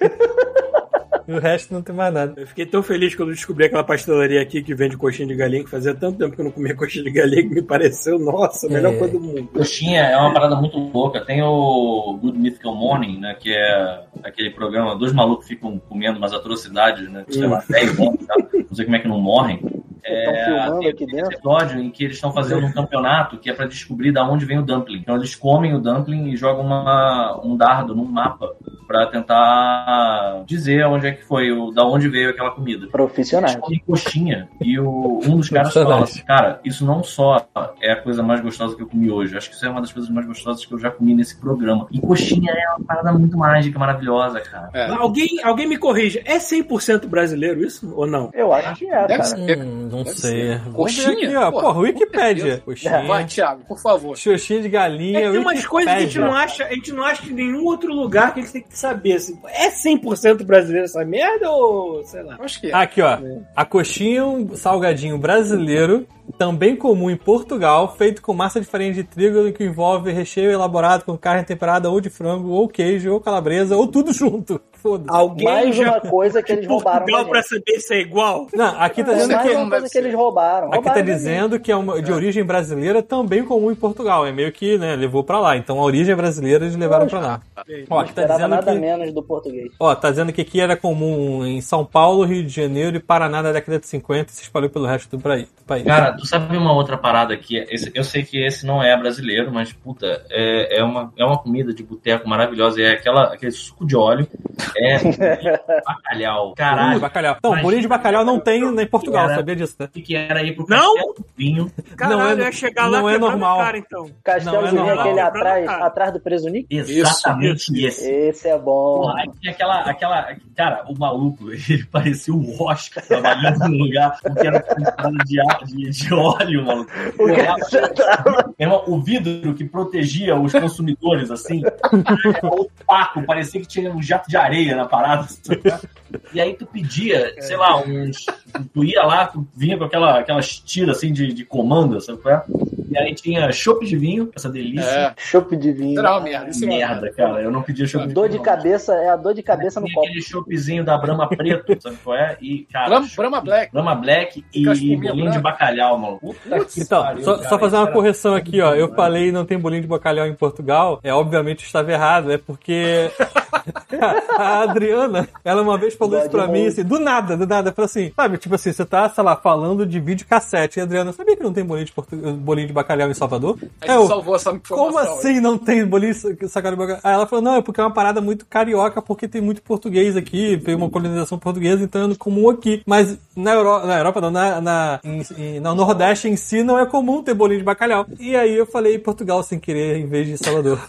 S1: E o resto não tem mais nada.
S2: Eu fiquei tão feliz quando descobri aquela pastelaria aqui que vende coxinha de galinha, que fazia tanto tempo que eu não comia coxinha de galinha que me pareceu, nossa, a melhor
S1: É.
S2: coisa do mundo.
S3: Coxinha é uma parada muito louca. Tem o Good Mythical Morning, né? Que é aquele programa, dois malucos ficam comendo umas atrocidades, né? Sei lá, 10 anos, tá? Não sei como é que não morrem.
S1: É,
S3: É,
S4: Estão filmando
S3: tem
S4: aqui
S3: aquele
S4: dentro.
S3: episódio em que eles estão fazendo um campeonato que é pra descobrir da onde vem o dumpling. Então eles comem o dumpling e jogam uma- um dardo num mapa pra tentar dizer onde é que foi, o- da onde veio aquela comida. Eles
S4: Profissionais.
S3: comem Tipo, coxinha e o- um dos caras fala assim, cara, isso não só é a coisa mais gostosa que eu comi hoje, acho que isso é uma das coisas mais gostosas que eu já comi nesse programa. E coxinha é uma parada muito mágica, maravilhosa, cara.
S6: É.
S2: Alguém, alguém me corrija, é 100% brasileiro isso ou não?
S4: Eu acho que é,
S6: Deve
S4: cara.
S6: ser.
S1: Hum, não
S6: Deve
S1: sei.
S6: ser.
S1: Vamos ver
S6: Coxinha?
S1: Aqui, ó.
S6: Pô,
S1: Porra, Wikipédia.
S6: certeza. Vai,
S1: Coxinha.
S6: Thiago, por favor.
S1: Xoxinha de galinha.
S2: tipo, É que tem umas
S1: Wikipédia.
S2: coisas que a gente não acha, a gente não acha em nenhum outro lugar que a gente tem que saber. Assim, é 100% brasileiro essa merda ou sei lá?
S6: Eu acho que é.
S1: Aqui, ó. A coxinha é um salgadinho brasileiro, também comum em Portugal, feito com massa de farinha de trigo que envolve recheio elaborado com carne temperada ou de frango, ou queijo, ou calabresa, ou tudo junto. Foda-se.
S2: Alguém
S4: Mais
S2: já
S4: uma coisa que
S2: foi
S4: eles
S2: em
S1: tipo,
S4: roubaram. da
S2: Portugal
S4: gente.
S2: pra saber se é igual?
S1: Não, aqui tá
S4: É
S1: dizendo
S4: mais
S1: que.
S4: uma coisa que eles roubaram.
S1: Aqui tá
S4: Roubaram da
S1: dizendo que é uma, de origem brasileira, também comum em Portugal. É meio que, né, levou pra lá. Então a origem é brasileira eles levaram pra lá. Ó,
S4: gente. Não
S1: aqui tá
S4: esperava
S1: dizendo
S4: nada
S1: que.
S4: menos do português.
S1: Ó, tá dizendo que aqui era comum em São Paulo, Rio de Janeiro e Paraná na década de 50 e se espalhou pelo resto do praí- do país.
S3: Cara, tu sabe uma outra parada que é, esse- eu sei que esse não é brasileiro, mas puta, é, é, uma, é uma comida de boteco maravilhosa. É aquela, aquele suco de óleo, é
S1: Bolinho de
S3: bacalhau. Caralho,
S1: bacalhau. Não,
S3: Imagina.
S1: bolinho de bacalhau não tem né, em Portugal,
S3: Cara.
S1: sabia disso, né?
S3: o que que era aí pro
S2: Não?
S3: café do vinho?
S2: Caralho,
S1: Não é-
S2: eu ia chegar lá
S1: não é
S2: quebrando o
S1: normal.
S2: cara então.
S1: Não,
S4: Castelo
S1: é
S4: de Vinho,
S1: normal.
S4: aquele
S2: Lembrava,
S4: atrás,
S2: cara.
S4: atrás do preso Nick?
S3: Exatamente esse.
S4: Esse é bom.
S3: Porra, aí tinha aquela, aquela. Cara, o maluco, ele parecia o Oscar trabalhando num lugar que era pintada de, ar- de, de óleo, maluco.
S4: O que
S3: Porra,
S4: você tá-
S3: meu irmão, o vidro que protegia os consumidores, assim, era opaco, parecia que tinha um jato de meia na parada. E aí tu pedia, sei lá, uns. Tu ia lá, tu vinha com aquela, aquelas tiras assim de, de comanda, sabe qual é? E aí tinha chopp de vinho, essa delícia.
S6: É.
S4: Chope de vinho.
S6: Será uma merda. Isso é uma
S3: Merda, cara. Eu não pedia chopp de
S4: Dor
S3: vinho,
S4: de
S3: não.
S4: cabeça, é a dor de cabeça no
S3: Tinha
S4: copo.
S3: aquele choppzinho da Brahma Preto, sabe qual é? E, cara,
S6: Brahma- Brahma Black.
S3: Brahma Black e
S6: Aquelas espuminhas
S3: bolinho de
S6: brancas.
S3: bacalhau, mano. Puta que
S1: Então,
S3: pariu,
S1: só,
S3: cara.
S1: só fazer
S3: Isso
S1: uma
S3: era-
S1: correção aqui, ó. Eu falei não tem bolinho de bacalhau em Portugal. É, obviamente, eu estava errado. É porque a Adriana, ela uma vez falou isso pra mim,
S3: né?
S1: assim, do nada, do nada. Falou assim, sabe, tipo assim, você tá, sei lá, falando de vídeo cassete. E a Adriana, sabia que não tem bolinho de, portu... bolinho de bacalhau em Salvador?
S6: Aí
S1: É,
S6: você
S1: eu,
S6: salvou essa informação.
S1: Como assim não tem bolinho de sacado de bacalhau? Aí ela falou, não, é porque é uma parada muito carioca, porque tem muito português aqui, tem uma colonização portuguesa, então é comum aqui. Mas na Europa, na Europa não, na, na, em- em- no Nordeste em si não é comum ter bolinho de bacalhau. E aí eu falei Portugal sem querer, em vez de Salvador.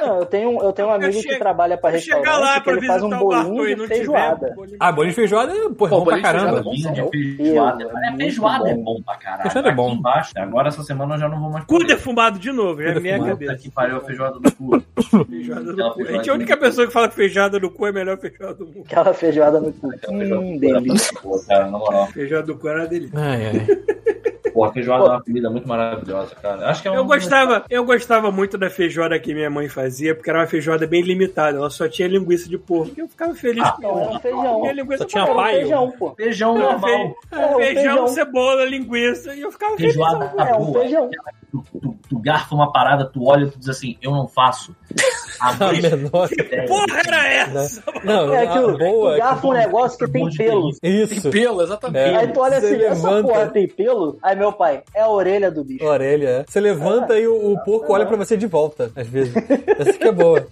S4: Não, eu tenho, um- eu tenho um amigo que
S2: chego-
S4: trabalha pra
S2: Eu chegar
S4: restaurante
S2: lá
S4: que
S2: pra
S4: ele faz um
S2: visitar o barco
S4: bolinho
S2: e
S4: de
S2: não tiver
S4: feijoada.
S2: um bolinho.
S1: ah, bolinho de feijoada é pô, é bom pra
S6: bolinho de
S1: caramba.
S6: feijoada.
S3: Bolinho
S6: Nossa, é
S3: de feijoada.
S4: eu-
S3: Cara,
S4: muito
S3: feijoada é
S4: bom.
S3: bom pra caralho.
S1: Feijoada é bom.
S3: Aqui embaixo. Agora essa semana eu já não vou mais
S2: Cu defumado de novo, já é
S1: Cu
S2: minha
S1: defumado.
S3: Puta
S2: cabeça.
S3: que pariu, feijoada do cu.
S2: Feijoada
S3: Aquela
S2: no cu. A gente é
S3: feijoadinha.
S2: a única pessoa que fala que feijada no cu é a melhor feijoada do mundo.
S4: Aquela feijoada no cu.
S3: Aquela feijoada
S4: Hum,
S3: do cu era
S4: delícia.
S3: muito boa, cara, na moral.
S2: Feijoada do cu era uma delícia.
S1: Ai, ai.
S3: Porra, feijoada é uma comida muito maravilhosa, cara. Acho que é um...
S2: Eu gostava, eu gostava muito da feijoada que minha mãe fazia, porque era uma feijoada bem limitada. Ela só tinha linguiça de porco. E eu ficava feliz
S3: Ah,
S2: com
S4: Não,
S2: ela.
S4: era um feijão.
S2: Minha linguiça
S1: Só tinha
S2: era um
S1: paio.
S4: Feijão, pô.
S3: Feijão
S2: Não,
S3: normal.
S2: feijão.
S4: É, um
S2: feijão,
S4: feijão.
S2: cebola, linguiça. E eu ficava feliz.
S3: Feijoada tá
S4: É um
S3: boa.
S4: feijão.
S3: Tu, tu, tu garfa uma parada, tu olha e tu diz assim, eu não faço. A
S2: Tá
S3: é
S1: A
S3: mais
S1: menor
S3: ideia.
S2: Porra, era essa?
S1: né? Não,
S4: É
S1: a
S4: que o
S1: boa.
S4: tu garfa um negócio que tem
S3: de
S4: pelo.
S3: delícia.
S1: Isso.
S6: Pelo, exatamente.
S1: É.
S4: Aí tu olha
S1: Você
S4: assim, essa
S1: levanta.
S4: porra tem pelo? Aí meu pai, é a orelha do bicho.
S1: Orelha, é. Você levanta
S4: Ah.
S1: e o, o porco olha pra você de volta, às vezes. Essa que é boa.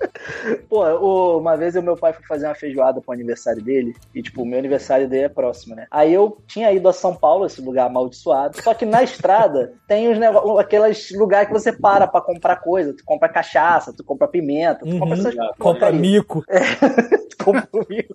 S4: Pô, o- uma vez o meu pai foi fazer uma feijoada pro aniversário dele, e tipo, o meu aniversário dele é próximo, né? Aí eu tinha ido a São Paulo, esse lugar amaldiçoado, só que na estrada tem os negócios, aqueles lugares que você para pra comprar coisa, tu compra cachaça, tu compra pimenta, tu
S1: Uhum.
S4: compra essas
S2: é
S1: Compra
S4: porcaria.
S1: mico.
S4: Tu compra comigo.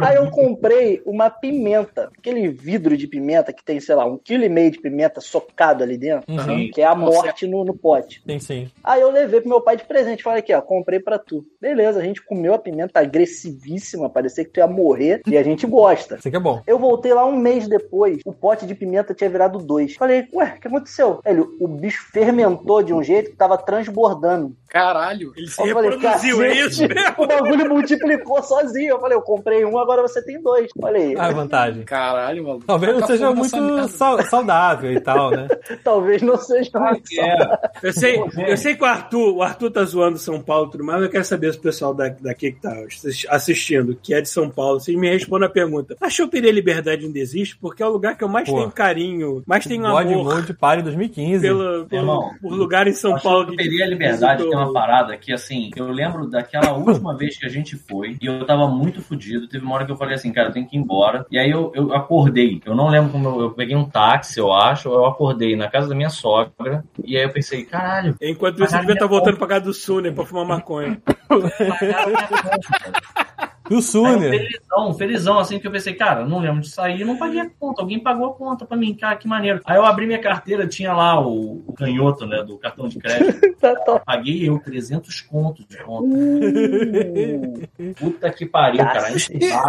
S4: Aí eu comprei uma pimenta, aquele vidro de pimenta que tem, sei lá, um quilo e meio de pimenta socado ali dentro,
S1: Uhum.
S4: que é a morte no, no pote.
S1: Sim, sim.
S4: Aí eu levei pro meu pai de presente. Falei aqui, ó, comprei pra tu. Beleza, a gente comeu a pimenta agressivíssima, parecia que tu ia morrer, e a gente gosta.
S1: Isso que é bom.
S4: Eu voltei lá um mês depois, o pote de pimenta tinha virado dois. Falei, ué, o que aconteceu? Ele, o bicho fermentou de um jeito que tava transbordando.
S6: Caralho.
S2: Ele se
S4: Eu falei,
S2: reproduziu, é
S4: "Cacete."
S2: isso mesmo?
S4: O bagulho multiplicou sozinho. Eu falei, eu comprei um, agora você tem dois. Falei,
S1: Ah, vantagem.
S6: Caralho, maluco.
S1: Talvez não
S6: Taca
S1: seja
S6: fogo nessa
S1: muito
S6: merda.
S1: sau- saudável e tal, né?
S4: talvez não seja um." muito só.
S2: Eu sei, eu sei que o Arthur, o Arthur tá zoando São Paulo e tudo mais, mas eu quero saber se o pessoal da- daqui que tá assis- assistindo, que é de São Paulo, vocês me respondam a pergunta. A Choperia Liberdade ainda existe porque é o lugar que eu mais
S1: Pô.
S2: tenho carinho, mais tenho
S1: God
S2: um amor
S1: Mode Party 2015.
S2: pela,
S3: Irmão,
S2: pelo, por lugar em São
S3: Acho
S2: Paulo.
S3: que eu
S2: que-
S3: teria a liberdade de ter uma
S2: visitou.
S3: parada que, assim, eu lembro daquela última vez que a gente foi e eu tava muito fudido. Teve uma hora que eu falei assim, cara, eu tenho que ir embora. E aí eu, eu acordei. Eu não lembro como eu, eu peguei um táxi, eu acho. Eu acordei na casa da minha sogra. E aí eu pensei, caralho,
S2: Enquanto isso, eu devia estar voltando pra casa do Sul, né, pra fumar maconha.
S3: pagaram minha conta. cara.
S1: E o
S3: Aí eu
S1: Sune.
S3: felizão, felizão, assim, que eu pensei, cara, eu não lembro de sair, eu não paguei a conta. Alguém pagou a conta pra mim, cara, que maneiro. Aí eu abri minha carteira, tinha lá o, o canhoto, né, do cartão de crédito.
S4: Tá, tá.
S3: Paguei eu 300 contos de conta. Puta que pariu, cara.
S6: E Eu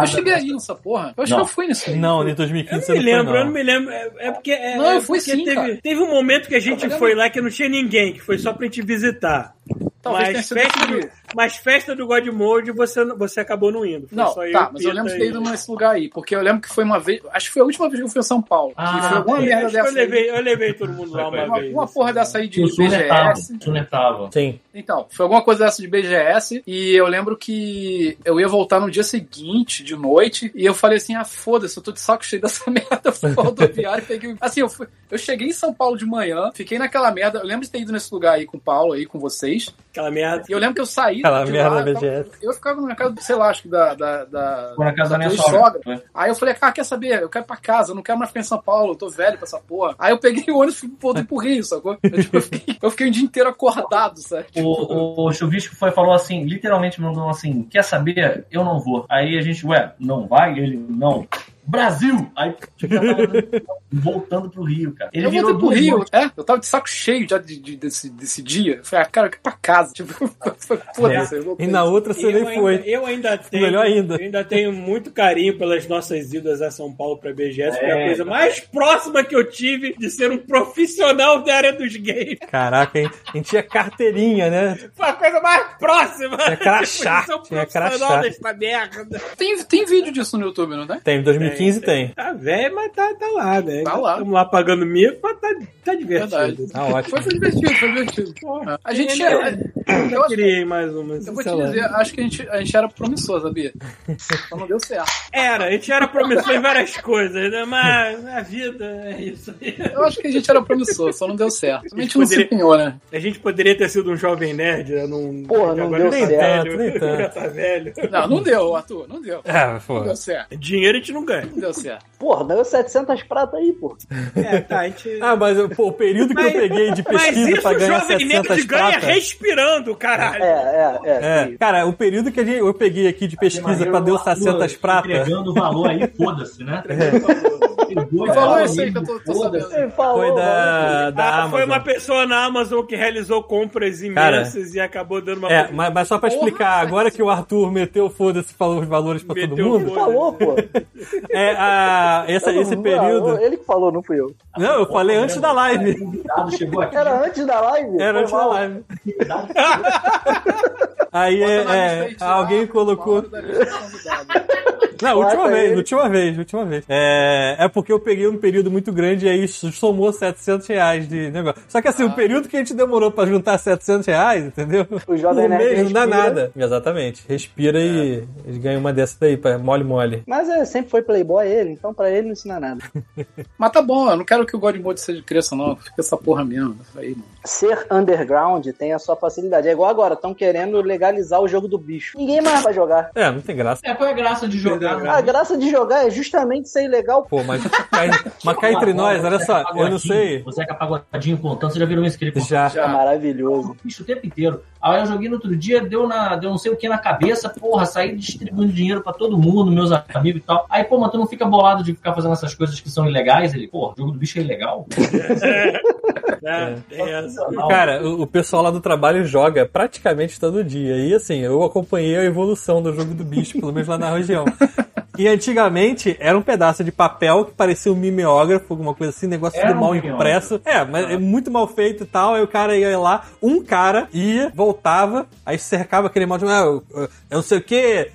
S6: cheguei
S3: Nada.
S6: aí nessa porra. Eu acho
S3: Não.
S6: que eu fui nisso. aí.
S1: Não, de 2015 você
S2: Eu não me lembro, eu
S1: não
S2: não
S1: foi,
S2: me lembro. É, é porque, é,
S6: Não, eu
S2: é
S6: fui
S2: porque
S6: sim,
S2: teve,
S6: cara.
S2: teve um momento que a gente
S6: Eu lembro.
S2: foi lá que não tinha ninguém, que foi só pra gente visitar.
S6: Talvez
S2: mas,
S6: tenha sido
S2: festa
S6: esse
S2: do, mas festa do God Mode você, não- você acabou não indo. Foi
S6: Não,
S2: só
S6: tá,
S2: eu,
S6: mas eu lembro de
S2: Pita
S6: ter
S2: e-
S6: ido nesse lugar aí, porque eu lembro que foi uma vez, acho que foi a última vez que eu fui a São Paulo,
S3: Ah,
S6: que foi alguma
S3: foi.
S2: Eu
S6: merda
S2: É, acho que
S6: dessa
S2: Eu
S6: aí,
S2: levei, eu levei todo mundo lá
S3: Foi,
S2: uma
S6: uma,
S2: vez. assim,
S6: uma porra dessa aí de
S3: O Sune tava.
S6: BGS,
S3: O Sune tava.
S1: Sim.
S6: Então, foi alguma coisa dessa de BGS e eu lembro que eu ia voltar no dia seguinte, de noite, e eu falei assim, ah, foda-se, eu tô de saco cheio dessa merda, eu fui pra rodoviária e peguei... Assim, eu, fui- eu cheguei em São Paulo de manhã, fiquei naquela merda, eu lembro de ter ido nesse lugar aí com o Paulo, aí com vocês,
S2: Aquela merda. tá
S6: e eu lembro que eu saí
S1: Aquela
S6: de
S1: merda
S6: lá,
S1: da
S6: eu tava-
S1: BGS.
S6: eu ficava na casa, sei lá, acho que da... da, da-
S3: Foi na é casa da minha
S6: Foi
S3: sogra.
S6: sogra. Aí eu falei, cara, quer saber? Eu quero ir pra casa, eu não quero mais ficar em São Paulo, eu tô velho pra essa porra. Aí eu peguei o ônibus e fui- voltei pro Rio, sacou? Eu, tipo, eu fiquei, eu fiquei o dia inteiro acordado, sabe?
S3: O, o, o Chuvisco foi, falou assim, literalmente mandou assim, quer saber? Eu não vou. Aí a gente, ué, não vai? Ele, não. Brasil! Aí o cara tava voltando pro Rio, cara. Ele
S6: eu
S3: virou
S6: voltei pro
S3: duas
S6: Rio,
S3: noites.
S6: é? Eu tava de saco cheio já de, de- desse, desse dia. Eu Falei, ah, cara, eu quero ir pra casa. Tipo, foda-se, eu
S1: E
S6: voltei.
S1: na outra você
S2: Eu
S1: nem
S2: ainda,
S1: foi.
S2: eu ainda tenho.
S1: Melhor ainda.
S2: eu ainda tenho muito carinho pelas nossas idas a São Paulo pra BGS, porque é a coisa mais próxima que eu tive de ser um profissional da área dos games.
S1: Caraca, hein? A gente tinha carteirinha, né?
S2: Foi a coisa mais próxima.
S1: Tinha crachá.
S2: Eu sou
S1: Tinha
S2: um profissional
S1: crachá.
S2: desta merda.
S6: Tem, tem vídeo disso no YouTube, não tem?
S1: Tem, 2015 tem.
S2: Tá velho, mas tá, tá lá, né?
S6: Tá lá.
S2: Estamos lá pagando mico, mas tá, tá divertido.
S6: Verdade.
S1: Tá ótimo.
S6: Foi, foi divertido, foi divertido.
S2: Porra,
S6: A gente
S2: eu,
S6: era. Eu,
S2: eu
S6: acho-
S2: queria ir mais uma.
S6: eu vou
S2: sei
S6: te
S2: lá.
S6: dizer, acho que a gente, a gente era promissor, sabia? Só não deu certo.
S2: Era, a gente era promissor em várias coisas, né? Mas a vida é isso aí.
S6: Eu acho que a gente era promissor, só não deu certo. A gente
S2: A
S6: não
S2: gente
S6: se empenhou, né?
S2: A gente poderia ter sido um jovem nerd, né? Num...
S4: Porra, não
S2: Agora já
S4: deu
S2: tá
S1: certo.
S2: velho,
S1: Nem tanto.
S2: Já tá velho.
S6: Não, não deu, Arthur, não deu.
S1: É, pô.
S6: Não deu certo,
S2: Dinheiro a gente não ganha.
S6: não deu certo.
S4: Porra, deu 700 pratas aí, pô.
S2: É, tá, a gente...
S1: Ah, mas eu- pô, o período que eu
S2: Mas-
S1: peguei de
S2: Mas
S1: pesquisa
S2: isso
S1: pra
S2: o
S1: ganhar
S2: jovem nerd
S1: 700
S2: ganha
S1: prata...
S2: respirando, caralho.
S4: É, é, é.
S1: É, cara, o período que a gente- eu peguei aqui de pesquisa pra Deus 700 prata É.
S3: Entregando o valor aí, foda-se, né? Pegou e
S6: Falou
S3: falou
S6: isso aí que eu tô, tô
S3: Foda-se.
S6: sabendo.
S4: Ele falou,
S1: foi da,
S4: maluco.
S1: da
S2: Ah, foi
S1: Amazon.
S2: uma pessoa na Amazon que realizou compras imensas e acabou dando uma.
S1: É, mas, mas só pra
S6: Porra,
S1: explicar, agora que o Arthur meteu foda-se e falou os valores pra todo
S2: Meteu
S1: mundo,
S4: Ele falou, pô.
S1: é, a, essa,
S4: ah, Eu não-
S1: esse
S4: não,
S1: período...
S4: Ele que falou, não fui eu.
S1: Não, eu falei antes da
S3: O
S1: live.
S3: convidado chegou aqui.
S4: Era antes da live?
S1: Era
S4: Foi
S1: antes da
S4: mal.
S1: live. Aí
S6: Bota na
S1: é,
S6: lista
S1: é,
S6: aí,
S1: alguém
S6: tira
S1: colocou.
S6: uma hora da lista tá de convidados.
S1: Não,
S4: Bota
S1: última vez,
S4: ele.
S1: última vez, última vez. É, é porque eu peguei um período muito grande e aí isso somou 700 reais de negócio. Só que assim,
S4: Ah.
S1: o período que a gente demorou pra juntar 700 reais, entendeu?
S4: O Jovem
S1: um
S4: Nerd
S1: mês não dá
S4: respira.
S1: nada. É. Exatamente. Respira e e ganha uma dessa daí, pra- mole mole.
S4: Mas é, sempre foi playboy ele, então pra ele não ensina nada.
S6: Mas tá bom, eu não quero que o Godmode seja cresça, não. Fica essa porra mesmo. Isso aí, mano.
S4: Ser underground tem a sua facilidade. É igual agora, estão querendo legalizar o jogo do bicho. Ninguém mais vai jogar.
S1: É, não tem graça.
S3: É, qual é a graça de jogar?
S1: Ah,
S4: A graça de jogar é justamente ser ilegal.
S1: Pô, mas, cai- mas cá entre nós, olha só, eu não sei.
S3: Você é pagodinho contando, você já virou um inscrito.
S1: Já.
S4: É maravilhoso.
S3: Bicho, o tempo inteiro. Aí eu joguei no outro dia, deu, na, deu não sei o que na cabeça, porra, saí distribuindo dinheiro pra todo mundo, meus amigos e tal. Aí, pô, mas tu não fica bolado de ficar fazendo essas coisas que são ilegais? Ele, pô, o jogo do bicho é ilegal?
S2: né?
S1: é.
S2: Tem essa.
S1: Cara, o, o pessoal lá do trabalho joga praticamente todo dia. E assim, eu acompanhei a evolução do jogo do bicho, pelo menos lá na região. E antigamente era um pedaço de papel que parecia um mimeógrafo, alguma coisa assim, negócio
S3: Era
S1: tudo
S3: um
S1: mal
S3: mimeógrafo.
S1: impresso. É, mas é muito mal feito e tal. Aí o cara ia lá, um cara ia, voltava, aí cercava aquele monte de. Ah, eu- eu não sei o que,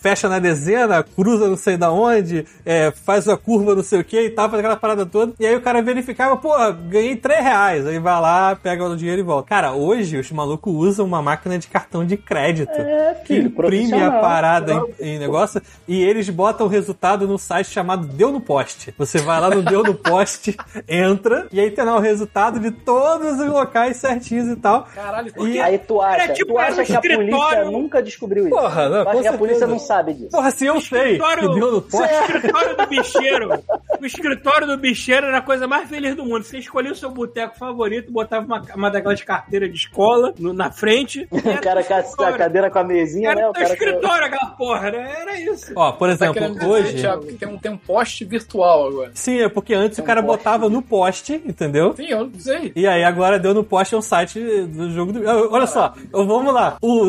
S1: fecha na dezena, cruza não sei da onde, é, faz a curva não sei o que e tal, faz aquela parada toda. E aí o cara verificava, pô, ganhei 3 reais. Aí vai lá, pega o dinheiro e volta. Cara, hoje os malucos usam uma máquina de cartão de crédito
S4: É,
S1: que
S4: filho,
S1: imprime a
S4: profissional.
S1: parada em, em negócio e eles botam o resultado num site chamado Deu no Poste. Você vai lá no Deu no Poste, entra e aí tem lá o resultado de todos os locais certinhos e tal.
S6: Caralho, por
S1: E,
S4: Aí tu acha,
S2: Era tipo,
S4: tu
S2: era
S4: acha
S2: um
S4: que a polícia
S2: escritório.
S4: nunca descobriu isso.
S1: porra, não,
S4: Tu acha
S1: com
S4: que a polícia
S1: certeza.
S4: não sabe disso.
S1: Porra, se eu sei que
S2: Escritório-
S1: Deu no Poste...
S2: O escritório do bicheiro. O escritório do bicheiro era a coisa mais feliz do mundo. Você escolhia o seu boteco favorito, botava uma, uma daquelas carteiras de escola no- na frente.
S4: O cara com a- a cadeira com a mesinha,
S2: Era
S4: né?
S2: o
S4: O
S2: teu
S4: cara com...
S2: escritório, aquela porra, né? Era isso.
S1: Ó, por
S6: Tá
S1: exemplo,
S6: querendo dizer,
S1: hoje...
S6: Thiago, que tem um, tem um poste virtual agora.
S1: Sim, é porque antes
S4: Tem
S1: o
S4: um
S1: cara
S4: poste.
S1: botava no poste, entendeu?
S6: Sim, eu não sei.
S1: E aí agora deu no poste é um site do jogo do bicho. Olha só, vamos lá. O,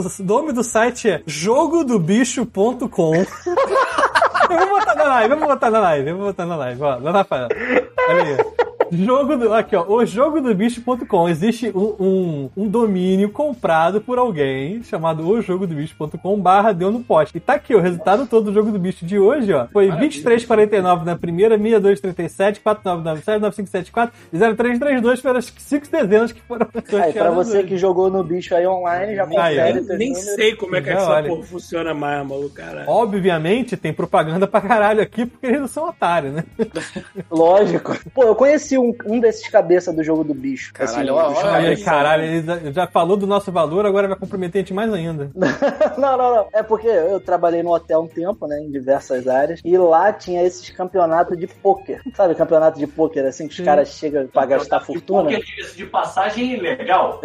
S1: o nome do site é jogodobicho.com. Eu vou botar na live, eu vou botar na live, eu vou botar na live, ó, lá na fala. Olha aí. Jogo do, aqui, ó, o jogodobicho.com. Existe um, um, um domínio comprado por alguém chamado o jogodobicho.com barra deu no poste. E tá aqui o resultado todo do jogo do bicho de hoje, ó. Foi 23,49 na primeira, 6237, 4997, 9574, 0332 foram as cinco dezenas que foram pessoas
S4: Aí,
S1: que
S4: pra
S1: eram
S4: você
S1: hoje.
S4: que jogou no bicho aí online, já
S1: Aí,
S4: confere.
S1: ó.
S4: esses
S2: Nem
S4: números.
S2: sei como é que
S1: Não,
S2: essa
S1: olha.
S2: porra funciona mais, maluco, cara.
S1: Obviamente tem propaganda pra caralho aqui porque eles não são otários, né?
S4: Lógico. Pô, eu conheci um, um desses cabeça do jogo do bicho.
S6: Caralho,
S4: Assim,
S6: ó, ó,
S4: do jogo-
S6: ó.
S1: Aí,
S6: isso.
S1: caralho, ele já- já falou do nosso valor, agora vai comprometer a gente mais ainda.
S4: Não, não, não. É porque eu trabalhei no hotel um tempo, né? Em diversas áreas. E lá tinha esses campeonatos de pôquer. Sabe, campeonato de pôquer, assim, que os caras chegam pra gastar fortuna.
S3: Porque, diga-se de passagem, é ilegal.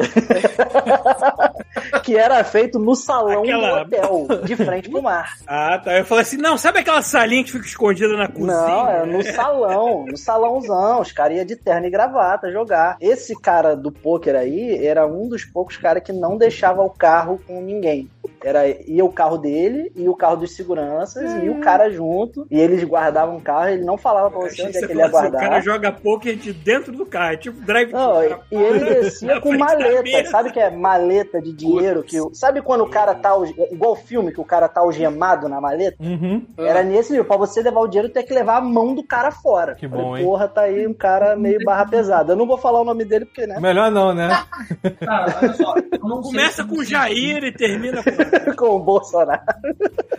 S4: que era feito no salão
S2: Aquela-
S4: do hotel, de frente pro mar.
S2: Ah, tá. Eu falei assim, não, sabe aquela salinha que fica escondida na cozinha?
S4: Não, é no salão, no salãozão, os caras iam de terno e gravata jogar. Esse cara do pôquer aí era um dos poucos caras que não deixava o carro com ninguém. Era ia o carro dele e o carro dos seguranças e o cara junto. E eles guardavam o carro, ele não falava pra
S2: É. Eu
S4: você
S2: achei
S4: onde
S2: que
S4: é
S2: você
S4: que ele ia
S2: falou assim, o
S4: guardar.
S2: cara joga poker de dentro do carro, é tipo drive
S4: Não, e e ele descia com maleta, sabe que é maleta de dinheiro que o- sabe quando o cara
S2: Hum.
S4: tá alge- igual filme que o cara tá algemado na maleta?
S1: Uhum.
S4: Era nesse nível, pra você levar o dinheiro tem que levar a mão do cara fora.
S1: Que
S4: Falei,
S1: bom, hein?
S4: Porra, tá aí um cara meio barra pesada. Eu não vou falar o nome dele porque, né?
S1: Melhor não, né?
S7: Cara, olha só. eu não sei
S2: Começa
S7: se-
S2: com Jair e termina com...
S4: Com o Bolsonaro.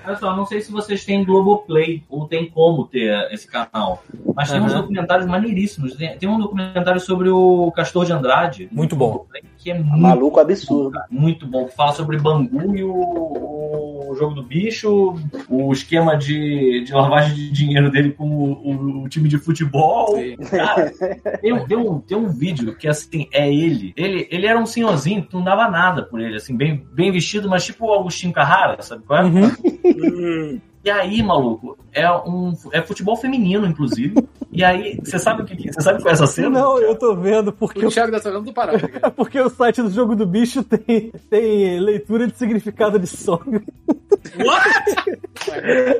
S3: Olha só, não sei se vocês têm Globoplay ou tem como ter esse canal, mas tem uns
S1: Aham.
S3: documentários maneiríssimos. Tem, tem um documentário sobre o Castor de Andrade.
S1: Muito bom.
S3: Globoplay, Que é muito,
S4: Maluco absurdo.
S3: muito bom. Fala sobre Bangu e o, o jogo do bicho, o esquema de, de lavagem de dinheiro dele com o, o- o time de futebol. Cara, tem, um- tem um, tem um vídeo que assim, é ele. ele. Ele era um senhorzinho que não dava nada por ele, assim, bem, bem vestido, mas tipo o Agostinho Carrara, sabe qual é?
S1: Uhum.
S2: Hum,
S3: E aí, maluco, é um é futebol feminino, inclusive. E aí, você sabe o que que- você sabe qual é essa cena?
S1: Não, eu tô vendo porque
S6: O Thiago tá olhando do Pará.
S1: É porque o site do Jogo do Bicho tem, tem leitura de significado de sonho.
S2: What?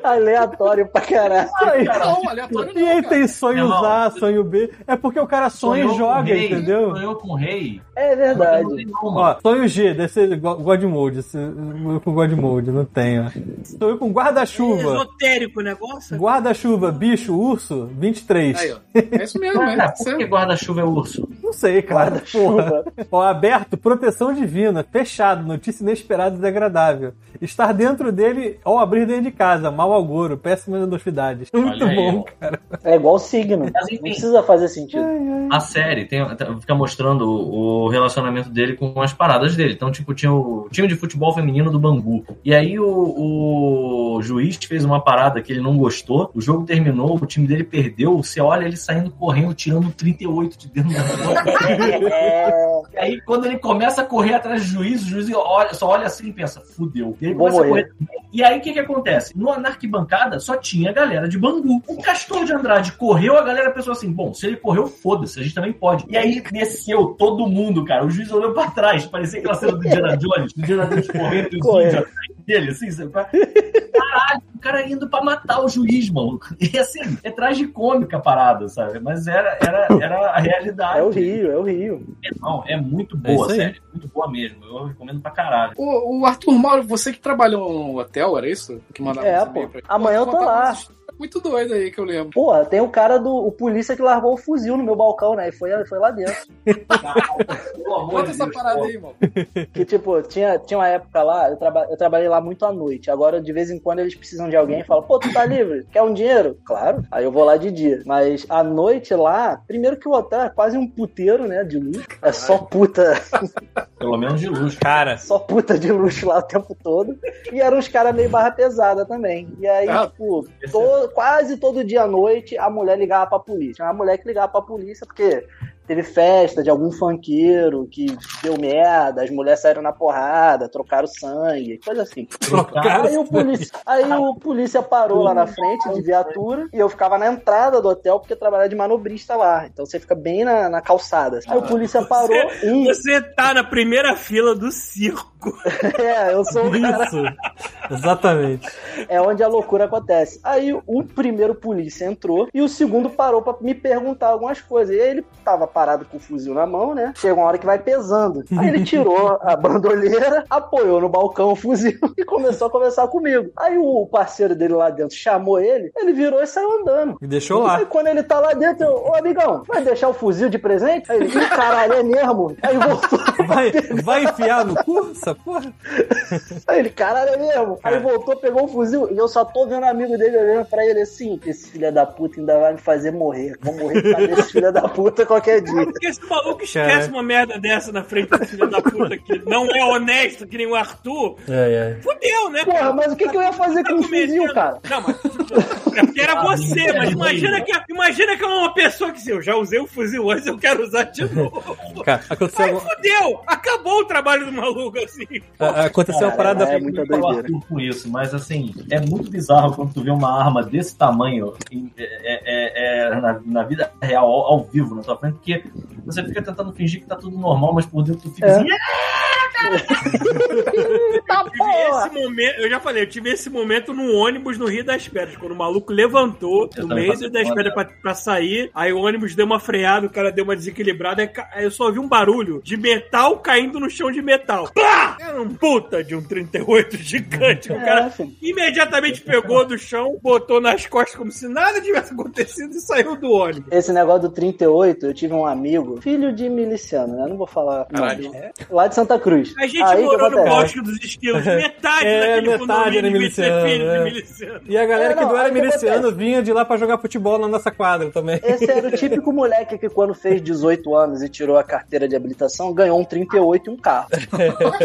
S4: Aleatório pra caralho.
S1: Aí,
S6: Não, aleatório
S1: e aí
S6: não, cara.
S1: tem sonho
S3: Irmão,
S1: A, sonho B. É porque o cara sonha e
S3: Sonhou com
S1: joga,
S3: o rei,
S1: entendeu?
S3: Sonhou com o rei.
S4: É
S3: Não
S4: verdade.
S3: tem não, mano.
S1: Ó, sonho G, deve ser go- God Mode. esse- eu Com God Mode, não tenho. Sonho com guarda-chuva.
S2: Esotérico o negócio?
S1: Guarda-chuva, bicho, urso, 23.
S6: Aí, ó. É isso mesmo, é.
S3: Cara, por que
S6: Você-
S3: guarda-chuva é urso?
S1: Não sei, cara. Porra.
S4: Guarda-chuva.
S1: Ó, aberto, proteção divina, fechado, notícia inesperada e desagradável. Estar dentro dele ao abrir dentro de casa, mal agouro, péssimas novidades. Muito
S3: Olha aí,
S1: bom,
S3: irmão.
S4: É igual signo.
S3: Mas
S4: Não
S3: enfim.
S4: precisa fazer sentido.
S3: A série tem, tá- fica mostrando o, o relacionamento dele com as paradas dele. Então, tipo, tinha o time de futebol feminino do Bangu. E aí o, o juiz fez uma parada que ele não gostou. O jogo terminou, o time dele perdeu. Você olha ele saindo correndo, tirando 38 de dentro da bola.
S4: É,
S3: E aí, quando ele começa a correr atrás do juiz, o juiz olha, só olha assim e pensa, fudeu. E, ele
S4: Vou
S3: começa a
S4: morrer.
S3: correr. E aí, o que que acontece? No, na arquibancada, só tinha a galera de Bangu. O Castor de Andrade correu, a galera pensou assim, bom, se ele correu, foda-se, a gente também pode. E aí, desceu todo mundo, cara. O juiz olhou pra trás, parecia aquela cena do Indiana Jones, do Indiana Jones correndo e os
S4: Correndo.
S3: índios atrás dele, assim, sabe? qual é? Caralho, o cara indo pra matar o juiz, maluco. E assim, é tragicômica a parada, sabe? Mas era, era, era a realidade.
S4: é o Rio, é o Rio.
S3: Não, é muito
S1: É
S3: boa,
S1: isso aí.
S3: sério. Muito boa mesmo. Eu recomendo pra caralho.
S6: O, o Arthur Mauro, você que trabalhou no hotel, era isso? Que mandava
S4: É,
S6: esse e-mail
S4: pô.
S6: pra ele?
S4: Amanhã eu tô
S6: Contava
S4: lá.
S6: umas histórias Muito doido aí que eu lembro.
S4: Porra, tem o cara do. O polícia que largou o fuzil no meu balcão, né? E foi, foi lá dentro.
S3: Pelo amor
S6: Conta
S3: de
S6: essa
S3: Deus,
S6: parada
S3: pô.
S6: aí, mano.
S4: Que, tipo, tinha, tinha uma época lá, eu, traba- eu trabalhei lá muito à noite. Agora, de vez em quando, eles precisam de alguém e falam, pô, tu tá livre? Quer um dinheiro? Claro. Aí eu vou lá de dia. Mas à noite lá, primeiro que o hotel é quase um puteiro, né? De luxo. É só puta,
S3: Pelo menos de luxo.
S1: Cara,
S4: só puta de luxo lá o tempo todo. E eram uns caras meio barra pesada também. E aí,
S6: Ah,
S4: tipo, to- quase todo dia à noite, a mulher ligava pra polícia. Tinha Uma mulher que ligava pra polícia, porque teve festa de algum funkeiro que deu merda, as mulheres saíram na porrada, trocaram sangue, coisa assim.
S1: trocaram.
S4: Aí o, polícia, aí o polícia parou lá na frente de viatura e eu ficava na entrada do hotel porque eu trabalhava de manobrista lá. Então você fica bem na, na calçada. Aí o polícia parou e.
S2: Você tá na primeira fila do circo.
S4: É, eu sou o cara
S1: Isso. Exatamente.
S4: É onde a loucura acontece. Aí o primeiro polícia entrou e o segundo parou pra me perguntar algumas coisas. E aí ele tava parado com o fuzil na mão, né? Chega uma hora que vai pesando. Aí ele tirou a bandoleira, apoiou no balcão o fuzil e começou a conversar comigo. Aí o parceiro dele lá dentro chamou ele, ele virou e saiu andando.
S1: Me deixou lá.
S4: Aí quando ele tá lá dentro, eu, ô amigão, vai deixar o fuzil de presente? Aí ele, "Ih, caralho, é mesmo? Aí voltou.
S1: Vai, vai enfiar no cu essa porra?
S4: Aí ele, caralho, é mesmo. Aí voltou, pegou o fuzil e eu só tô vendo o amigo dele olhando pra ele assim: esse filho da puta ainda vai me fazer morrer. Vou morrer por causa desse filho da puta qualquer dia.
S2: Porque esse maluco esquece
S1: Caralho.
S2: uma merda dessa na frente do filho da puta que não é honesto, que nem o Arthur. Fudeu, né?
S4: Porra,
S2: cara?
S4: mas o que, que eu ia fazer com o
S2: Tá
S4: fuzil, cara?
S2: Não, mas. É porque era você, mas imagina que, imagina que é uma pessoa que assim, eu já usei o fuzil antes, eu quero usar de novo.
S1: Cara, aconteceu
S2: Aí
S1: alguma...
S2: fudeu! A acabou o trabalho do maluco, assim.
S1: A- Aconteceu uma parada.
S4: É muita doideira.
S3: Arthur com isso, mas assim, é muito bizarro quando tu vê uma arma desse tamanho em- é, é- é- na, na vida real, ao, ao vivo, na tua frente, porque você fica tentando fingir que tá tudo normal, mas por dentro tu fica
S6: É.
S3: assim,
S4: Tá
S2: tive esse momento, eu já falei, eu tive esse momento no ônibus no Rio das Pedras, quando o maluco levantou
S3: Eu
S2: no
S3: também
S2: meio
S3: passei
S2: das
S3: por lá,
S2: pedras pra, pra sair, aí o ônibus deu uma freada, o cara deu uma desequilibrada, aí ca- aí eu só vi um barulho de metal caindo no chão de metal. Pá! Era um puta de um 38 gigante, o
S4: É,
S2: cara imediatamente pegou do chão, botou nas costas como se nada tivesse acontecido e saiu do ônibus.
S4: Esse negócio do 38, eu tive um amigo, filho de miliciano, né? Não vou falar.
S6: Caralho.
S4: É. Lá de Santa Cruz.
S2: A gente
S4: Aí, o que
S2: morou no
S4: acontece?
S2: bosque dos esquilos, metade
S1: É,
S2: daquele
S1: metade era
S2: condomínio devia ser
S1: miliciano,
S2: filho
S1: é.
S2: de miliciano.
S1: E a galera
S4: É, não,
S1: que não era
S4: aí o que
S1: miliciano vinha de lá pra jogar futebol na nossa quadra também.
S4: Esse era o típico moleque que quando fez 18 anos e tirou a carteira de habilitação, ganhou um 38 e um carro.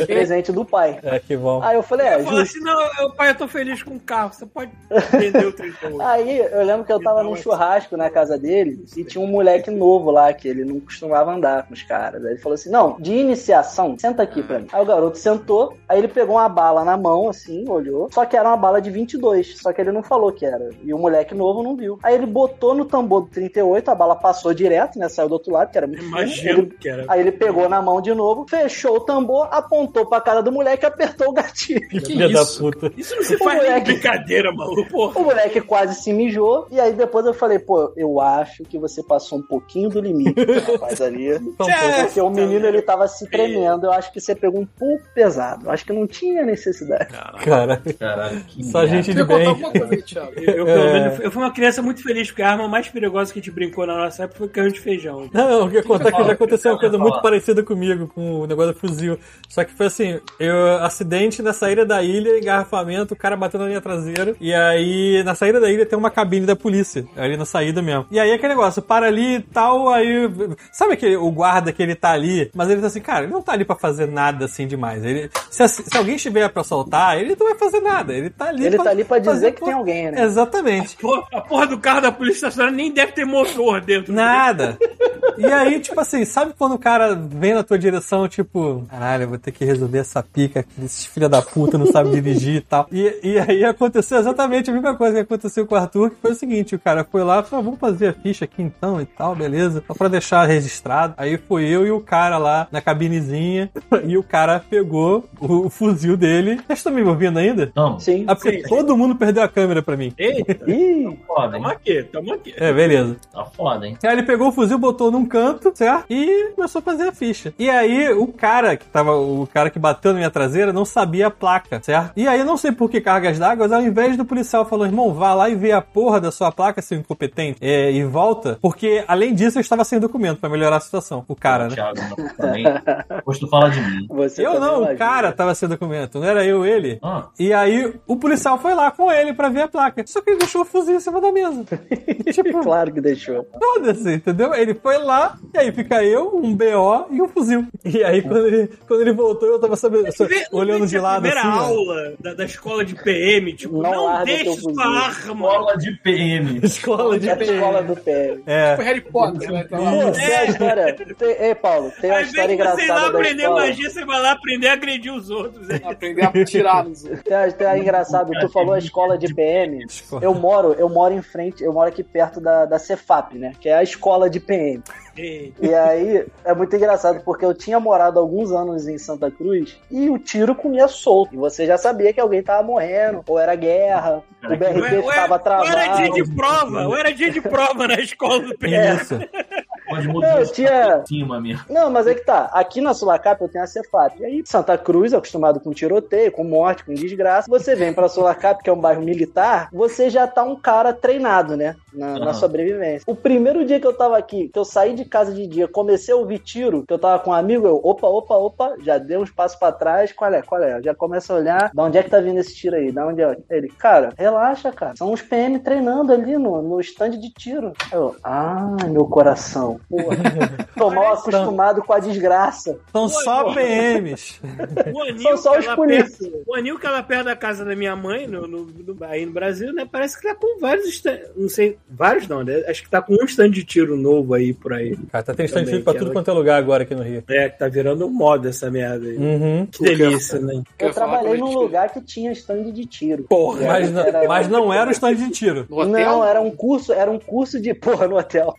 S4: Presente do pai.
S1: É, que bom.
S4: Aí eu falei, é,
S2: Eu falo
S4: justo.
S2: assim, não, eu, pai, eu tô feliz com o carro, você pode vender o um." 38.
S4: Aí eu lembro que eu tava num churrasco na casa dele e tinha um moleque novo lá que ele não costumava andar com os caras. Aí ele falou assim: Não, de iniciação, senta aqui pra mim. Aí o garoto sentou, aí ele pegou uma bala na mão, assim, olhou. Só que era uma bala de 22, só que ele não falou que era. E o moleque novo não viu. Aí ele botou no tambor do 38, a bala passou direto, né? Saiu do outro lado, que era muito. fino.
S2: Imagino
S4: Ele-
S2: que era.
S4: Aí ele pegou na mão de novo, fechou o tambor, apontou pra cara do moleque e apertou o gatilho.
S1: Filha da puta.
S2: Isso não se
S4: O
S2: faz nem de
S4: moleque.
S2: brincadeira, maluco, porra.
S4: O moleque quase se mijou, e aí depois eu falei, pô, eu acho que você passou um pouquinho do limite, rapaz, ali.
S1: Então, pô,
S4: Porque o menino, ele tava se tremendo, eu acho que você pegou um pouco pesado, eu acho que não tinha necessidade.
S1: cara,
S3: caralho, que
S1: só
S3: merda.
S1: gente
S6: Tu
S1: de
S6: ia contar
S1: bem.
S6: alguma coisa aí, Thiago?
S2: Eu, eu, pelo
S1: É.
S2: menos, eu fui uma criança muito feliz, porque a arma mais perigosa que a gente brincou na nossa época foi canhão de feijão.
S1: Não, o que eu ia contar é que já aconteceu uma
S3: Eu ia
S1: coisa muito
S3: falar.
S1: parecida comigo, com o negócio do fuzil. Só que foi assim, eu acidente na saída da ilha, engarrafamento, o cara batendo na minha traseira. E aí, na saída da ilha tem uma cabine da polícia, ali na saída mesmo. E aí aquele negócio, para ali e tal, aí... Sabe aquele, o guarda que ele tá ali, mas ele tá assim, cara, ele não tá ali pra fazer nada assim demais. Ele, se, ass- se alguém estiver pra soltar, ele não vai fazer nada. Ele tá ali
S4: Ele tá ali pra dizer
S1: fazer
S4: que
S1: por-
S4: tem alguém, né?
S1: Exatamente.
S2: Porra, a porra do carro da polícia estacionária nem deve ter motor dentro.
S1: Nada. E aí, tipo assim, sabe quando o cara vem na tua direção, tipo, caralho, eu vou ter que resolver essa pica, que esses filha da puta não sabe dirigir e tal. E, e aí aconteceu exatamente a mesma coisa que aconteceu com o Arthur, que foi o seguinte, o cara foi lá e falou, "Ah, vamos fazer a ficha aqui então e tal, beleza, só pra deixar registrado. Aí foi eu e o cara lá na cabinezinha, e o cara pegou o fuzil dele. Vocês estão me ouvindo ainda?
S3: Tamo,
S4: Sim.
S1: Ah, porque todo mundo perdeu a câmera pra mim.
S2: Eita,
S4: Ih,
S3: foda, hein?
S2: tamo aqui, tamo aqui.
S1: É, beleza.
S3: Tá foda, hein?
S1: Aí ele pegou o fuzil, botou num canto, certo? E começou a fazer a ficha. E aí o cara que tava, o cara que bateu na minha traseira não sabia a placa, certo? E aí eu não sei por que cargas d'água, mas ao invés do policial falou, irmão, vá lá e vê a porra da sua placa, seu incompetente, é, e volta, porque além disso eu estava sem documento pra melhorar a situação. O cara, né?
S3: Thiago, não, também. Depois tu fala de mim.
S4: você
S1: Eu
S4: também
S1: não, o
S4: imagina.
S1: cara tava sem documento, não era eu, ele.
S3: Ah,
S1: E aí o policial foi lá com ele pra ver a placa. Só que ele deixou o fuzil em cima da mesa. tipo,
S4: Claro que deixou.
S1: Foda-se, entendeu? Ele foi lá, e aí fica eu, um BO e um fuzil. E aí, quando ele, quando ele voltou, eu tava sabendo, só
S2: Vê-
S1: olhando
S2: vê se
S1: de lado
S2: A primeira
S1: assim. ó.
S2: aula da, da escola de PM, tipo,
S4: Não
S2: não,
S4: larga
S2: deixe
S4: teu
S2: sua
S4: fuzil.
S2: arma.
S3: bola de PM.
S1: Escola de
S4: É a escola do PM.
S1: É.
S6: Foi Harry Potter, né? Então,
S4: Pô, tem a história... Tem, ei, Paulo, tem uma
S2: Ao invés
S4: história
S2: de você ir lá
S4: engraçada da
S2: aprender
S4: escola.
S2: magia, você vai lá aprender a agredir os outros. É
S6: aprender a tirar nos outros.
S4: Tem, uma- tem uma engraçado, tu falou a escola de PM. Eu moro, eu moro em frente, eu moro aqui perto da, da Cefap, né? Que é a escola de PM.
S2: Ei,
S4: E aí, é muito engraçado, porque eu tinha morado alguns anos em Santa Cruz e o tiro comia solto. E você já sabia que alguém tava morrendo, ou era guerra, o
S2: Ou é-
S4: BRT
S2: ou é-
S4: ficava
S2: ou era dia
S4: travado.
S2: de prova, ou era dia de prova na escola
S4: É,
S2: do PM.
S1: Isso.
S3: Pode mudar
S4: Não,
S3: isso
S4: tinha-
S3: pra cima mesmo.
S4: Não, mas é que tá. Aqui na Sulacap eu tenho a Cefap. E aí, Santa Cruz, acostumado com tiroteio, com morte, com desgraça, você vem pra Sulacap, que é um bairro militar, você já tá um cara treinado, né? Na, na
S3: Aham.
S4: sobrevivência. O primeiro dia que eu tava aqui, que eu saí de casa de dia, comecei a ouvir tiro, que eu tava com um amigo, eu, opa, opa, opa, já dei uns passos pra trás, qual é, qual é? Já começa a olhar, da onde é que tá vindo esse tiro aí? Da onde é? Ele, cara, relaxa, cara. São uns PM treinando ali no, no stand de tiro. Eu, ah, meu coração, porra. Tô mal acostumado com a desgraça.
S1: São só PMs.
S2: O anil,
S4: só
S2: que
S4: os
S2: ela
S4: polícias.
S2: perto- o anil que ela perde da casa da minha mãe, no, no- no- aí no Brasil, né? Parece que tá com vários. esta- Não sei, vários não, né? Acho que tá com um stand de tiro novo aí por aí.
S1: Cara, tá tendo stand
S2: Também,
S1: free pra
S2: que
S1: tudo
S2: ela-
S1: quanto é lugar agora aqui no Rio.
S2: É, que tá virando um moda essa merda aí.
S4: Hum,
S1: Uhum.
S2: Que delícia, né?
S4: Eu
S6: Quer falar
S4: trabalhei
S6: com
S4: num
S6: ele?
S4: lugar que tinha stand de tiro.
S2: Porra.
S1: Mas, não- mas não era o stand de tiro.
S6: No hotel?
S4: Não, era um curso, era um curso de. Porra, no hotel.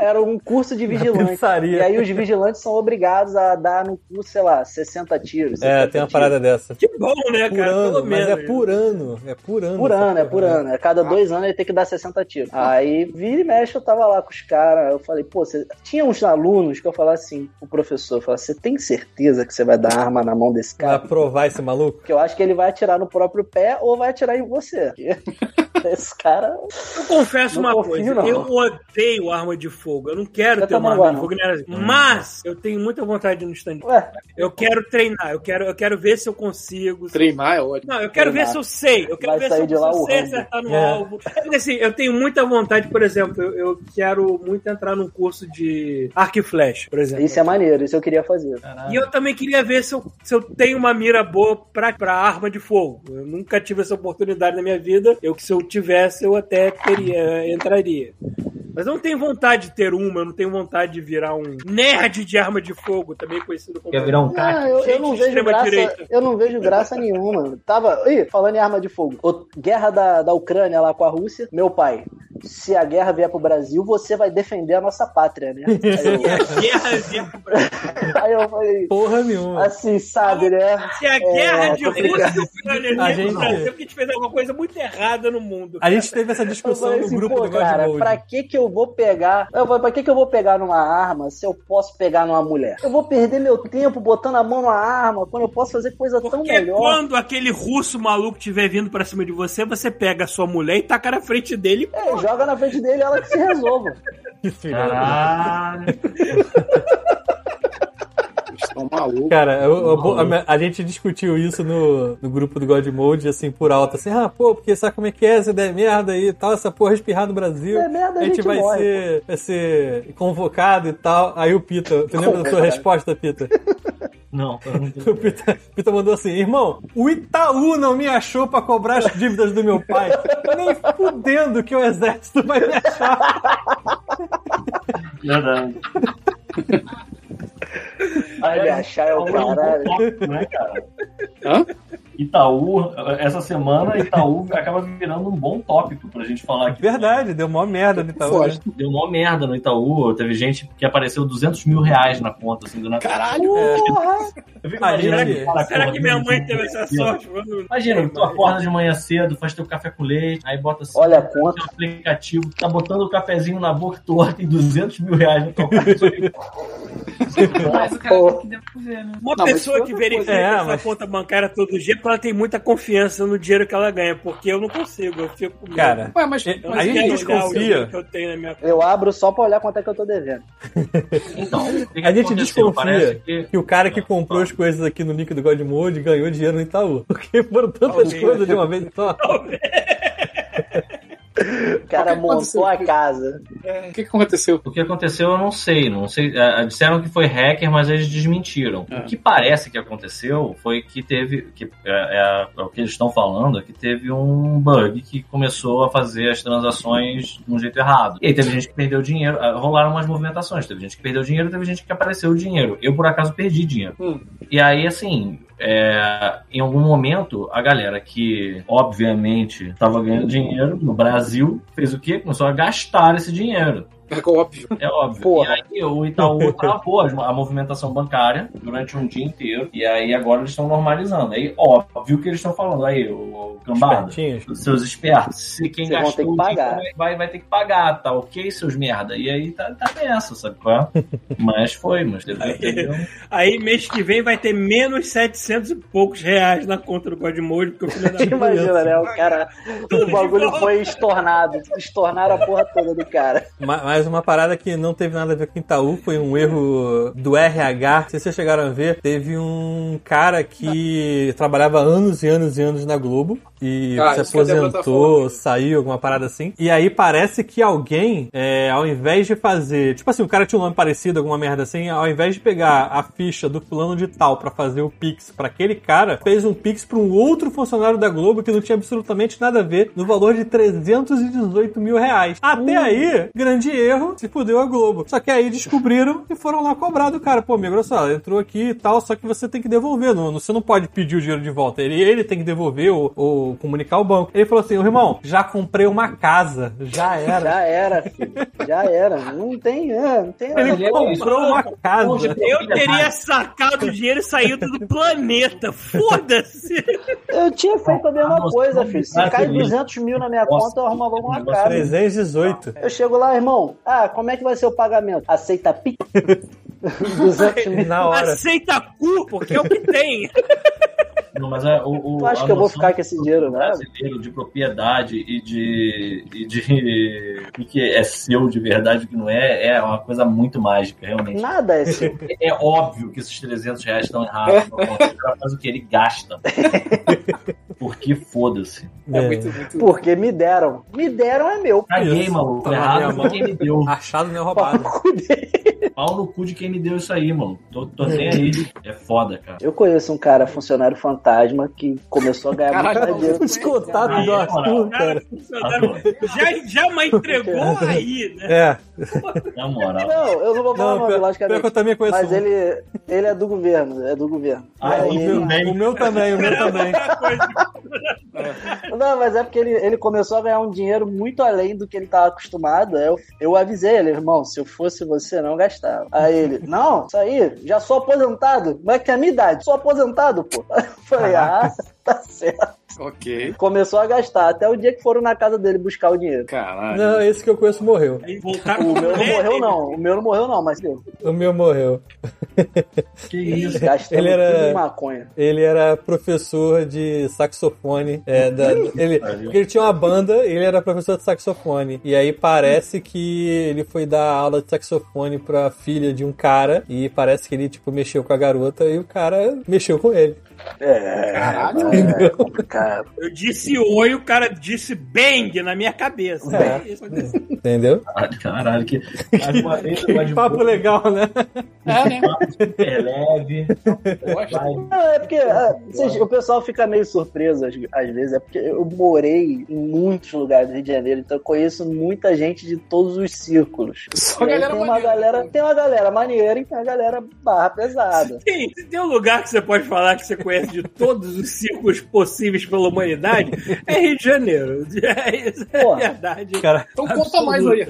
S4: era um curso de vigilante.
S1: pensaria.
S4: E aí os vigilantes são obrigados a dar no curso, sei lá, 60 tiros.
S1: É,
S4: 70
S1: tem uma
S4: tiros.
S1: parada dessa.
S2: Que bom, né,
S1: Por
S2: cara?
S1: ano,
S2: Pelo
S1: mas
S2: menos.
S1: é por ano. É por ano.
S4: Por
S1: essa
S4: ano, é por
S1: porra. né?
S4: ano. A
S2: Ah.
S4: cada dois anos ele tem que dar 60 tiros. Aí, vira e mexe, eu tava lá com os caras. Eu falei, pô, você... tinha uns alunos que eu falava assim, o professor, eu falava, você tem certeza que você vai dar arma na mão desse
S1: Pra
S4: cara?
S1: provar esse maluco.
S4: Porque eu acho que ele vai atirar no próprio pé ou vai atirar em você. Porque Esse cara.
S2: Eu confesso
S4: Não
S2: uma
S4: confio,
S2: coisa.
S4: não.
S2: Eu odeio arma de fogo. Eu não quero
S4: Eu
S2: ter uma
S4: também
S2: arma de
S4: não. Hum.
S2: fogo. né? Mas eu tenho muita vontade de ir no stand.
S4: Ué,
S2: Eu quero treinar. Eu quero, eu quero ver se eu consigo.
S6: Treinar é ótimo.
S2: Não, eu quero ver se eu sei. Eu quero
S4: Vai
S2: ver se
S4: sair
S2: eu,
S4: de lá
S2: se eu
S4: o
S2: sei
S4: Rambo.
S2: acertar no
S1: É.
S2: alvo. Porque, assim, eu tenho muita vontade, por exemplo, eu, eu quero muito entrar num curso de arco e flecha, por exemplo.
S4: isso é maneiro, isso eu queria fazer.
S2: E eu também queria ver se eu, se eu tenho uma mira boa pra, pra arma de fogo. Eu nunca tive essa oportunidade na minha vida. Eu que se eu tivesse, eu até teria, entraria. Mas eu não tenho vontade de ter uma, eu não tenho vontade de virar um nerd de arma de fogo, também conhecido como.
S3: Quer virar um cara?
S4: Ah, eu, eu
S2: Gente
S4: não
S2: de
S4: vejo
S2: extrema
S4: graça,
S2: direita.
S4: eu não vejo graça nenhuma. Tava, ih, falando em arma de fogo. O- guerra da, da Ucrânia lá com a Rússia, meu pai. Se a guerra vier pro Brasil, você vai defender a nossa pátria, né? Aí
S2: Guerra de...
S4: eu, aí eu falei,
S1: Porra nenhuma.
S4: assim, sabe, né?
S2: Se a guerra de Rússia
S4: complicado.
S2: e Ucrânia
S1: A
S2: vier pro
S1: gente-
S2: Brasil, porque a gente fez alguma coisa muito errada no mundo.
S1: A gente teve essa
S4: Eu
S1: discussão
S4: falei
S1: no
S4: assim,
S1: grupo
S4: pô,
S1: do God
S4: cara,
S1: Mode.
S4: pra que que eu vou pegar... Eu falei, pra que que eu vou pegar numa arma se eu posso pegar numa mulher? Eu vou perder meu tempo botando a mão numa arma quando eu posso fazer coisa tão
S2: Porque é
S4: melhor.
S2: quando aquele russo maluco estiver vindo pra cima de você, você pega a sua mulher e taca na frente dele.
S4: É, joga na frente dele ela que se resolva.
S1: Que filha da-
S3: Caralho.
S6: Eles estão malucos.
S1: Cara, eu- eu- bo- a, minha- a gente discutiu isso no, no grupo do God Mode, assim, por alto, assim, ah, pô, porque sabe como é que é, se der merda aí e tal, essa porra espirrar no Brasil,
S4: É merda, a gente
S1: vai,
S4: morre,
S1: ser, vai ser convocado e tal. Aí o Pita, tu lembra da sua resposta, Pita?
S3: Não, eu não
S1: O Pita, Pita mandou assim, irmão, o Itaú não me achou pra cobrar as dívidas do meu pai, nem fudendo que o exército vai me achar.
S3: Verdade.
S4: Vai me achar,
S3: um
S4: é o caralho.
S3: né, cara?
S6: Hã?
S3: Itaú, essa semana Itaú acaba virando um bom tópico pra gente falar aqui.
S1: Verdade, deu mó merda no Itaú. né?
S6: Foge.
S3: Deu uma merda no Itaú, teve gente que apareceu 200 mil reais na conta, assim, do nada.
S6: Caralho!
S3: Eu fico
S1: Imagina
S3: imaginando
S1: que-
S3: cara,
S2: Será
S3: porra,
S2: que minha
S3: gente,
S2: mãe teve essa sorte? Mano?
S3: Imagina, tu acorda de manhã cedo, faz teu café com leite, aí bota assim,
S4: Olha a conta.
S3: um aplicativo, tá botando o cafezinho na boca torta e 200 mil reais no teu cartão.
S7: Mas o cara tem que devolver, né?
S2: Uma
S6: Não, mas
S2: pessoa
S6: isso é
S2: que
S6: outra
S2: verifica
S1: coisa. É,
S2: essa
S1: mas-
S2: conta bancária todo dia, porque ela tem muita confiança no dinheiro que ela ganha, porque eu não consigo, eu fico com medo.
S1: Cara,
S6: Ué, mas,
S1: É,
S6: mas
S2: Mas
S1: a gente
S2: quero
S1: desconfia.
S2: olhar o que eu tenho na minha
S4: Eu abro só pra olhar quanto é que eu tô devendo.
S3: Então, o que que
S1: A gente
S3: aconteceu?
S1: desconfia
S3: Parece que
S1: que o cara que comprou as coisas aqui no link do God Mode ganhou dinheiro no Itaú. Porque foram tantas
S2: Talvez.
S1: coisas de uma vez só.
S4: O cara
S6: Qualquer coisa
S4: montou a
S6: você-
S4: casa.
S6: o que que aconteceu?
S3: O que aconteceu eu não sei, não sei. ah, Disseram que foi hacker, mas eles desmentiram.
S6: É.
S3: O que parece que aconteceu foi que teve, que é, é o que eles estão falando, é que teve um bug que começou a fazer as transações de um jeito errado. E aí teve gente que perdeu dinheiro, ah, rolaram umas movimentações, teve gente que perdeu dinheiro, teve gente que apareceu o dinheiro. Eu por acaso perdi dinheiro.
S6: Hum.
S3: E aí assim, é, em algum momento, a galera que, obviamente, estava ganhando dinheiro no Brasil, fez o quê? Começou a gastar esse dinheiro.
S6: É óbvio.
S3: É óbvio.
S4: Porra.
S3: E aí o Itaú travou as- a movimentação bancária durante um dia inteiro. E aí agora eles estão normalizando. Aí, óbvio que eles estão falando. Aí, o, o cambada.
S1: Espertinhos.
S3: os Seus espertos, se quem
S4: Vocês vão
S3: gastou
S4: ter que
S3: o dinheiro
S4: pagar.
S3: Vai, vai ter que pagar, tá ok, seus merda. E aí tá, tá nessa, sabe qual é? Mas foi, mas teve, teve um-
S2: Aí mês que vem vai ter menos 700 e poucos reais na conta do Godmode, porque o filho da puta-
S4: Imagina, né? O cara.
S2: Tudo
S4: O
S2: de
S4: bagulho
S2: volta.
S4: foi estornado. Estornaram a porra toda do cara.
S1: Ma- Mas uma parada que não teve nada a ver com Itaú foi um erro do RH. Não sei se vocês chegaram a ver. Teve um cara que trabalhava anos e anos e anos na Globo. e
S6: Ah,
S1: se
S6: isso que é da
S1: aposentou,
S6: plataforma.
S1: saiu, alguma parada assim. E aí parece que alguém, é, ao invés de fazer. Tipo assim, o cara tinha um nome parecido, alguma merda assim, ao invés de pegar a ficha do fulano de tal pra fazer o Pix pra aquele cara, fez um Pix pra um outro funcionário da Globo que não tinha absolutamente nada a ver, no valor de 318 mil reais. Até aí, grande erro, se fudeu a Globo. Só que aí descobriram e foram lá cobrar do cara. Pô, amigo, olha só, entrou aqui e tal, só que você tem que devolver. Não, não- você não pode pedir o dinheiro de volta. Ele, ele tem que devolver ou, ou comunicar ao banco. Ele falou assim: "Ô, irmão, já comprei uma casa. Já era.
S4: Já era, filho. Já era. Não tem, é, não tem.
S1: Ele comprou uma casa.
S2: Eu teria sacado o dinheiro e saído do planeta. Foda-se!
S4: Eu tinha feito a mesma
S3: Ah, nossa,
S4: coisa,
S3: não
S4: filho. Se
S3: dá,
S4: cai
S3: feliz.
S4: 200 mil na minha
S3: Nossa,
S4: conta, eu arrumava uma
S3: negócio
S1: é
S4: cara.
S1: 318.
S4: Eu chego lá, irmão. Ah, como é que vai ser o pagamento? Aceita PIC? 200 mil.
S1: Na hora.
S2: Aceita cu, porque é o que tem.
S3: Não, mas a, o, o-
S4: Tu acha
S3: a
S4: que eu vou
S3: noção
S4: ficar com esse dinheiro, né?
S3: brasileiro de propriedade e de e de o que que é seu de verdade e o que não é é uma coisa muito mágica realmente
S4: Nada é seu.
S3: é óbvio que esses 300 reais estão
S4: É.
S3: errados não conta. o cara faz o que ele gasta porque foda-se
S6: É,
S1: É.
S6: muito, muito.
S4: Porque me deram. Me deram é meu.
S3: caguei
S1: Isso,
S3: maluco
S1: tá na minha
S3: errado
S1: mão.
S3: foi quem me deu
S1: Achado não é
S4: Pau
S1: roubado.
S4: no cu dele.
S3: pau no cu de quem me deu isso aí mano tô, tô nem aí é foda cara
S4: Eu conheço um cara, funcionário fantasma, que começou a ganhar
S6: Caralho,
S4: muito mais dinheiro.
S1: Os contatos do Arthur, cara.
S2: Já, já me entregou aí, né?
S1: É.
S3: na moral
S4: Não, eu não vou falar o
S1: Não, pior, pior
S4: nome,
S1: que eu
S4: logicamente.
S1: também conheço
S4: Mas
S1: um.
S4: ele, ele é do governo, é do governo.
S3: Ah,
S4: E aí
S1: o,
S4: ele-
S1: meu, o meu também, o meu também.
S2: Outra coisa.
S4: Não, mas é porque ele, ele começou a ganhar um dinheiro muito além do que ele estava acostumado. Eu, eu avisei ele, irmão, se eu fosse você, não gastava. Aí ele, não, isso aí, já sou aposentado. Mas que é a minha idade, sou aposentado, pô. Eu falei, ah, tá certo.
S6: Ok.
S4: Começou a gastar, até o dia que foram na casa dele buscar o dinheiro.
S6: Caralho.
S1: Não, esse que eu conheço morreu.
S2: Aí voltaram
S4: O
S2: pro
S4: meu não
S2: planeta,
S4: morreu, não. O meu não morreu, não, mas eu
S1: O meu morreu.
S3: que isso
S4: gastando
S1: Ele era-
S4: tudo em maconha.
S1: Ele era professor de saxofone. é, da- ele, porque ele tinha uma banda e ele era professor de saxofone. E aí parece que ele foi dar aula de saxofone pra filha de um cara. E parece que ele, tipo, mexeu com a garota e o cara mexeu com ele.
S4: É,
S6: Caralho.
S4: é complicado.
S2: Eu disse oi, o cara disse bang na minha cabeça.
S1: É.
S2: Isso aconteceu.
S1: Entendeu?
S3: caralho que mais uma vez
S4: Tá
S3: eu
S1: Que papo
S3: advogo-
S1: legal, né?
S6: É, né?
S3: super leve. Vai.
S4: Não, é porque ah, vocês- o pessoal fica meio surpreso às, às vezes. É porque eu morei em muitos lugares do Rio de Janeiro, então eu conheço muita gente de todos os círculos.
S6: Só
S4: E aí
S6: galera
S4: tem uma
S6: maneira.
S4: galera Tem uma galera maneira e tem uma galera barra pesada.
S2: Tem, se tem um lugar que você pode falar que você conhece de todos os círculos possíveis pela humanidade, é Rio de Janeiro. É, isso é
S4: Porra.
S2: verdade.
S1: Cara,
S6: Então conta mais aí.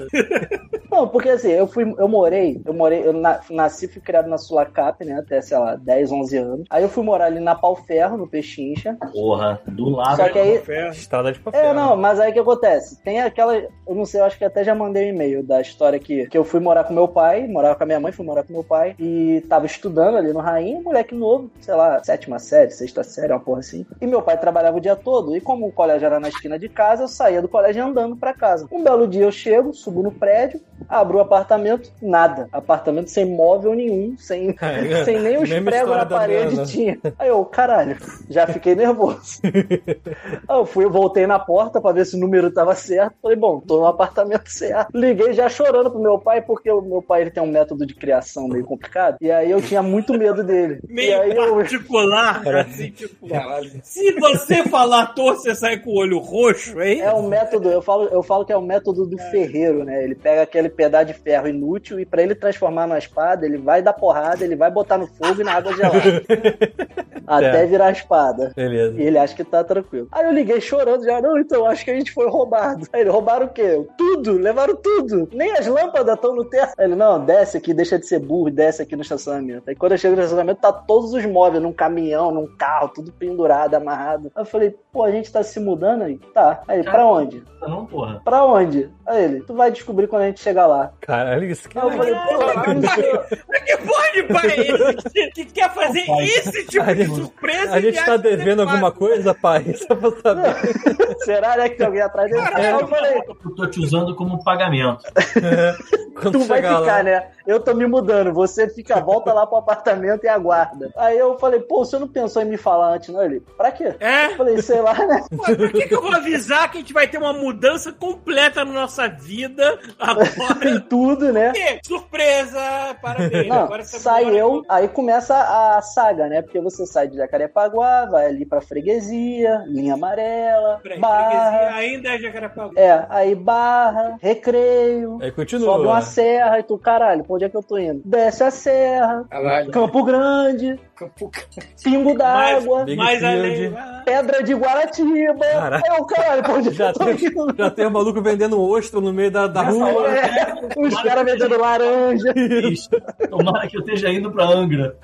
S4: Não, porque assim, eu fui, eu morei, eu morei, eu na- nasci e fui criado na Sulacap, né? Até, sei lá, 10, 11 anos. Aí eu fui morar ali na Palferro, no Pechincha.
S3: Porra, do lado.
S4: Só que aí,
S2: Ferro.
S1: estrada de papel. né?
S4: É, não, mas aí o que acontece? Tem aquela. Eu não sei, eu acho que até já mandei um e-mail da história que, que eu fui morar com meu pai, morava com a minha mãe, fui morar com meu pai, e tava estudando ali no Rainha, moleque novo, sei lá, sétima série, sexta série, uma porra assim. E meu pai trabalhava o dia todo, e como o colégio era na esquina de casa, eu saía do colégio andando pra casa. Um belo dia eu chego, subo no prédio, abro o apartamento, nada. Apartamento sem móvel nenhum, sem,
S1: É,
S4: sem nem os
S1: mesma
S4: pregos
S1: história
S4: na
S1: da
S4: parede
S1: Adriana.
S4: tinha. Aí eu, caralho, já fiquei nervoso. Aí eu fui, eu voltei na porta pra ver se o número tava certo. Falei, bom, tô no apartamento certo. Liguei já chorando pro meu pai, porque o meu pai ele tem um método de criação meio complicado. E aí eu tinha muito medo dele. e aí
S2: Meio
S4: eu.
S2: particular, assim, tipo. Se você falar torto, você sai com o olho roxo, hein?
S4: É um método, eu falo, eu falo que é o método do ferreiro, né? Ele pega aquele pedaço de ferro inútil e pra ele transformar numa espada, ele vai dar porrada, ele vai botar no fogo e na água gelada. até virar a espada.
S1: Beleza.
S4: E ele acha que tá tranquilo. Aí eu liguei chorando já, não, então acho que a gente foi roubado. Aí ele, roubaram o quê? Eu, Tudo, levaram tudo. Nem as lâmpadas estão no teto. Aí ele, não, desce aqui, deixa de ser burro, e desce aqui no estacionamento. Aí quando eu chego no estacionamento, tá todos os móveis, num caminhão, num carro, tudo pendurado, amarrado. Aí eu falei, pô, a gente tá se mudando aí? Tá. Aí ele, pra onde?
S3: Não, porra.
S4: Pra onde? Aí ele, tu vai descobrir quando a gente chegar lá.
S1: Caralho, isso que
S4: Aí eu falei, pô, não sei.
S2: Mas que porra de pai é esse que, que quer fazer esse tipo de
S1: Caralho.
S2: surpresa
S1: A gente tá devendo alguma coisa, pai? Só pra saber.
S4: Será, né, que tem alguém atrás dele? Aí eu falei,
S3: Eu tô te usando como um pagamento.
S1: Quando
S4: tu vai
S1: chegar
S4: ficar,
S1: lá.
S4: né? Eu tô me mudando, você fica, volta lá pro apartamento e aguarda. Aí eu falei, pô, você não pensou em me falar antes, não? Ele, pra quê?
S2: É?
S4: Eu falei, sei lá, né?
S2: Pô, por que, que eu vou avisar que a gente vai ter uma mudança completa na nossa vida
S4: Tem
S2: agora?
S4: tudo, né?
S2: Por quê? Surpresa! Parabéns!
S4: Não,
S2: agora você
S4: sai
S2: mora
S4: eu,
S2: com-
S4: aí começa a saga, né? Porque você sai de Jacarepaguá, vai ali pra freguesia, linha amarela,
S2: Peraí, freguesia
S4: barra.
S2: ainda é Jacarepaguá.
S4: É, aí barra, recreio.
S1: Aí
S4: Sobe
S1: É, continua.
S4: uma serra e tu, caralho, pra onde é que eu tô indo? Desce a serra,
S6: Caralho.
S4: Campo Grande,
S6: Campo Grande.
S4: Pingo d'Água,
S1: Big
S2: Mais além.
S1: Field.
S4: Pedra de Guaratiba.
S1: Caralho.
S4: É o caralho, pra onde
S1: Já
S4: eu tô
S1: tem-
S4: indo?
S1: Já tem um maluco vendendo ostra no meio da, da rua.
S4: É, os caras vendendo laranja.
S3: Isso. Tomara que eu esteja indo pra Angra.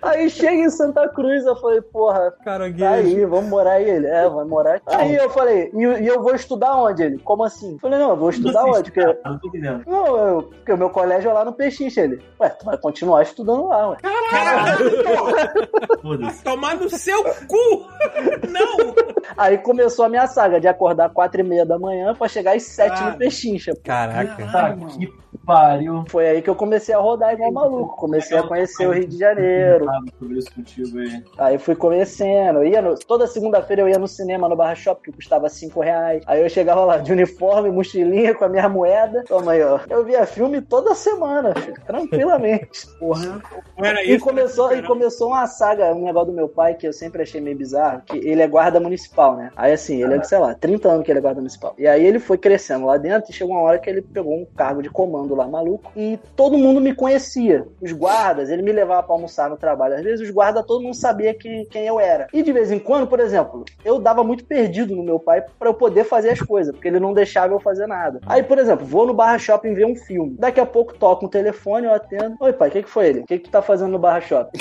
S4: Aí chega em Santa Cruz, eu falei, porra, Tá
S1: Caranguejo.
S4: aí, vamos morar aí. Ele, é, vai morar aqui. Aí eu falei, e, e eu vou estudar onde? Ele, como assim? Eu falei, não, eu vou estudar
S3: Não sei
S4: onde? Porque,
S3: Ah, não tô entendendo.
S4: não, eu- porque o meu colégio é lá no Peixinho. Ele, ué, tu vai continuar estudando lá, ué.
S2: Caralho, porra!
S3: Foda-se.
S2: Tomar no seu cu! Não!
S4: Aí começou a minha saga de acordar quatro e meia da manhã pra chegar às sete
S2: Ah.
S4: no Peixincha.
S1: Caraca.
S3: Tá, que pariu.
S4: Foi aí que eu comecei a rodar igual maluco. Comecei a conhecer o Rio de Janeiro.
S3: Tava sobre isso contigo aí.
S4: Aí fui conhecendo. Ia no- toda segunda-feira eu ia no cinema, no Barra Shop, que custava 5 reais. Aí eu chegava lá de uniforme, mochilinha, com a minha moeda. Toma aí, ó. Eu via filme toda semana, filho, tranquilamente. Porra.
S2: Era
S4: E
S2: isso.
S4: começou, e começou uma saga, um negócio do meu pai que eu sempre achei meio bizarro, que ele é guarda municipal, né? Aí assim, ele é, sei lá, 30 anos que ele é guarda municipal. E aí ele foi crescendo lá dentro e chegou uma hora que ele pegou um cargo de comando lá maluco e todo mundo me conhecia. Os guardas, ele me levava pra almoçar no trabalho. Às vezes os guardas, todo mundo sabia que, quem eu era. E de vez em quando, por exemplo, eu dava muito perdido no meu pai pra eu poder fazer as coisas, porque ele não deixava eu fazer nada. Aí, por exemplo, vou no Barra Shopping ver um filme. Daqui a pouco toca um telefone, eu atendo. Oi, pai, o que, que foi ele? O que, que tu tá fazendo no Barra Shopping?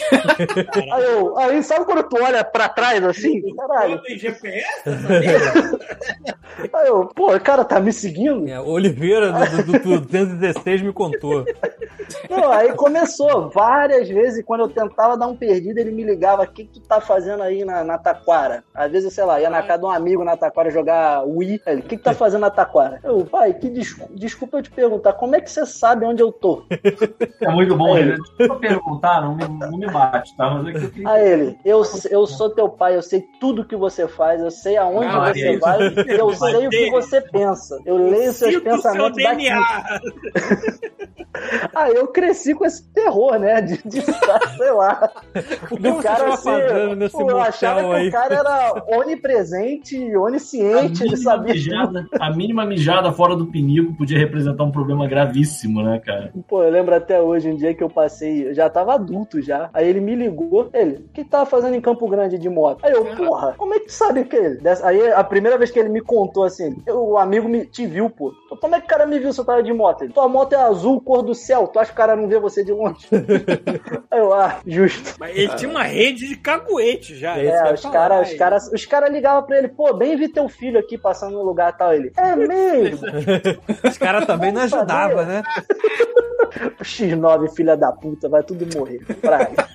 S4: aí, eu, aí, sabe quando tu olha pra trás assim? Caralho.
S2: Tem GPS?
S4: Aí eu, pô, o cara tá me seguindo?
S1: É, o Oliveira do, do, do 216 me contou.
S4: Não, aí começou várias vezes, e quando eu tentava dar um perdido, ele me ligava, o que, que tu tá fazendo aí na, na taquara? Às vezes, sei lá, ia na casa de um amigo na taquara jogar Wii, aí ele, o que, que tá fazendo na taquara? Eu, pai, que descu- desculpa eu te perguntar, como é que você sabe onde eu tô?
S3: É muito bom, ele. Deixa eu perguntar, não me, não me bate, tá? Mas é que eu queria.
S4: A ele, eu, eu sou teu pai, eu sei tudo que você faz, eu sei aonde
S3: Ah,
S4: você
S3: é isso.
S4: vai, eu sei o que você pensa. Eu leio seus
S2: Sinto o seu
S4: pensamentos daqui.
S2: DNA!
S4: Ah, eu cresci com esse terror, né? De, de sei lá.
S1: O que
S4: O
S1: você
S4: cara
S1: tá
S4: assim,
S1: fazendo nesse
S4: eu achava
S1: motel
S4: que
S1: aí?
S4: o cara era onipresente,
S3: A
S4: onisciente, ele
S3: mínima,
S4: sabia.
S3: mijada, a mínima mijada fora do pinico podia representar um problema gravíssimo, né, cara?
S4: Pô, eu lembro até hoje, um dia que eu passei, eu já tava adulto já. Aí ele me ligou, ele, o que tu tava fazendo em Campo Grande de moto? Aí eu, porra, como é que tu sabe que ele? Dessa- Aí a primeira vez que ele me contou assim, eu- o amigo me te viu, pô. Eu, Como é que o cara me viu se eu tava de moto? Ele, Tua moto é azul, cor do céu, tu acha que o cara não vê você de longe? Aí eu, ah, justo.
S2: Mas ele tinha uma rede de caguete já.
S1: É,
S2: Isso que eu
S4: É,
S2: ia
S4: os
S2: falar,
S4: caras os
S2: aí.
S4: cara, os cara ligavam pra ele, pô, bem vi teu filho aqui passando no lugar e tal. Ele, é mesmo?
S1: Os caras também não ajudavam, né?
S4: X9, filha da puta, vai tudo morrer. Praga.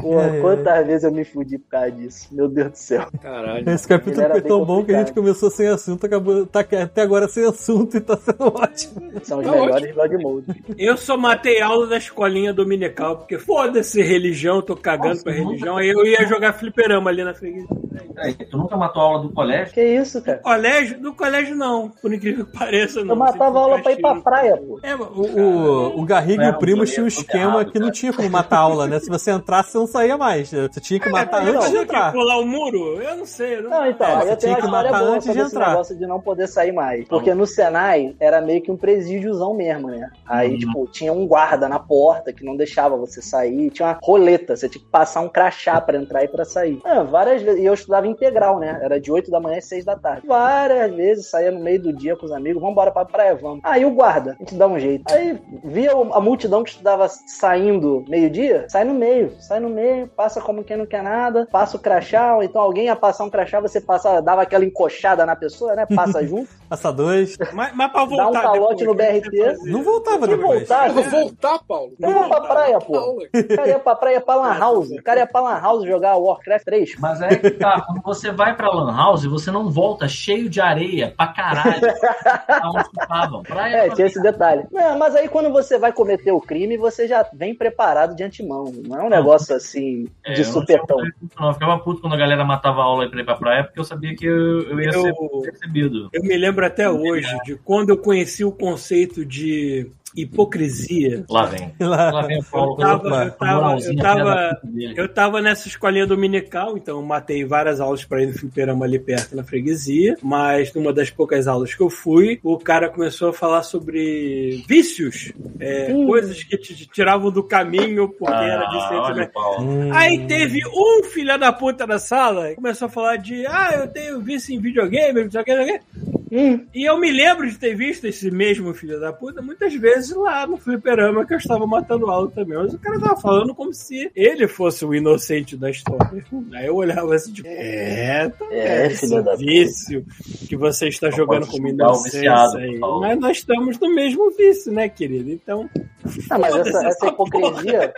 S4: Pô,
S1: É.
S4: quantas vezes eu me fudi por causa disso? Meu Deus do céu.
S6: Caralho.
S1: Esse capítulo
S4: Ele era
S1: foi
S4: bem
S1: tão bom que a gente
S4: complicado.
S1: começou sem assunto, acabou tá até agora sem assunto e tá sendo ótimo.
S4: São os
S6: Tá
S4: melhores God Mode.
S2: Eu só matei aula da escolinha dominical, porque foda-se religião, tô cagando
S3: Nossa,
S2: pra
S3: nunca-
S2: religião. Aí eu ia jogar fliperama ali na freguesia.
S3: Peraí, tu nunca matou aula do colégio?
S4: Que isso, cara?
S2: Colégio? No colégio não, por incrível que pareça, não.
S4: Eu matava
S2: Sempre
S4: aula pra ir pra
S2: castigo.
S4: praia, pô.
S2: É, mas
S1: O, o, o Garrigo e
S3: É,
S1: o Primo tinham um
S3: é,
S1: esquema
S3: errado,
S1: que não
S3: cara.
S1: tinha como matar aula, né? Se você entrasse, você não saía mais. né? Você tinha que matar
S4: É, não,
S1: antes de
S2: eu tinha que
S1: entrar.
S2: pular o muro? Eu não sei. eu não-
S4: tá. Não, então,
S1: É,
S4: aí
S1: você
S4: eu tenho
S1: tinha
S4: uma
S1: que
S4: história
S1: matar
S4: boa
S1: antes de
S4: sobre esse
S1: entrar. Tá
S4: negócio de não poder sair mais. Porque no Senai era meio que um presídiozão mesmo, né? Aí,
S3: Uhum.
S4: tipo, tinha um guarda na porta que não deixava você sair, tinha uma roleta, você tinha que passar um crachá pra entrar e pra sair. Ah, várias vezes. E eu estudava integral, né? Era de 8 da manhã às 6 da tarde. Várias vezes saía no meio do dia com os amigos, vamos embora pra praia, vamos. Aí o guarda, a gente dá um jeito. Aí via o- a multidão que estudava saindo meio-dia, sai no meio, sai no meio, passa como quem não quer nada, passa o crachá, ou então alguém ia passar um crachá, você passa, dava aquela encoxada na pessoa, né? Passa junto,
S1: Passa dois.
S2: Mas, mas pra
S4: dá
S2: voltar.
S4: um calote
S2: depois,
S4: no
S2: o que você
S4: BRT.
S2: fazia?
S1: Não voltava
S4: Se
S1: depois.
S4: voltar,
S6: Eu vou voltar, Paulo.
S4: Não, pra praia, pô. O cara ia pra praia pra
S3: É,
S4: Lan House. O cara ia pra Lan House jogar Warcraft 3.
S3: Mas é que tá, quando você vai pra Lan House, você não volta cheio de areia pra caralho. pra onde tu tava. Praia
S4: É,
S3: pra
S4: tinha esse detalhe. Não, mas aí quando você vai cometer o crime, você já vem preparado de antemão. Não é um negócio assim
S3: Ah. É,
S4: de
S3: eu não
S4: supetão.
S3: tinha muito, não. Eu ficava puto quando a galera matava a aula pra ir pra praia, porque eu sabia que eu, eu ia ser
S2: Eu,
S3: percebido.
S2: eu me lembro até hoje de quando eu conheci o conceito de hipocrisia.
S3: Lá vem. Lá Tá, vem o Paulo.
S2: Eu tava-
S3: com a
S2: eu tava-
S3: moralzinha,
S2: eu tava-
S3: filha da puta dele.
S2: Eu tava nessa escolinha dominical, então eu matei várias aulas pra ir no fliperama ali perto na freguesia, mas numa das poucas aulas que eu fui, o cara começou a falar sobre vícios, é, coisas que te te tiravam do caminho porque era de
S3: Ah,
S2: ser
S3: olha o Paulo.
S1: Hum.
S2: Aí teve um filho da puta na sala que começou a falar de ah, eu tenho vício em videogame, não sei o que, não sei o que.
S4: Hum,
S2: E eu me lembro de ter visto esse mesmo filho da puta muitas vezes lá no fliperama que eu estava matando aula também. Mas o cara tava falando como se ele fosse o inocente da história. Aí eu olhava assim, tipo, é, tá
S4: É,
S2: é
S4: filho da
S2: esse vício que você está
S3: Não
S2: jogando
S3: pode
S2: como
S3: julgar o viciado,
S2: inocência aí.
S3: Paulo.
S2: Mas nós estamos no mesmo vício, né, querido? Então,
S4: Não, mas
S2: Foda-se
S4: essa, essa
S2: essa
S4: hipocrisia.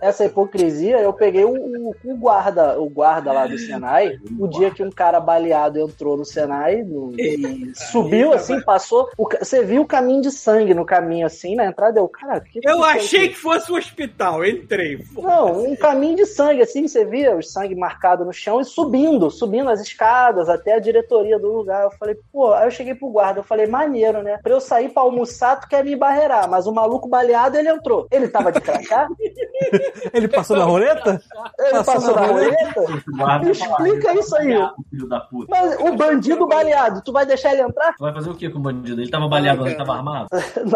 S4: Essa hipocrisia, eu peguei o, o- o guarda, o guarda lá do Senai, o dia que um cara baleado entrou no Senai no- e subiu assim, passou. o ca- você viu o caminho de sangue no caminho assim, na entrada, eu, cara, que
S2: eu
S4: que
S3: é
S4: foi
S2: achei que fosse o hospital, entrei. Pô.
S4: Não, um caminho de sangue, assim, você via o sangue marcado no chão e subindo, subindo as escadas até a diretoria do lugar. Eu falei, pô, aí eu cheguei pro guarda, eu falei, maneiro, né? Pra eu sair pra almoçar, tu quer me embarrear, mas o maluco baleado, ele entrou. Ele tava de crachá?
S1: Ele passou na roleta?
S4: Ele
S1: Passou
S4: passou
S1: na
S4: na roleta?
S3: Tu guarda
S4: Me
S3: e fala,
S4: explica
S3: "Ele
S4: isso aí."
S3: tá baleado, Filho da puta.
S4: Mas o bandido baleado, tu vai deixar ele entrar?
S3: Tu vai fazer o que com o bandido? Ele tava baleado, mas ele tava armado?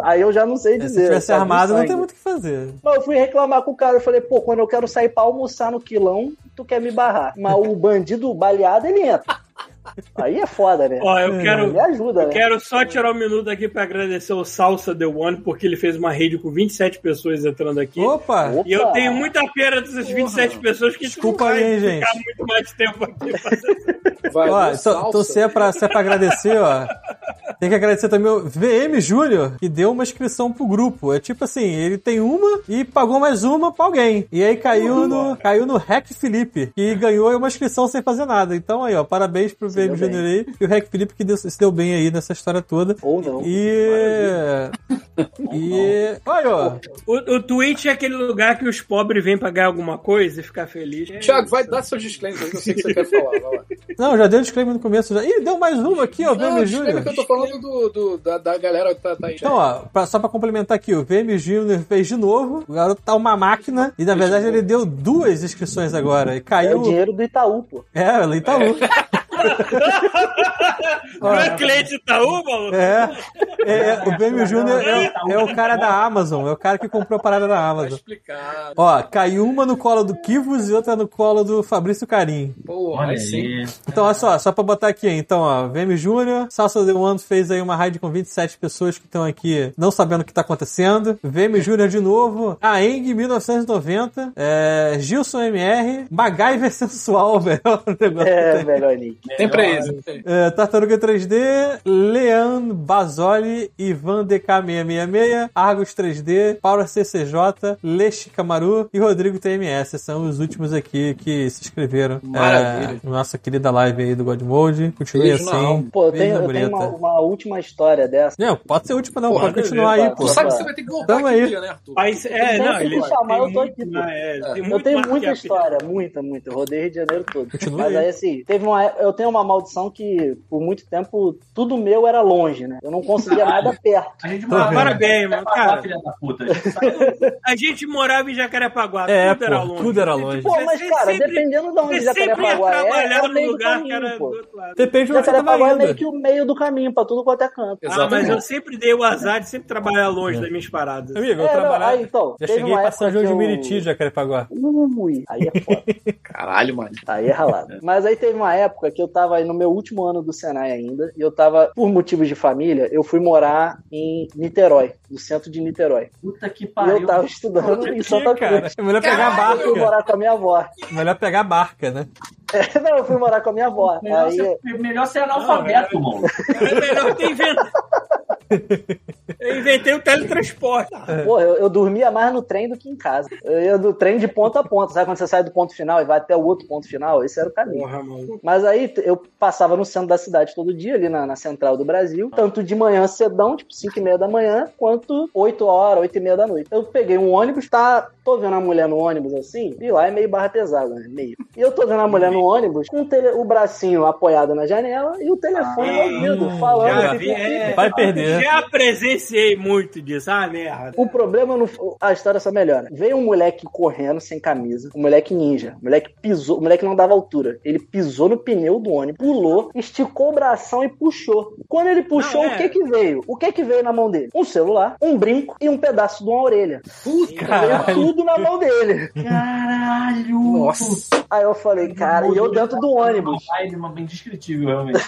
S4: Aí eu já não sei
S1: É,
S4: dizer.
S1: se tivesse
S4: só vi
S1: armado, não
S4: sangue.
S1: tem muito o que fazer.
S4: Mas eu fui reclamar com o cara, eu falei, pô, quando eu quero sair pra almoçar no quilão, tu quer me barrar. Mas o bandido baleado, ele entra. Aí é foda, né?
S2: Ó, eu quero,
S4: Me ajuda,
S2: Eu
S4: né?
S2: quero só tirar um minuto aqui pra agradecer o Salsa The One, porque ele fez uma rede com 27 pessoas entrando aqui.
S1: Opa!
S4: Opa!
S2: E eu tenho muita pena dessas 27 pessoas que
S1: Desculpa
S2: não vai
S1: aí, gente.
S2: ficar muito mais tempo aqui.
S6: Vai,
S1: Ó,
S6: vai,
S1: só- então se é, pra, se é pra agradecer, ó. Tem que agradecer também o VM Júnior, que deu uma inscrição pro grupo. É tipo assim, ele tem uma e pagou mais uma pra alguém. E aí caiu no, caiu no Hack Felipe, que ganhou uma inscrição sem fazer nada. Então aí, ó, parabéns pro VM
S4: deu bem.
S1: Júnior aí e o Hack Felipe que deu- se deu bem aí nessa história toda.
S4: Ou não.
S1: E. E. Olha, ó.
S2: O, o Twitch é aquele lugar que os pobres vêm pra ganhar alguma coisa e ficar feliz.
S6: Tiago, vai dar seus disclaimers, eu sei o que você quer falar. Vai lá.
S1: Não, já deu disclaimer no começo. Já. Ih, deu mais uma aqui, ó,
S6: Não,
S1: VM
S6: disclaimer
S1: Júnior.
S6: que eu tô falando do, do- da, da galera que tá, tá aí.
S1: Então, ó, pra- só pra complementar aqui, o VM Júnior fez de novo, o garoto tá uma máquina, e na verdade ele deu duas inscrições agora, e
S4: É o
S1: caiu...
S4: dinheiro do Itaú, pô.
S1: É, o Itaú.
S2: Não é cliente Itaú, maluco?
S1: É, é, é, o VM Júnior é, é o cara da Amazon, é o cara que comprou a parada da
S6: Tá
S1: Amazon.
S6: explicado.
S1: Ó, caiu uma no colo do Kivos e outra no colo do Fabrício Carim.
S6: Porra,
S3: Olha
S6: aí sim.
S3: aí.
S1: Então, olha só, só pra botar aqui, então, ó, VM Júnior, Salsa The One fez aí uma raid com 27 pessoas que estão aqui não sabendo o que tá acontecendo. VM Júnior de novo, Aeng 1990, é, Gilson MR, MacGyver Sensual, velho. o um negócio que
S4: É,
S1: tem.
S4: melhor Nick.
S6: Tem pra isso. tem.
S1: É, Tartaruga 3D, Lean Basoli, Ivan DK666, Argos 3D, Paula CCJ, Le Chicamaru e Rodrigo TMS. São os últimos aqui que se inscreveram
S6: Maravilha.
S1: é, na nossa querida live aí do God Mode. Continue
S6: Beijo na
S1: assim.
S6: alma.
S4: Pô, eu
S1: Beijo
S4: tenho,
S1: na
S4: eu tenho uma,
S1: bureta.
S4: uma última história dessa.
S1: Não, pode ser a última não,
S6: Porra,
S1: pode continuar aí,
S4: beleza.
S1: pô.
S6: Tu sabe que você vai ter que voltar
S1: Tamo
S6: aqui
S1: aí.
S6: um dia, né, Arthur?
S2: Mas, é,
S4: Então,
S2: não,
S4: se
S2: ele
S4: me chamar,
S2: tem
S4: eu tô aqui,
S2: muito,
S4: pô.
S2: né, é, tem
S4: Eu
S2: muito
S4: tenho
S2: mais
S4: muita
S2: que a-
S4: história, muita, muita. Eu rodei Rio de Janeiro todo.
S1: Continua
S4: Mas
S1: aí.
S4: aí, é, assim, teve uma, eu tenho uma maldição que, por muito tempo, tudo meu era longe, né? Eu não conseguia Ele é nada perto.
S3: A gente
S1: Tô
S3: morava.
S1: vendo.
S2: Parabéns, mano.
S1: É.
S3: Cara,
S2: Cara,
S3: filha da puta. a gente saiu-
S2: a gente morava em Jacarepaguá.
S6: tá
S1: É,
S2: tudo era
S1: pô,
S2: longe.
S1: tudo era longe.
S4: Pô, mas
S2: Você
S4: cara,
S2: sempre-
S4: dependendo de onde
S2: Você sempre ia
S4: Jacarepaguá é,
S2: trabalhar
S4: é o
S2: num
S4: meio do
S2: lugar que
S4: caminho,
S2: era do
S4: pô.
S2: outro lado.
S1: Depende de onde você tava
S4: Jacarepaguá é meio
S1: indo.
S4: que o meio do caminho pra tudo quanto é canto.
S2: Ah, mas
S6: Exatamente.
S2: eu sempre dei o azar de sempre trabalhar longe das minhas paradas.
S1: Amigo, eu
S4: É, não,
S1: trabalhava.
S4: aí, então,
S1: já
S4: teve
S1: cheguei
S4: uma
S1: pra
S4: época
S1: São João
S4: que
S1: de
S4: eu-
S1: Meriti, Jacarepaguá.
S4: Ui, aí é foda.
S6: Caralho, mano.
S4: Aí é ralado. Mas aí teve uma época que eu tava aí no meu último ano do Senai ainda, e eu tava, por motivos de família, eu fui morar em Niterói, no centro de Niterói.
S3: Puta que
S4: E eu
S3: pariu.
S4: tava estudando em Santa
S1: Ih, cara,
S4: Cruz.
S1: É melhor pegar a
S4: Eu fui
S1: barca.
S4: morar com a minha avó.
S1: Melhor pegar a barca, né?
S4: Não, eu fui morar com a minha avó.
S3: Melhor
S4: Aí,
S3: ser, é- melhor ser analfabeto, mano.
S2: É melhor ter inventado. Eu inventei o teletransporte.
S4: Porra, eu, eu dormia mais no trem do que em casa. Eu ia do trem de ponta a ponta. Sabe quando você sai do ponto final e vai até o outro ponto final? Esse era o caminho.
S2: Porra, maluco.
S4: Mas aí t- eu passava no centro da cidade todo dia, ali na, na central do Brasil, tanto de manhã cedão, tipo 5 e meia da manhã, quanto 8 horas, 8 e meia da noite. Eu peguei um ônibus, tá, tô vendo a mulher no ônibus assim, e lá é meio barra pesada, né? Meio. E eu tô vendo a mulher no ônibus com o, tele- o bracinho apoiado na janela e o telefone
S2: Ah,
S4: no ouvido,
S1: hum,
S4: falando.
S2: já
S4: assim,
S2: vi, é.
S1: Vai perder.
S2: Já presenciei muito disso. Ah, merda.
S4: O problema não. foi- A história só melhora. Veio um moleque correndo sem camisa, um moleque ninja. O moleque pisou, o moleque não dava altura. Ele pisou no pneu do ônibus, pulou, esticou o bração e puxou. Quando ele puxou,
S2: Não, é.
S4: o que que veio? O que que veio na mão dele? Um celular, um brinco e um pedaço de uma orelha. Veio
S1: Caralho.
S4: tudo na mão dele.
S3: Caralho.
S6: Nossa.
S4: Aí eu falei, cara, e eu dentro do ônibus.
S3: Ai, ele é uma bem descritível, realmente.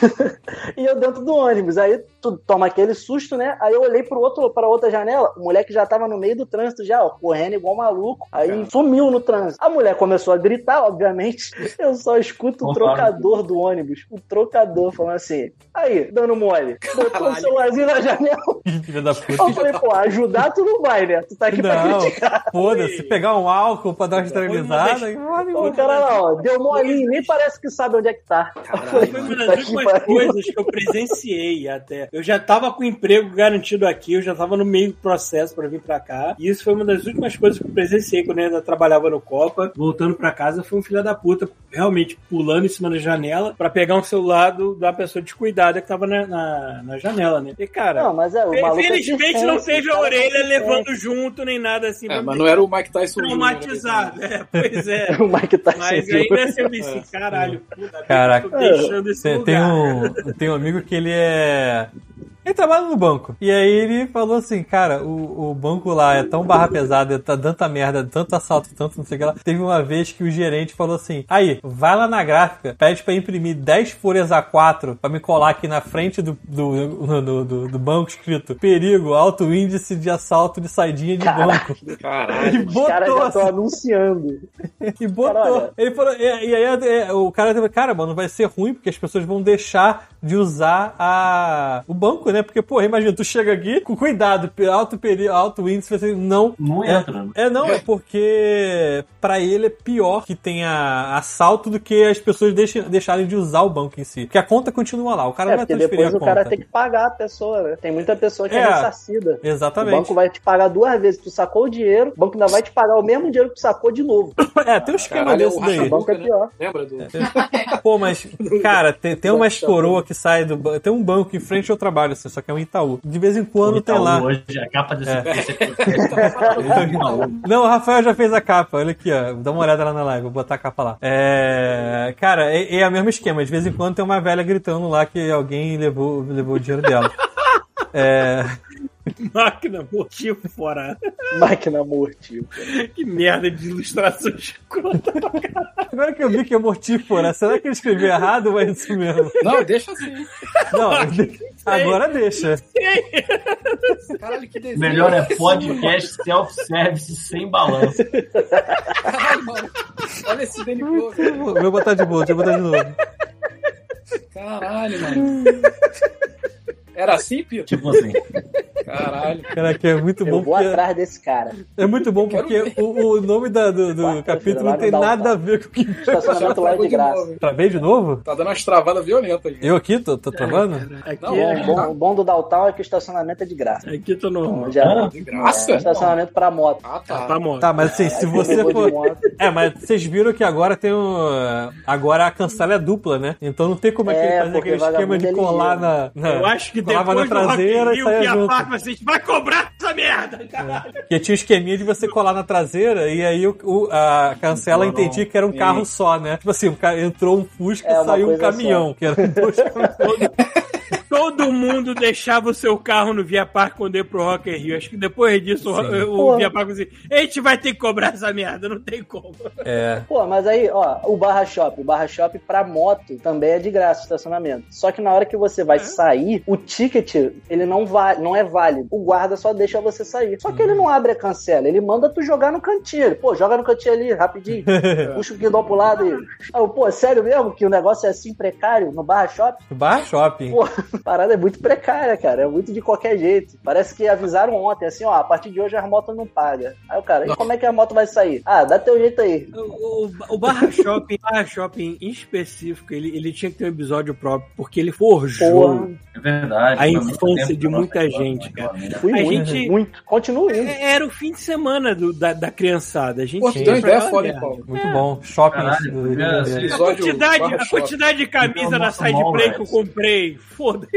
S4: E eu dentro do ônibus. Aí tu toma aquele susto, né? Aí eu olhei pro outro, pra outra janela, o moleque já tava no meio do trânsito, já, ó, correndo igual maluco. Aí
S2: É.
S4: sumiu no trânsito. A mulher começou a gritar, obviamente. Eu só escuto o
S3: Opa.
S4: trocador do ônibus. O trocador falando assim: aí, dando mole. Botou o
S6: Caralho.
S4: celularzinho na janela.
S1: Filha da
S4: Eu
S1: puta.
S4: falei, pô, ajudar tu não vai, né? Tu tá aqui pra
S1: Não,
S4: criticar.
S1: foda-se. Pegar um álcool pra dar uma esterilizada.
S2: Foi
S4: O cara lá, ó, deu molinho, nem parece que sabe onde é que tá.
S6: Caralho,
S2: Foi
S6: mano.
S2: uma
S4: Puta
S2: das
S4: que
S2: últimas
S4: pariu.
S2: coisas que eu presenciei até. Eu já tava com emprego garantido aqui, eu já tava no meio do processo pra vir pra cá. E isso foi uma das últimas coisas que eu presenciei quando eu ainda trabalhava no Copa. Voltando pra casa, foi um filho da puta, realmente pulando em cima da janela pra pegar um celular do, da pessoa descuidada que tava na, na, na janela, né? E cara.
S4: Não, mas é, o maluco. é
S2: Felizmente não
S4: persistente,
S2: teve
S4: o
S2: a
S4: cara é
S2: orelha
S4: persistente.
S2: levando junto nem nada assim.
S6: É,
S2: pra
S6: mas
S2: me
S6: não era o Mike Tyson. Jr., né?
S2: traumatizado. É, pois é.
S4: O Mike tá
S2: Mas
S4: sentindo.
S2: ainda assim eu pensei, caralho, puta,
S1: É. Caraca.
S2: eu tô deixando esse
S1: Tem, tem
S2: lugar.
S1: um, tem um amigo que ele é. Ele trabalha no banco. E aí ele falou assim, cara, o, o banco lá é tão barra pesada, tá tanta merda, tanto assalto, tanto não sei o que lá. Teve uma vez que o gerente falou assim: aí, vai lá na gráfica, pede pra imprimir 10 folhas A4 pra me colar aqui na frente do, do, do, do- do banco escrito perigo, alto índice de assalto de saidinha de banco.
S6: Caralho.
S1: E
S4: Os caras
S1: botou
S4: já
S1: assim,
S4: estão anunciando.
S1: e botou.
S4: Cara, olha.
S1: ele falou, e, e aí é, o cara teve, cara, mano, vai ser ruim porque as pessoas vão deixar de usar a, o banco, né? Porque, porra, imagina, tu chega aqui com cuidado, pe- alto, peri, alto índice, você não.
S3: Não
S1: É.
S3: entra. né?
S1: É, não, é porque pra ele é pior que tenha assalto do que as pessoas deixem, deixarem de usar o banco em si. Porque a conta continua lá, o cara
S4: É,
S1: não vai
S4: porque
S1: transferir
S4: depois
S1: a
S4: o
S1: conta.
S4: cara tem que pagar a pessoa, né? Tem muita pessoa que é,
S1: É.
S4: ressarcida. O
S1: Exatamente.
S4: banco vai te pagar duas vezes. Tu sacou o dinheiro, o banco ainda vai te pagar o mesmo dinheiro que tu sacou de novo.
S1: É, tem um esquema
S6: Caralho, é o
S1: desse
S6: racha
S1: daí.
S4: O banco é pior.
S6: Lembra do.
S1: Pô, mas, cara, tem, tem
S4: tá
S1: umas coroa que sai do banco. Tem um banco em frente ao trabalho, assim, só que é um Itaú. De vez em quando tem
S3: É um Itaú
S1: lá.
S3: Hoje, a capa desse
S1: É.
S3: desse podcast.
S1: Não, o Rafael já fez a capa. Olha aqui, ó. Dá uma olhada lá na live, vou botar a capa lá. É. Cara, é, é o mesmo esquema. De vez em quando tem uma velha gritando lá que alguém levou, levou o dinheiro dela. É.
S2: Máquina motivo fora.
S4: Máquina mortiva.
S2: Que merda de ilustração escrota.
S1: Agora que eu vi que é mortífera, será que eu escrevi errado ou é isso mesmo?
S6: Não, deixa assim.
S1: Não, agora deixa.
S6: Caralho, que desenho.
S3: Melhor é podcast self-service sem balanço.
S6: Caralho, mano. Olha esse Danny Glover.
S1: Vou vou botar de boa, deixa eu botar de novo.
S6: Caralho, mano. Era assim, Pio?
S3: Tipo assim.
S6: Caralho.
S1: Caraca, é muito bom
S4: Eu vou
S1: porque.
S4: atrás desse cara.
S1: É muito bom porque o, o nome da- do, do
S4: Quarta-feira,
S1: capítulo
S4: lá
S1: não
S4: no
S1: tem nada
S4: downtown.
S1: a ver com o que.
S4: Estacionamento lá é de graça.
S1: Travei de novo?
S6: um Tá dando umas travadas violentas aí.
S1: Eu aqui tô, tô travando?
S2: Aqui,
S6: Não,
S2: é-
S4: O bom, o bom do Downtown é que o estacionamento é de graça.
S2: aqui tô normal.
S4: Já,
S6: De graça?
S4: é, estacionamento pra moto.
S6: Ah,
S2: Tá,
S6: tá.
S2: tá morto.
S1: Tá, mas assim, se você
S4: for...
S1: for. É, mas vocês viram que agora tem um. Agora a cancela é dupla, né? Então não tem como é que
S4: É,
S1: ele fazer
S4: porque
S1: aquele esquema
S4: vagabundo
S1: de
S4: é
S1: colar na. na-
S2: Eu acho que
S1: colava
S2: depois
S1: na
S2: do Rock in
S1: traseira e
S2: Rio, que
S1: saia
S2: a
S1: junto.
S2: parte vocês vai cobrar essa merda, caralho.
S1: Porque tinha o esqueminha de você colar na traseira e aí o, o- a cancela entendia que era um carro só, né? Tipo assim, o cara entrou um Fusca
S4: É,
S1: e
S4: uma
S1: saiu um
S4: coisa
S1: caminhão, que era dois
S2: Todo mundo deixava o seu carro no Via Parque quando ia pro Rock in Rio. Acho que depois disso o, o
S4: Porra.
S2: Via Parque disse, a gente vai ter que cobrar essa merda, não tem como.
S1: É.
S4: Pô, mas aí, ó, o Barra Shop. O Barra Shop pra moto também é de graça o estacionamento. Só que na hora que você vai sair, o ticket, ele não, va não é válido. O guarda só deixa você sair. Só que ele não abre a cancela, ele manda tu jogar no cantinho. Ele, Pô, joga no cantinho ali, rapidinho. Puxa o guidão pro lado e... Aí eu, Pô, sério mesmo que o negócio é assim precário no Barra Shop?
S1: Bar shopping.
S4: Pô, a parada é muito precária, cara. É muito de qualquer jeito. Parece que avisaram ontem, assim, ó, a partir de hoje as motos não pagam. Aí o cara, e como é que a moto vai sair? Ah, dá teu jeito aí.
S2: O, o- o Barra Shopping, Barra Shopping em específico, ele, ele tinha que ter um episódio próprio, porque ele forjou.
S4: Porra,
S3: É verdade.
S2: A
S3: foi muito
S2: infância
S3: tempo
S2: de
S3: que eu
S2: muita
S3: não falava
S2: gente,
S3: com aquela menina.
S4: fui
S2: A
S4: muito,
S2: gente-
S4: muito. Continuo indo.
S2: É- Era o fim de semana do- da, da criançada. A gente
S6: Pô, tu
S2: ia
S6: deu uma
S2: pra
S6: ideia
S1: é
S2: lá,
S6: foda, hein,
S2: né?
S6: Paulo?
S1: Muito bom. Shopping.
S3: Caralho,
S1: do-
S3: é,
S1: do-
S3: assim,
S2: A
S6: Episódio
S2: quantidade,
S6: Barra
S2: a
S6: Shopping.
S2: quantidade de camisa
S3: Então,
S2: na
S3: nossa,
S2: side
S3: mal,
S2: play
S3: velho.
S2: que eu comprei, foda-se.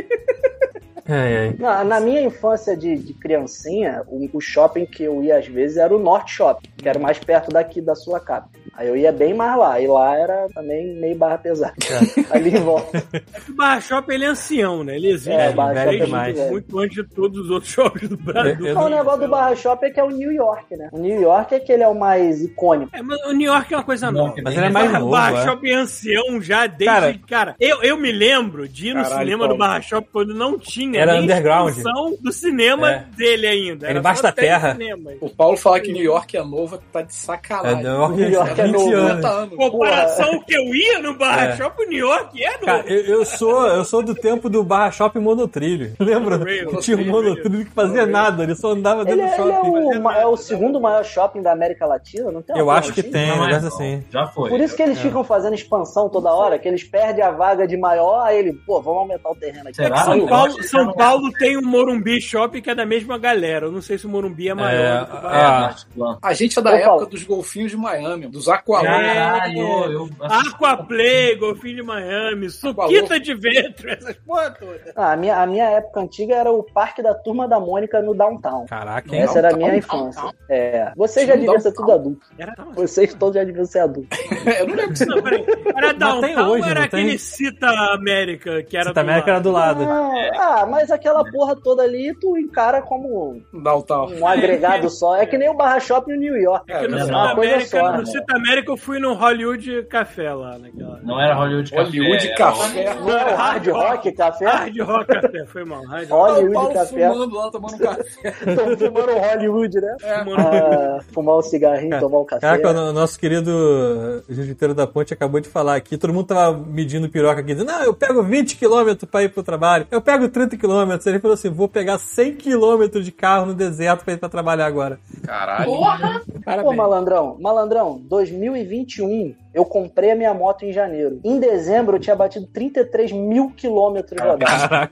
S1: É, é.
S4: Na, na minha infância de, de criancinha, o, o shopping que eu ia às vezes era o Norte Shopping, que era o mais perto daqui da sua casa. Aí eu ia bem mais lá, e lá era também meio barra pesada. Ali em volta.
S2: O Barra Shopping ele é ancião, né? Ele existe
S4: É,
S1: o Barra
S2: desde
S1: Shopping é mais.
S2: muito, muito antes de todos os outros shoppings do Brasil.
S1: Eu- eu
S4: Então, o negócio do Barra Shopping é que é o New York, né? O New York é que ele é o mais icônico.
S2: É, mas o New York é uma coisa
S3: Não,
S2: nova.
S3: que
S1: Mas
S3: nem
S1: ele é mais
S2: Barra,
S1: novo,
S2: Barra
S1: é.
S2: Shopping é ancião já desde. Cara,
S1: Cara-
S2: eu, eu me lembro de ir no
S6: Caralho,
S2: cinema do
S6: Paulo.
S2: Barra Shopping quando não tinha
S1: Era
S2: nem
S1: underground.
S2: expansão do cinema
S1: É.
S2: dele ainda.
S1: Era
S2: Era
S1: embaixo
S2: só
S1: da
S2: três
S1: terra.
S2: cinemas.
S6: O Paulo falar que New York é nova tá de
S1: É,
S6: sacanagem.
S1: New
S4: New
S1: York
S4: York é
S1: é 20
S4: novo,
S1: anos.
S6: anos.
S2: Comparação que eu ia no Barra
S1: É.
S2: Shopping, o New York é no.
S1: Cara, eu, eu sou, eu sou do tempo do barra shopping monotrilho. Lembra?
S2: Monotrilho,
S1: Tinha um monotrilho que fazia nada, ele só andava
S4: Ele,
S1: dentro do
S4: é- ele é,
S1: Tá shopping.
S4: o, ma- é o segundo maior shopping da América Latina, não tem?
S1: Eu
S4: alguma
S1: acho que
S4: assim?
S1: tem, um
S3: Não é,
S1: negócio
S3: não.
S1: assim.
S3: Já foi.
S4: Por isso que eles ficam fazendo expansão toda hora, que eles perdem a vaga de maior, aí ele, pô, vamos aumentar o terreno aqui.
S2: É que
S3: Será?
S2: São
S3: Eu
S2: Paulo,
S3: acho que
S2: São
S3: não-
S2: Paulo tem o Morumbi Shopping que é da mesma galera. Eu não sei se o Morumbi é
S1: É,
S2: maior. do que o Barra.
S1: ah,
S6: A gente é da
S4: Ô,
S6: época
S4: Paulo.
S6: dos golfinhos de Miami, dos aqualões.
S3: Caralho, eu assim,
S2: Aquaplay, Golfinho de Miami, Suquita de Ventro, essas porra todas.
S4: Ah, a, minha, a minha época antiga era o Parque da Turma da Mônica no Downtown.
S1: Caraca, hein?
S4: Essa era a minha
S6: Downtown,
S4: infância. É. Vocês já
S6: Tinha um
S4: deviam ser tudo adulto.
S2: Era,
S4: Vocês todos já deviam ser adultos.
S6: Eu não lembro disso.
S2: não, peraí. era
S1: tem
S2: Downtown
S1: hoje,
S2: ou era
S1: não tem?
S2: aquele Cita América que era
S1: Essa também é
S2: lado?
S1: era do lado.
S4: Ah, ah, mas aquela porra toda ali tu encara como
S6: Downtown.
S4: um agregado só. É que nem o Barra Shopping no New York.
S2: É que no
S3: É,
S2: Cita,
S3: não,
S4: uma coisa
S2: América,
S4: só,
S2: no
S4: né?
S2: Cita América eu fui no Hollywood Café lá naquela.
S3: Não era Hollywood Café. é,
S6: Hollywood
S3: era
S6: Café.
S4: Não era o Hard Rock Café?
S2: Hard Rock Café, foi mal. Hard Rock.
S6: Olha o
S4: Hollywood
S6: Paulo
S4: Café.
S6: fumando lá, tomando um café.
S4: Estão fumando Hollywood, né?
S2: Mano,
S4: Ah, fumar um cigarrinho, tomar um café.
S1: Caraca, o nosso querido Jiu-Jiteiro da Ponte acabou de falar aqui. Todo mundo tava medindo piroca aqui, dizendo: Não, eu pego 20 km pra ir pro trabalho, eu pego 30 km. Ele falou assim: Vou pegar 100 km de carro no deserto pra ir pra trabalhar agora.
S6: Caralho.
S7: Porra!
S4: Pô, malandrão, malandrão, 2021 eu comprei a minha moto em janeiro. Em dezembro eu tinha batido 33 mil quilômetros rodados.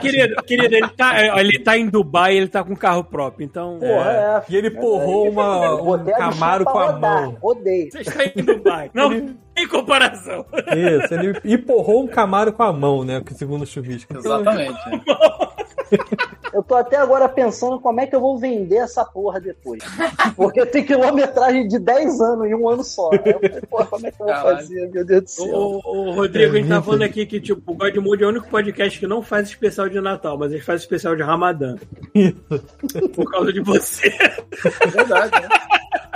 S2: Querido, querido, ele tá, ele tá em Dubai, ele tá com carro próprio, então.
S4: Porra, é.
S1: E ele porrou uma,
S4: Eu
S1: um
S4: botei a bicha
S1: camaro
S4: pra
S1: com a
S4: rodar,
S1: mão.
S4: Rodei.
S2: Você está em Dubai. Não tem comparação.
S1: Isso, ele empurrou um camaro com a mão, né? Que Segundo o chuvisco.
S6: Exatamente.
S4: Eu tô até agora pensando como é que eu vou vender essa porra depois. Porque tem quilometragem de 10 anos em um ano só. Aí Eu falei, porra, como é que eu vou
S6: Caralho.
S4: fazer? Meu Deus do
S2: Ô,
S4: céu.
S2: ô, ô, Rodrigo, a gente tá falando aqui que, tipo, o God Mode é o único podcast que não faz especial de Natal, mas ele faz especial de Ramadã. Por causa de você.
S6: Verdade, né?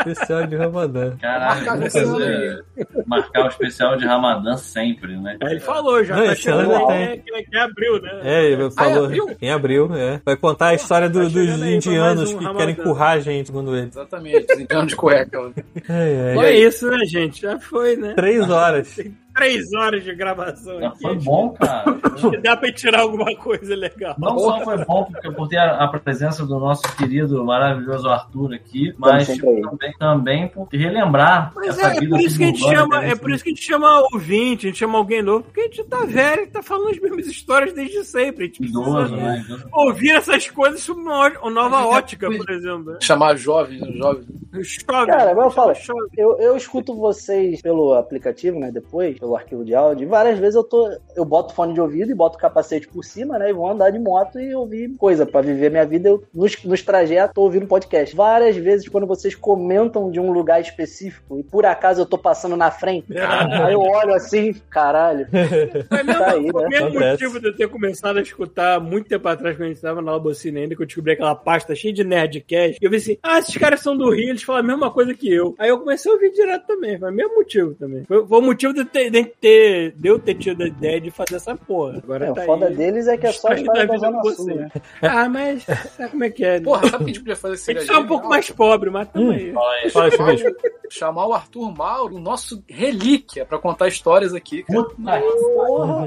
S1: Especial de Ramadã.
S3: Caralho,
S6: Marcar
S3: vamos
S6: esse ano
S3: fazer- marcar o especial de Ramadã sempre, né?
S2: Aí ele falou já,
S1: Não,
S2: tá
S1: esse ano
S2: chegando
S1: já
S2: aí, né, que, que abriu, né?
S1: É, ele falou.
S6: abril?
S1: Em abril, é. Vai contar a história do-
S2: tá
S1: dos
S2: chegando aí,
S1: indianos
S2: foi mais um
S1: que
S2: Ramadã.
S1: querem currar a gente, segundo ele.
S6: Exatamente. Indiano de cueca.
S1: É, é.
S2: Então é isso, né, gente? Já foi, né?
S1: Três horas.
S2: Tá três horas de gravação
S3: Não,
S2: aqui.
S3: Foi bom, cara.
S2: Acho que dá pra tirar alguma coisa legal.
S3: Não só foi bom porque eu botei a, a presença do nosso querido, maravilhoso Arthur aqui, mas
S4: sempre
S3: tipo,
S4: aí.
S3: também, também por relembrar
S2: Mas
S3: essa
S2: é, é
S3: vida né,
S2: por isso que a gente
S3: suburbana
S2: chama, é
S3: desse-
S2: por isso que a gente chama ouvinte, a gente chama alguém novo, porque a gente tá velho e tá falando as mesmas histórias desde sempre. A gente é. precisa
S3: idoso, né? Idoso.
S2: ouvir essas coisas sob uma, ó- uma nova ótica,
S6: depois-
S2: por exemplo.
S6: Chamar jovens, né, jovens.
S2: Chove,
S4: Cara, mas eu falo,
S2: chove.
S4: Eu, eu escuto vocês pelo aplicativo, né? Depois, pelo arquivo de áudio. E várias vezes eu tô. Eu boto fone de ouvido e boto o capacete por cima, né? E vou andar de moto e ouvir coisa pra viver minha vida. Eu, nos, nos trajetos, tô ouvindo podcast. Várias vezes, quando vocês comentam de um lugar específico e por acaso eu tô passando na frente, aí eu olho assim, caralho.
S2: Mas mesmo,
S4: Tá aí, né?
S2: o mesmo
S1: Acontece.
S2: motivo de eu ter começado a escutar muito tempo atrás, quando a gente tava na Albocina ainda, que eu descobri aquela pasta cheia de nerdcast, e eu vi assim, ah, esses caras são do Rio, eles falam a mesma coisa que eu. Aí eu comecei a ouvir direto também, foi o mesmo motivo também. Foi, foi o motivo de, eu ter, de, ter- de eu ter tido a ideia de fazer essa porra. Agora
S4: É,
S2: tá
S4: o foda
S2: aí.
S4: deles é que é só a
S2: Estranho da
S4: história da
S2: vida
S4: Zona
S2: com
S4: Sul,
S2: você.
S4: né?
S2: Ah, mas sabe como é que é? Né?
S6: Porra, sabe o que a gente podia fazer?
S2: a gente tá um pouco mais pobre, mas
S4: Hum.
S2: tamo aí.
S3: Fala aí.
S1: Fala isso mesmo.
S6: Chamar o Arthur Mauro, o nosso relíquia, pra contar histórias aqui. cara.
S3: Puta que
S4: Porra,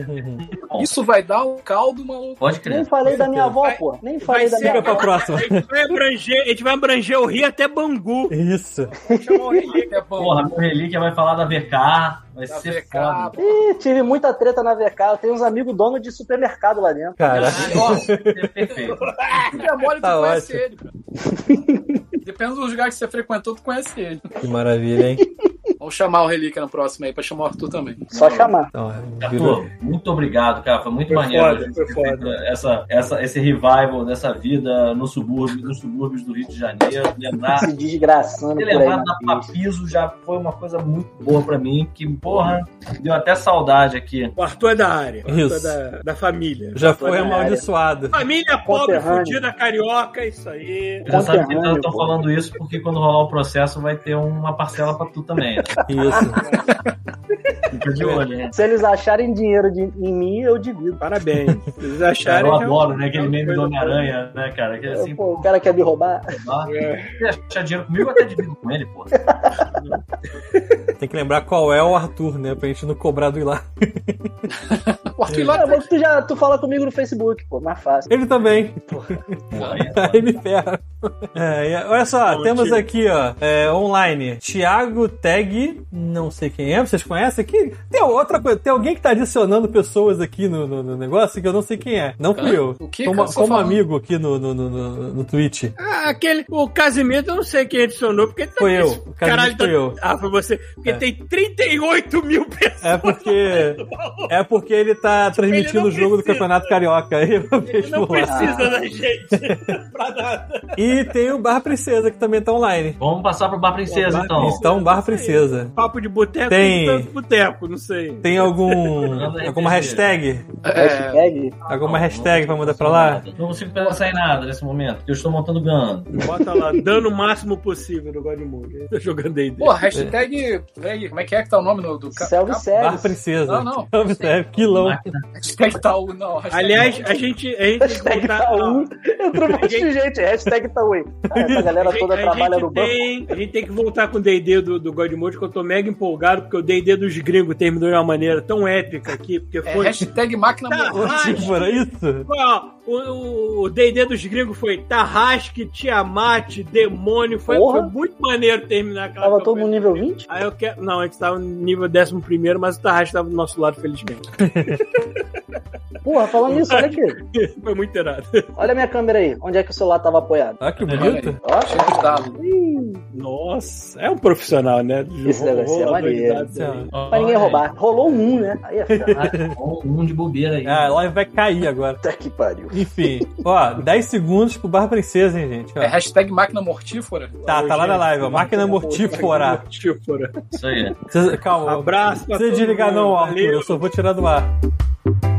S6: Isso vai dar um caldo maluco.
S3: Pode
S4: nem
S3: crer.
S4: falei da minha avó,
S2: Vai-
S4: porra. Nem
S2: Vai
S4: falei da
S2: ser,
S4: minha
S1: Fica pra
S4: avó.
S1: próxima.
S2: a, gente vai abranger, a gente vai abranger o Rio até Bangu.
S1: Isso.
S6: Chamar o relíquia, é
S3: Porra,
S6: porra.
S3: meu relíquia vai falar da VK, vai
S6: Da
S3: ser
S6: VK,
S3: foda.
S4: Ih, tive muita treta na VK. Eu tenho uns amigos donos de supermercado lá dentro.
S1: Cara.
S6: Ó,
S3: É perfeito.
S6: é mole, tu
S1: Tá
S6: conhece
S1: ótimo.
S6: ele, cara. Depende dos lugares que você frequentou, tu conhece ele.
S1: Que maravilha, hein?
S6: Vamos chamar o relíquia no próximo aí, pra chamar o Arthur também.
S4: Só chamar.
S1: Então, virou-
S3: Arthur, muito obrigado, cara. Foi muito
S2: Foi
S3: maneiro
S2: foda,
S3: a gente
S2: foi
S3: ter
S2: foda.
S3: feito Essa, essa, esse revival dessa vida no subúrbio, nos subúrbios do Rio de Janeiro. Lembrar
S4: se Tá desgraçando
S3: Ter
S4: por aí.
S3: levado
S4: na
S3: na
S4: pista.
S3: Papiso já foi uma coisa muito boa pra mim, que, porra, deu até saudade aqui.
S2: O Arthur é da área. O Arthur é
S1: Isso.
S2: da, da família.
S1: Já foi
S4: Foi na área.
S1: amaldiçoado.
S2: Família pobre,
S4: Conterrâneo.
S2: fudida, carioca, isso aí.
S3: Já sabe que
S4: Conterrâneo,
S3: eu tô
S4: pô.
S3: falando isso porque quando rolar o processo vai ter uma parcela pra tu também. Né?
S1: Isso.
S3: Fica de olho, né?
S4: Se eles acharem dinheiro de- em mim, eu divido.
S2: Parabéns. Eles
S3: Cara,
S2: acharem.
S3: eu
S2: que é
S3: adoro,
S2: uma-
S3: né? Aquele
S2: uma
S3: meme
S2: coisa É,
S3: do Homem-Aranha, né, cara? Que assim,
S4: Pô, o cara quer me roubar.
S3: lá, se achar dinheiro comigo, eu até divido com ele, pô.
S1: Tem que lembrar qual é o Arthur, né? Pra gente não cobrar do lá.
S6: O Arthur lá
S4: É bom que tu já tu fala comigo no Facebook, pô, mais fácil.
S1: Ele também.
S3: Porra, aí, é
S1: Aí me ferra. É, e olha só,
S2: Bom,
S1: temos
S2: tio.
S1: aqui, ó, é, online. Tiago Tag, não sei quem é, vocês conhecem aqui? Tem outra coisa, tem alguém que tá adicionando pessoas aqui no, no- no negócio que eu não sei quem é. Não fui
S6: Hã?
S1: eu.
S6: O quê,
S1: Como,
S6: cara? Você
S1: como
S6: falou?
S1: amigo aqui no, no, no, no, no Twitch.
S2: Ah, aquele, o Casimiro, eu não sei quem adicionou, porque tá
S1: Foi eu.
S2: esse
S1: O Casimiro
S2: Caralho, tá-
S1: foi eu.
S2: Ah, foi você. Porque
S1: É.
S2: tem 38 mil pessoas.
S1: É porque. É porque ele tá transmitindo
S2: não
S1: o jogo do
S2: precisa.
S1: Campeonato Carioca. Aí eu
S2: Ele
S1: vejo
S2: não
S1: por lá.
S2: precisa da gente pra nada.
S1: E tem o Bar Princesa que também tá online.
S3: Vamos passar pro Bar Princesa, então.
S1: Então, Bar Princesa.
S2: Papo de boteco
S1: Tem.
S2: tanto boteco, não sei.
S1: Tem algum alguma hashtag?
S6: É,
S4: Hashtag.
S1: Alguma hashtag pra mandar pra lá?
S3: Não consigo pensar em nada nesse momento, porque eu estou montando GAN.
S2: Bota lá, dando o máximo possível no Godmode. Tô jogando aí.
S6: Pô, hashtag. Peraí, como é que é que tá o nome do. do ca-
S4: Selve
S6: capa?
S1: Bar
S4: sério.
S1: Princesa.
S6: Não, não.
S1: Self serve, quilão.
S6: Hashtag tá o. Não, hashtag
S2: Aliás, a gente, a gente tem que
S4: Hashtag
S2: botar...
S4: tá um. Entrou mais gente. Hashtag tá um. Ah, Essa
S2: A
S4: galera
S2: gente-
S4: toda
S2: a
S4: trabalha
S2: gente
S4: no banco.
S2: tem, A gente tem que voltar com o D&D do, do Godmode, que eu tô mega empolgado, porque o D&D dos gringos terminou de uma maneira tão épica aqui, porque
S6: É,
S2: foi...
S6: hashtag máquina
S2: Tá. Tarrasque.
S1: Tipo, era isso?
S2: Ó, o- o- O D&D dos gringos foi Tarrasque, Tiamat, Demônio, foi,
S4: Porra.
S2: foi muito maneiro terminar aquela
S4: Tava
S2: campanha.
S4: todo no nível 20?
S2: Aí eu quero... Não, a gente tava no nível 11 mas o Tarrasque tava do nosso lado, felizmente.
S4: Porra, falando nisso, olha aqui.
S2: Foi muito irado.
S4: Olha a minha câmera aí. Onde é que o celular tava apoiado?
S1: Olha que bonito.
S4: Ó,
S6: Cheio de dados.
S2: Nossa, é um profissional, né?
S4: Esse negócio é maneiro.
S1: né?
S4: pra ninguém roubar. Rolou um, né? Aí é ferrado.
S3: Um de bobeira aí.
S1: Ah, a live vai cair agora.
S4: Puta que pariu.
S1: Enfim, ó, 10 segundos pro Bar Princesa, hein, gente. ó.
S6: É hashtag máquina mortífera.
S1: Tá, tá lá na live, ó. Máquina mortífora.
S2: Mortífora.
S3: Isso aí.
S1: Vocês- Calma,
S2: Tipo, né? Abraço pra
S1: não precisa
S2: todo
S1: desligar
S2: mundo.
S1: não, Arthur.
S2: Valeu.
S1: Eu só vou tirar do ar.